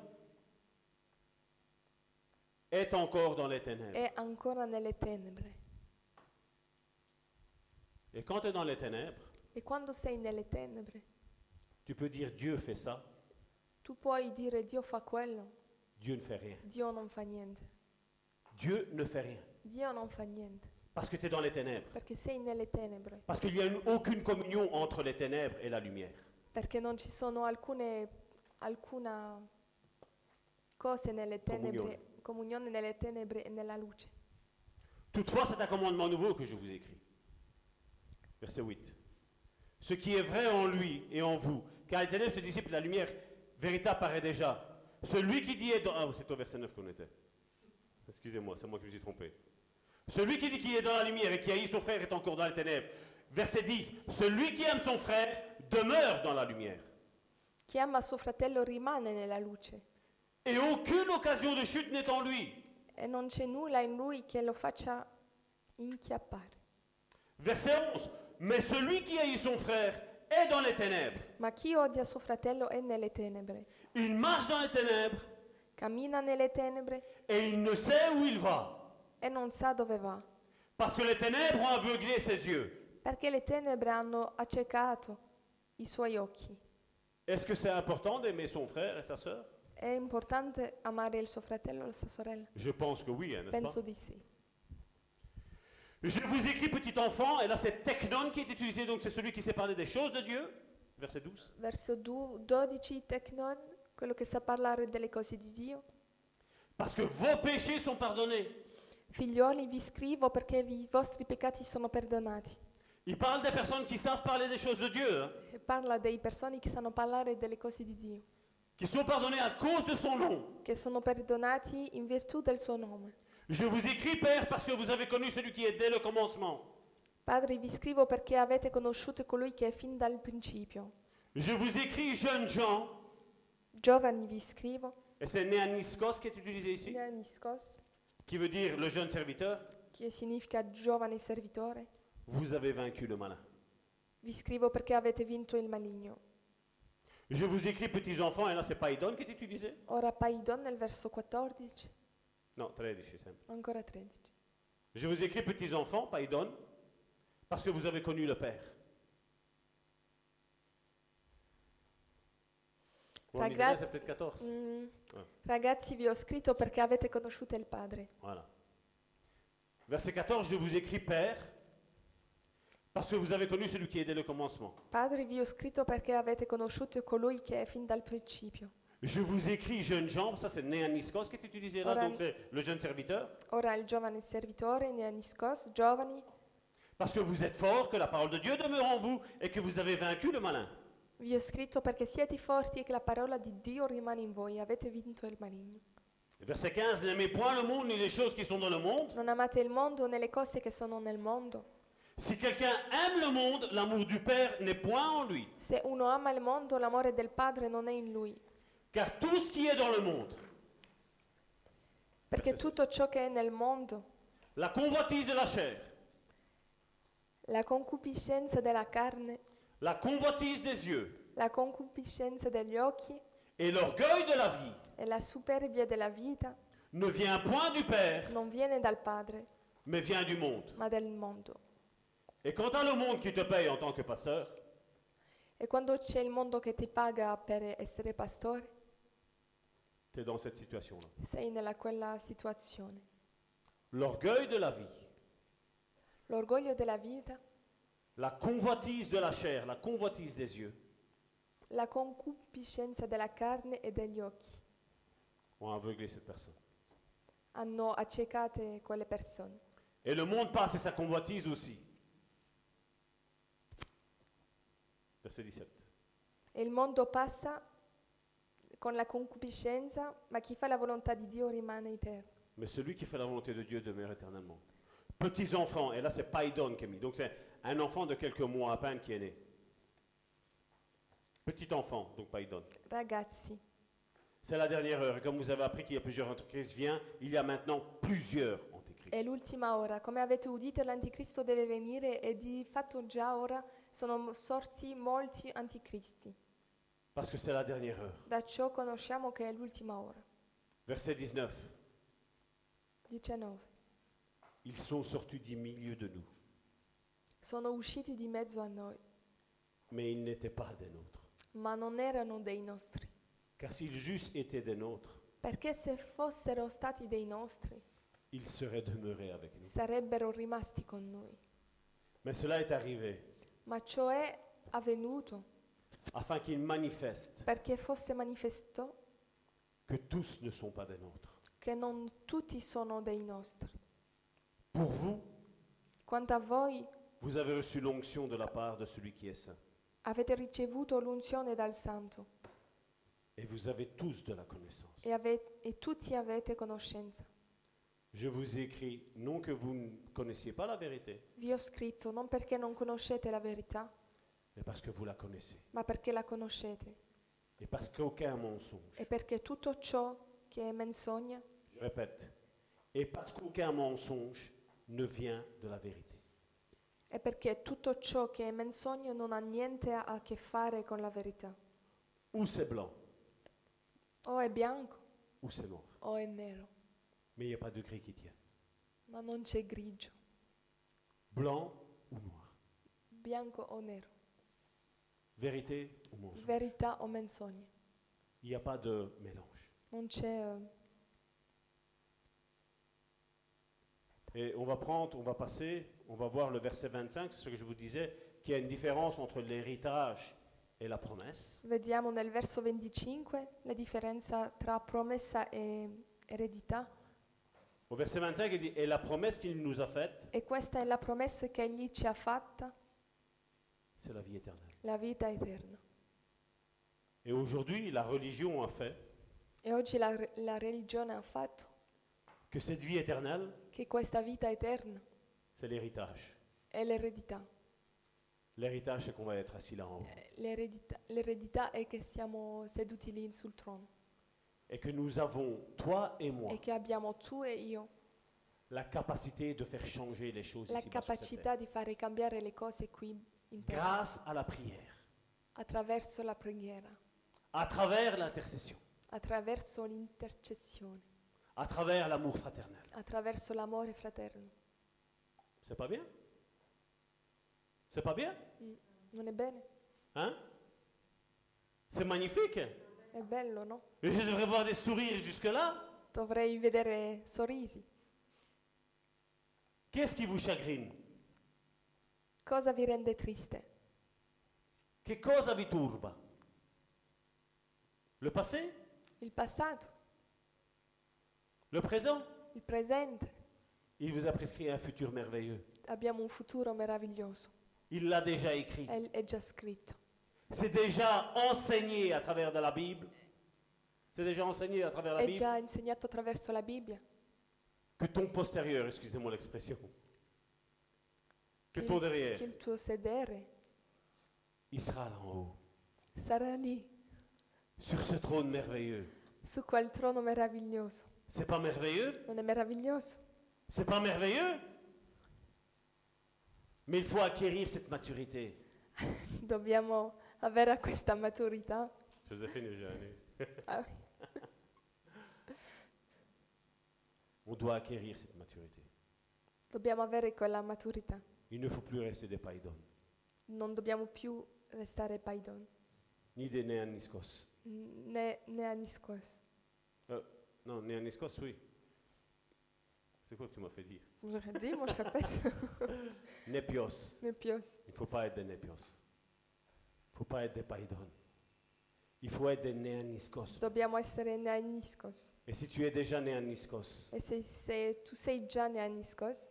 Est encore dans les ténèbres. è ancora nelle tenebre. Et quand tu es dans les ténèbres, E quando sei nelle tenebre, tu peux dire Dieu fait ça, tu puoi dire Dio fa quello, Dieu ne fait rien. Dio non fa niente, Dieu ne fait rien. Dio non fa niente, Parce que tu es dans les ténèbres. perché sei nelle tenebre, Parce qu'il n'y a une- aucune communion entre les ténèbres et la lumière. perché non ci sono alcune alcuna cose nelle tenebre, Comunione. comunione nelle tenebre e nella luce. Toutefois, c'est un commandement nouveau que je vous écris. Verset 8. Ce qui est vrai en lui et en vous, car les ténèbres se dissipent, la lumière véritable paraît déjà. Celui qui dit est dans... Ah, c'est au verset 9 qu'on était. Excusez-moi, c'est moi qui me suis trompé. Celui qui dit qu'il est dans la lumière et qui haït son frère est encore dans les ténèbres. Verset 10. Celui qui aime son frère demeure dans la lumière. Chi ama suo fratello rimane nella luce Et aucune occasion de chute n'est en lui. e non c'è nulla in lui che lo faccia inchiappare. Verset 11. Mais celui qui haït son frère est dans les ténèbres. Ma chi odia suo fratello è nelle tenebre, Il marche dans les ténèbres cammina nelle tenebre et il ne sait où il va, e non sa dove va, parce que les ténèbres ont aveuglé ses yeux. perché le tenebre hanno accecato i suoi occhi. Est-ce que c'est important d'aimer son frère et sa sœur È importante amare il suo fratello e la sua sorella? Je pense que oui, hein, n'est-ce Penso pas di sì. Je vous écris, petit enfant, et là c'est technon qui est utilisé, donc c'est celui qui sait parler des choses de Dieu. Verset 12. Verso du- 12, Tecnon, quello che sa parlare delle cose di Dio. Parce que vos péchés sont pardonnés. Figlioli, vi scrivo perché vi- i vostri peccati sono perdonati. Il parle des personnes qui savent parler des choses de Dieu, hein, E Parla dei persone che sanno parlare delle cose di Dio, qui sont pardonnées à cause de son nom. che sono perdonati in virtù del suo nome. Je vous écris, Père, parce que vous avez connu celui qui est dès le commencement. Padre, vi scrivo perché avete conosciuto colui che è fin dal principio. Je vous écris, jeune Jean, Giovani, vi scrivo. et c'est Néaniskos qui est utilisé ici. Neaniscos, qui veut dire le jeune serviteur, che significa giovane servitore. vous avez vaincu le malin. Vi scrivo perché avete vinto il maligno. Je vous écris, petits enfants, et là, c'est Païdon qui est utilisé Ora Paidon nel verso 14, Non, 13, c'est simple. ancora 13. Je vous écris, petits enfants, Païdon, parce que vous avez connu le Père. Ou en La italien, grâce- c'est peut-être 14. Mm. Ah. Ragazzi, vi ho scritto perché avete conosciuto il Padre. Voilà. Verset 14, je vous écris, Père, parce que vous avez connu celui qui est dès le commencement. Padre, vi ho scritto perché avete conosciuto colui che è fin dal principio. Je vous écris, jeune Jean, ça c'est Néaniskos qui est utilisé là, Oral. donc c'est le jeune serviteur, Ora il giovane servitore, Neaniscos, giovani, parce que vous êtes forts, que la parole de Dieu demeure en vous et que vous avez vaincu le malin. vi ho scritto perché siete forti e che la parola di Dio rimane in voi, avete vinto il maligno. Verset 15, n'aimez point le monde ni les choses qui sont dans le monde. Non amate il mondo né le cose che sono nel mondo. Si quelqu'un aime le monde, l'amour du Père n'est point en lui. Se uno ama il mondo, l'amore del Padre non è in lui, Car tout ce qui est dans le monde, perché Verso tutto ciò che è nel mondo, la convoitise de la chair, la concupiscenza della carne, la convoitise des yeux la concupiscenza degli occhi et l'orgueil de la vie e la superbia della vita ne vient point du Père, non viene dal Padre, mais vient du monde. ma dal mondo. Et quant à le monde qui te paye en tant que pasteur, E quando c'è il mondo che ti paga per essere pastore, tu es dans cette situation-là. sei nella quella situazione. L'orgueil de la vie, L'orgoglio della vita, la convoitise de la chair, la convoitise des yeux la concupiscenza della carne e degli occhi ont aveuglé cette personne. hanno accecate quelle persone. Et le monde passe et sa convoitise aussi. Verset 17. E il mondo passa con la concupiscenza, ma chi fa la volontà di Dio rimane eterno. Mais celui qui fait la volonté de Dieu demeure éternellement. Petits enfants, et là c'est Paidon qui est mis, donc c'est un enfant de quelques mois à peine qui est né. Petit enfant, donc Paidon. Ragazzi, C'est la dernière heure. Et comme vous avez appris qu'il y a plusieurs antichrists, vient, il y a maintenant plusieurs è antichrists. l'ultima ora. Come avete udito, l'anticristo deve venire e di fatto già ora sono sorti molti anticristi. Parce que c'est la dernière heure. Da ciò conosciamo che è l'ultima ora. Verset 19. 19. Ils sont sortis du milieu de nous, Sono usciti di mezzo a noi, mais ils n'étaient pas des nôtres. ma non erano dei nostri. Car s'ils juste étaient des nôtres, Perché se fossero stati dei nostri, ils seraient demeurés avec nous. sarebbero rimasti con noi. Mais cela est arrivé Ma ciò è avvenuto afin qu'ils manifestent perché fosse manifestato que tous ne sont pas des nôtres. che non tutti sono dei nostri. Pour vous, Quanto a voi, vous avez reçu l'onction de la part de celui qui est saint, avete ricevuto l'unzione dal Santo et vous avez tous de la connaissance. e, ave- e tutti avete conoscenza. Je vous écris non que vous ne connaissiez pas la vérité, Vi ho scritto non perché non conoscete la verità, mais parce que vous la connaissez, ma perché la conoscete et parce qu'aucun mensonge, e perché tutto ciò che è menzogna, je répète, et parce qu'aucun mensonge ne vient de la vérité. è perché tutto ciò che è menzogna non ha niente a, a che fare con la verità. Ou c'est blanc, O è bianco ou c'est noir, o è nero, mais il n'y a pas de gris qui tient. ma non c'è grigio, Blanc ou noir, bianco o nero, vérité ou mensonge, verità o menzogna. il n'y a pas de mélange. Non c'è... eh, Et on va prendre, on va passer, on va voir le verset 25, c'est ce que je vous disais, qu'il y a une différence entre l'héritage et la promesse. Vediamo nel verso 25 la differenza tra promessa e eredità. Au verset 25, il dit, et la promesse qu'il nous a faite, E questa è la promessa che Egli ci ha fatta, c'est la vie éternelle. la vita eterna. Et aujourd'hui, la religion a fait E oggi la, re- la religione ha fatto que cette vie éternelle, che questa vita eterna c'est l'héritage. è l'eredità. L'héritage, c'est qu'on va être assis là en haut. L'eredità, l'eredità è che siamo seduti lì sul trono Et que nous avons, toi et moi, e che abbiamo tu e io la capacité de faire changer les choses la ici-bas sur cette terre. capacità di fare cambiare le cose qui in terra grâce à la prière, attraverso la preghiera, à travers l'intercession, attraverso l'intercessione, à travers l'amour fraternel. attraverso l'amore fraterno. C'est pas bien C'est pas bien Non è bene? Hein C'est magnifique È bello, no? Et Je devrais voir des sourires jusque-là Dovrei vedere sorrisi. Qu'est-ce qui vous chagrine Cosa vi rende triste? Che cosa vi turba Le passé Il passato, Le présent il presente. Il vous a prescrit un futur merveilleux. Abbiamo un futuro meraviglioso. Il l'a déjà écrit. È, è già scritto. C'est déjà enseigné à travers de la Bible. C'est déjà enseigné à travers la È Bible già insegnato attraverso la Bibbia. que ton postérieur, excusez-moi l'expression, que Che ton il- derrière, che il tuo sedere il sera là en haut, sarà lì, sur ce trône merveilleux. su quel trono meraviglioso. C'est pas merveilleux Non è meraviglioso? C'est pas merveilleux Mais il faut acquérir cette maturité. Dobbiamo avere questa maturità. Joséphine est déjà allée. Ah, On doit acquérir cette maturité. Dobbiamo avere quella maturità. Il ne faut plus rester des païdons, Non dobbiamo più restare paidon, ni des néaniscos. né, né aniscos. Non, néaniscos, oui. C'est quoi que tu m'as fait dire J'aurais dit, moi je répète. Népios. Ne pios. Il ne faut pas être des népios. Il ne faut pas être des païdons. il faut essere né a Niscos. Dobbiamo essere neaniscos. E se tu es déjà né a Niscos, E se, se tu sei già neaniscos,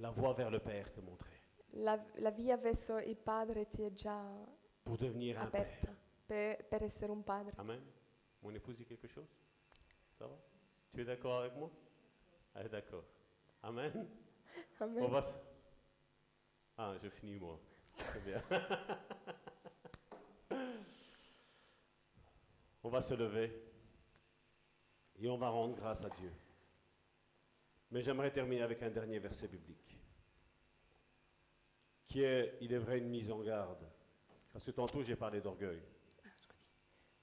la voie vers le Père te montrée la, la via verso il Padre ti è già pour devenir un aperta Père. per, per essere un Padre. Amen. Mon épouse dit quelque chose Ça va Tu es d'accord avec moi Elle est d'accord. Amen. Amen. On va s- Ah, je finis moi. Très bien. on va se lever et on va rendre grâce à Dieu. Mais j'aimerais terminer avec un dernier verset biblique qui est, il est vrai, une mise en garde. Parce que tantôt j'ai parlé d'orgueil.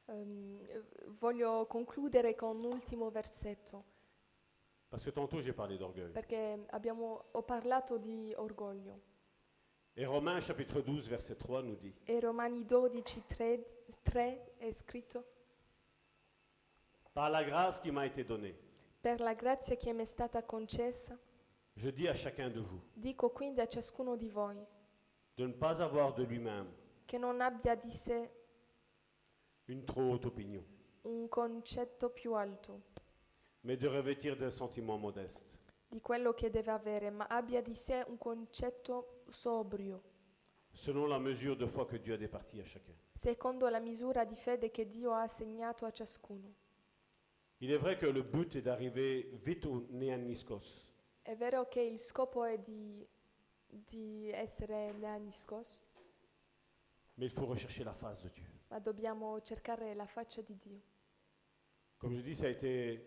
Ehm, eh, voglio concludere con un ultimo versetto, Parce que tantôt j'ai parlé d'orgueil. perché abbiamo, ho parlato di orgoglio. Et Romains chapitre 12, verset 3 nous dit, E Romani 12, 3, 3 è scritto, Par la grâce qui m'a été donnée, per la grazia che mi è stata concessa, je dis à chacun de vous dico quindi a ciascuno di voi de ne pas avoir de lui-même che non abbia di sé une trop haute opinion, un concetto più alto mais de revêtir d'un sentiment modeste, di quello che deve avere, ma abbia di sé un concetto sobrio, selon la mesure de foi que Dieu a départie à chacun. secondo la misura di fede che Dio ha assegnato a ciascuno. Il est vrai que le but est d'arriver vite au néaniscos, È vero che il scopo è di, di essere neaniscos, mais il faut rechercher la face de Dieu. ma dobbiamo cercare la faccia di Dio. Comme je dis, ça a été...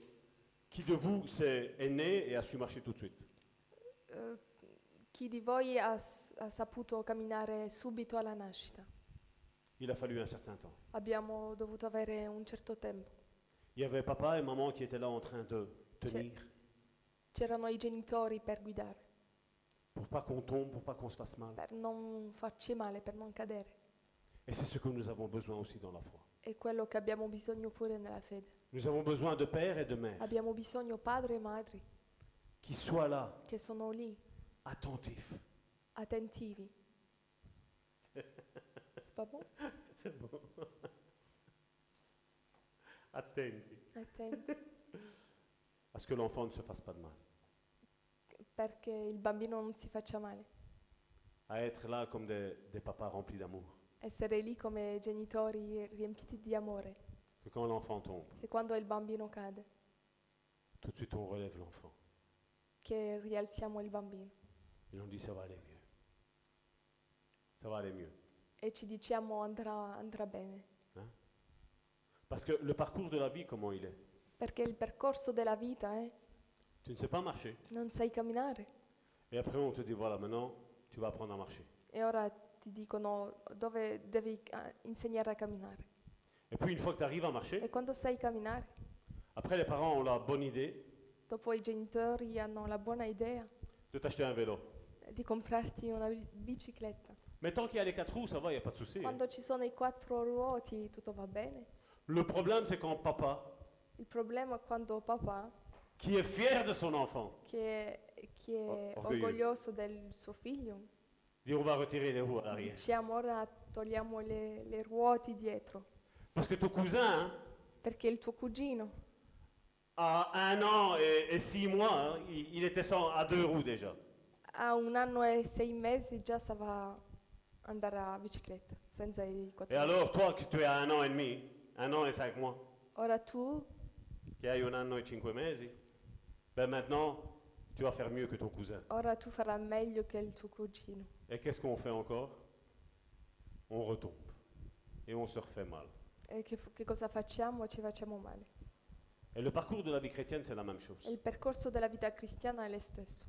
Qui de vous s'est- est né et a su marcher tout de suite Eh, chi di voi ha, s- ha saputo camminare subito alla nascita? Il a fallu un certain temps. Abbiamo dovuto avere un certo tempo. Il y avait papa et maman qui étaient là en train de tenir, C'erano i genitori per guidare, pour pas qu'on tombe, pour pas qu'on se fasse mal. per non farci male, per non cadere. Et c'est ce que nous avons besoin aussi dans la foi. È quello che abbiamo bisogno pure nella fede. Nous avons besoin de pères et de mères Abbiamo bisogno padri e madri qui soient là, che sono lì, attentifs. attentivi. C'est pas bon? C'est bon. Attenti. Attenti. À ce que l'enfant ne se fasse pas de mal. Perché il bambino non si faccia male. À être là comme des, des papas remplis d'amour. Essere lì come genitori riempiti di amore. Que quand l'enfant tombe, E quando il bambino cade, tout de suite on relève l'enfant. che rialziamo il bambino Et on dit ça va aller mieux. Ça va aller mieux. e ci diciamo andrà, andrà bene. Parce que le parcours de la vie, comment il est Perché il percorso della vita è Tu ne sais pas marcher. non sai camminare. Et après on te dit voilà, maintenant tu vas apprendre à marcher. E ora ti dicono dove devi eh, insegnare a camminare. Et puis une fois que tu arrives à E marcher, quando sai camminare? après les parents ont la bonne idée Dopo i genitori hanno la buona idea de t'acheter un vélo. di comprarti una bi- bicicletta. Mais tant qu'il y a les quatre roues, ça va, il n'y a pas de souci. hein. Quando ci sono i quattro ruoti tutto va bene. Le problème, c'est quand papa, Il problema è quando papà, qui est fier de son enfant, che, che è O- orgoglioso. orgoglioso del suo figlio, dit on va retirer les roues à l'arrière. diciamo ora togliamo le, le ruote dietro. Parce que ton cousin hein, Perché il tuo cugino a un an et, et six mois, hein, il, il était sans, à deux roues déjà. a un anno e sei mesi già sa va andare a bicicletta senza i Et quattro ruoti. alors, toi, que tu es à un an et demi, un an et cinq mois, Ora tu qui a eu un an et cinque mesi, ben maintenant, tu vas faire mieux que ton cousin. Ora tu farai meglio che il tuo cugino. Et qu'est-ce qu'on fait encore On retombe. Et on se refait mal. E che, f- che cosa facciamo? Ci facciamo male. Et le parcours de la vie chrétienne, c'est la même chose. Il percorso della vita cristiana è lo stesso.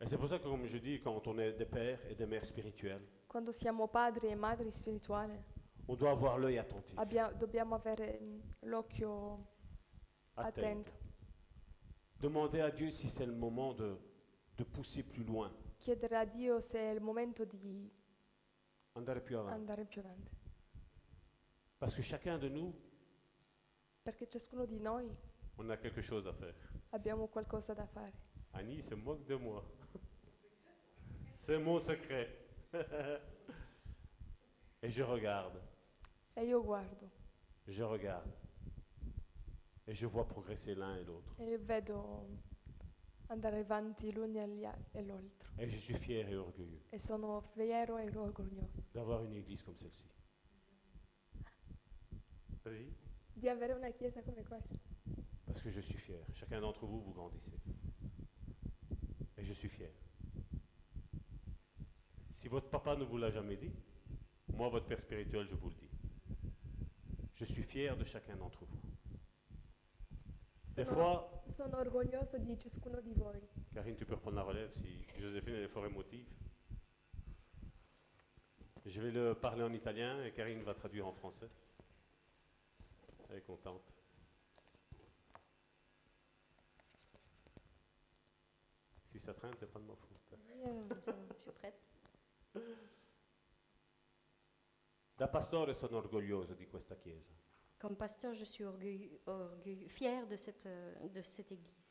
Et c'est pour ça que, comme je dis, quand on est des pères et des mères spirituelles, Quando siamo padri e madri spirituali, on doit avoir l'œil attentif. abbia- dobbiamo avere mm, l'occhio Attends. attento, Demandez à Dieu si c'est le moment de, de pousser plus loin. chiedere a Dio se è il momento di Andare più avanti. andare più avanti. Parce que chacun de nous, Perché ciascuno di noi on a quelque chose à faire. abbiamo qualcosa da fare. Annie se moque de moi. C'est mon secret. Et je regarde. E io guardo je regarde et je vois progresser l'un et l'autre. e vedo andare avanti l'uno e gli al- e l'altro. Et je suis fier et orgueilleux E sono fiero e orgoglioso d'avoir une église comme celle-ci. Vas-y. di avere una chiesa come questa, Parce que je suis fier. Chacun d'entre vous, vous grandissez. Et je suis fier. Si votre papa ne vous l'a jamais dit, moi, votre père spirituel, je vous le dis. Je suis fier de chacun d'entre vous. Des Sono, fois, sono orgoglioso di ciascuno di voi. Karine, tu peux reprendre la relève si Joséphine elle est fort émotive. Je vais le parler en italien et Karine va traduire en français. Elle est contente. Si ça traîne, c'est pas de ma faute. hein. Je suis prête. Da pastore sono orgoglioso di questa chiesa. Comme pasteur, je suis orgueilleux, orgueilleux- fière de cette, euh, de cette église.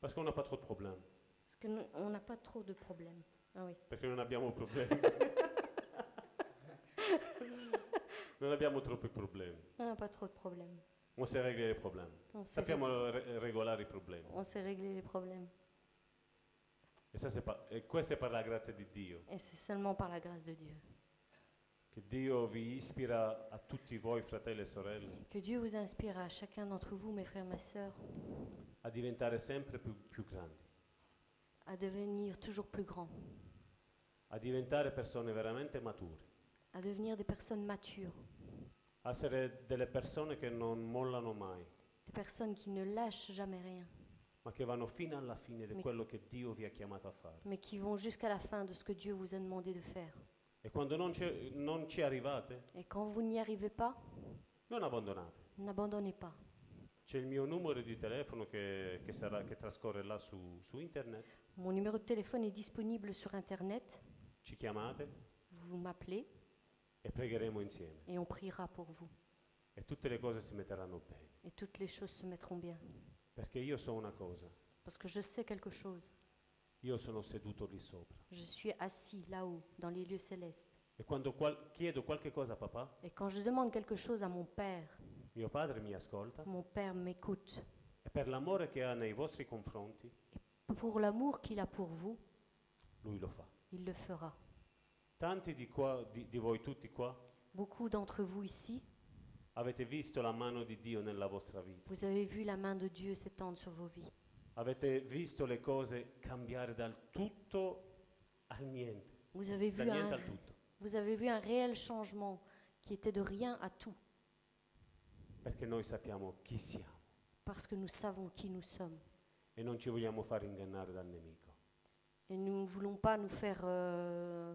Parce qu'on n'a pas trop de problèmes. Parce qu'on n'a pas trop de problèmes. Ah oui. Perché non abbiamo problemi. non abbiamo troppi problemi. On n'a pas trop de problèmes. On sait régler les problèmes. On sait, ré- Sappiamo re- regolare i problemi. on sait régler les problèmes. E, sa- se pa- e questo è per la grazia di Dio, Et c'est seulement par la grâce de Dieu. che Dio vi ispira a tutti voi, fratelli e sorelle, Que Dieu vous inspire à chacun d'entre vous, mes frères, mes sœurs, a diventare sempre più, più grandi, à devenir toujours plus grands, a diventare persone veramente mature, à devenir des personnes matures, a essere delle persone che non mollano mai, des personnes qui ne lâchent jamais rien, ma che vanno fino alla fine di Mi- quello che Dio vi ha chiamato a fare. mais qui vont jusqu'à la fin de ce que Dieu vous a demandé de faire. E quando non, ci- non ci arrivate, Et quand vous n'y arrivez pas, non abbandonate. n'abandonnez pas. C'è il mio numero di telefono che, che sarà- che trascorre là su, su internet, Mon numéro de téléphone est disponible sur Internet. ci chiamate Vous m'appelez e pregheremo insieme et on priera pour vous. e tutte le cose si metteranno bene. Et toutes les choses se mettront bien. Perché io so una cosa, Parce que je sais quelque chose. io sono seduto lì sopra. Je suis assis là-haut, dans les lieux célestes. E quando qual- chiedo qualche cosa a papà, Et quand je demande quelque chose à mon Père, mio padre mi ascolta mon Père m'écoute. e per l'amore che ha nei vostri confronti, Pour l'amour qu'il a pour vous, lui lo fa. il le fera. Tanti di, qua, di, di voi tutti qua Beaucoup d'entre vous ici, avete visto la mano di Dio nella vostra vita, vous avez vu la main de Dieu s'étendre sur vos vies. avete visto le cose cambiare dal tutto al niente, Vous avez dal vu niente un, al tutto. vous avez vu un réel changement qui était de rien à tout, Perché noi sappiamo chi siamo parce que nous savons qui nous sommes. e non ci vogliamo far ingannare dal nemico. Et nous ne voulons pas nous faire euh,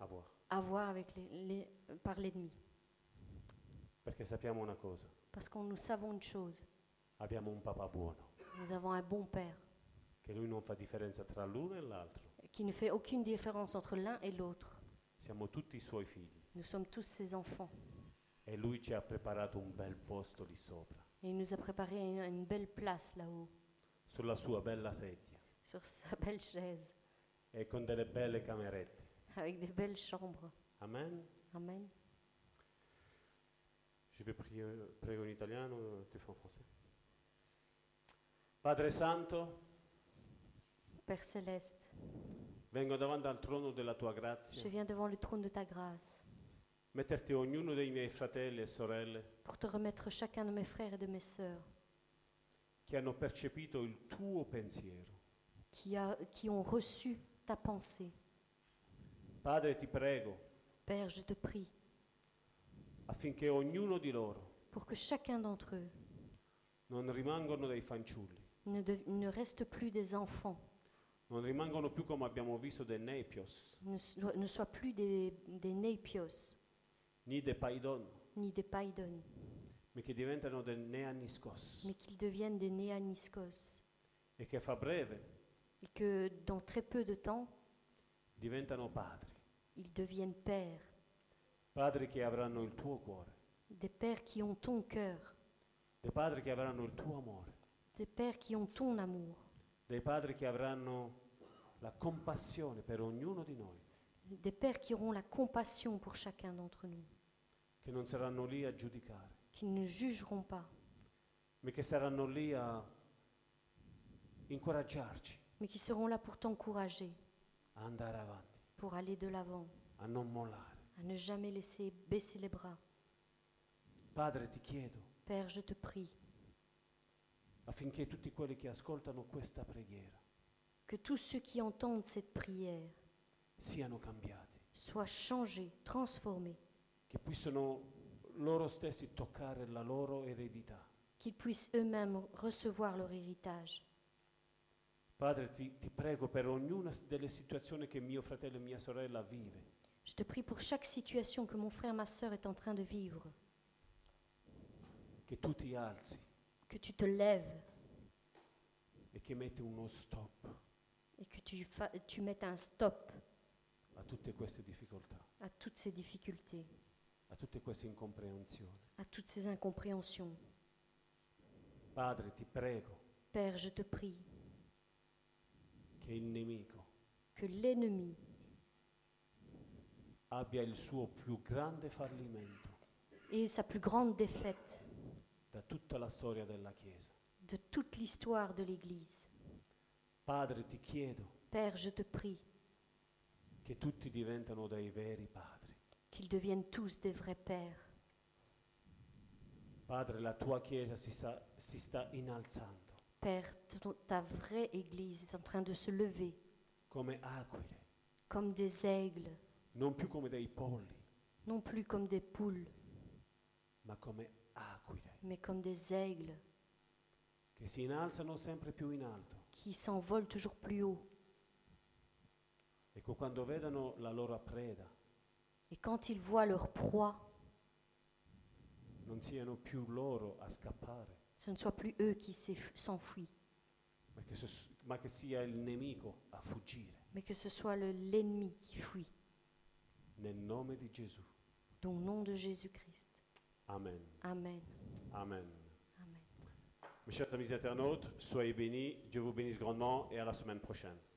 A voi. avoir avec les, les- par l'ennemi. Perché sappiamo una cosa, Parce que nous savons une chose, abbiamo un papà buono, nous avons un bon Père che lui non fa differenza tra l'uno e l'altro. qui ne fait aucune différence entre l'un et l'autre. Siamo tutti i suoi figli Nous sommes tous ses enfants. e lui ci ha preparato un bel posto lì sopra, Et il nous a préparé une, une belle place là-haut, sulla sua bella sedia sur sa belle chaise, e con delle belle camerette. avec des belles chambres. Amen. Amen. Je vais prier, prier en italiano, tu fais en français. Padre Santo, Père céleste, vengo davanti al trono della tua je grazia, viens devant le trône de ta grâce metterti ognuno dei miei fratelli e sorelle pour te remettre chacun de mes frères et de mes sœurs che hanno percepito il tuo pensiero. qui, a- qui ont reçu ta pensée. Padre, ti prego Père, je te prie affinché ognuno di loro pour que chacun d'entre eux non rimangano dei fanciulli, ne, dev- ne reste plus des enfants, non rimangono più come abbiamo visto dei nepios, ne, so- ne soient plus des, des Neipios, né dei paidon, ni des Paidon, ma che diventano dei neaniscos mais qu'ils deviennent des Néaniscos, e che fa breve et que dans très peu de temps, diventano padri, ils deviennent pères, padri che avranno il tuo cuore, des pères qui ont ton cœur, dei padri che avranno il tuo amore, des pères qui ont ton amour, dei padri che avranno la compassione per ognuno di noi, des pères qui auront la compassion pour chacun d'entre nous, che non saranno lì a giudicare, qui ne jugeront pas, ma che saranno lì a incoraggiarci mais qui seront là pour t'encourager, a andare avanti, pour aller de l'avant, a non mollare. à ne jamais laisser baisser les bras. Padre, ti chiedo Père, je te prie affinché tutti quelli che ascoltano questa preghiera que tous ceux qui entendent cette prière siano cambiati, soient changés, transformés, che possano loro stessi toccare la loro eredità. qu'ils puissent eux-mêmes recevoir leur héritage. Padre, ti, ti prego per ognuna s- delle situazioni che mio fratello e mia sorella vive, Je te prie pour chaque situation que mon frère, ma sœur est en train de vivre, che tu ti alzi que tu te lèves e che metti uno stop et que tu, fa- tu mettes un stop a tutte queste difficoltà, à toutes ces difficultés, a tutte queste incomprensioni. à toutes ces incompréhensions. Padre, ti prego Père, je te prie che il nemico que l'ennemi abbia il suo più grande fallimento ait sa plus grande défaite da tutta la storia della Chiesa. de toute l'histoire de l'Église. Padre, ti chiedo Père, je te prie che tutti diventano dei veri padri. qu'ils deviennent tous des vrais pères. Padre, la tua Chiesa si, sa- si sta innalzando Père, ton- ta vraie Église est en train de se lever come aquile, comme des aigles, non più come dei polli, non plus comme des poules, ma come aquile, mais comme des aigles che si innalzano sempre più in alto qui s'envolent toujours plus haut. e che quando vedono la loro preda Et quand ils voient leur proie, non siano più loro a scappare, ce ne soient plus eux qui s'eff- s'enfuient, ma che, s- ma che sia il nemico a fuggire. mais que ce soit le- l'ennemi qui fuit. Nel nome di Gesù. Donc, nom de Jésus-Christ. Amen. Amen. Amen. Amen. Mes chers amis internautes, soyez bénis, Dieu vous bénisse grandement et à la semaine prochaine.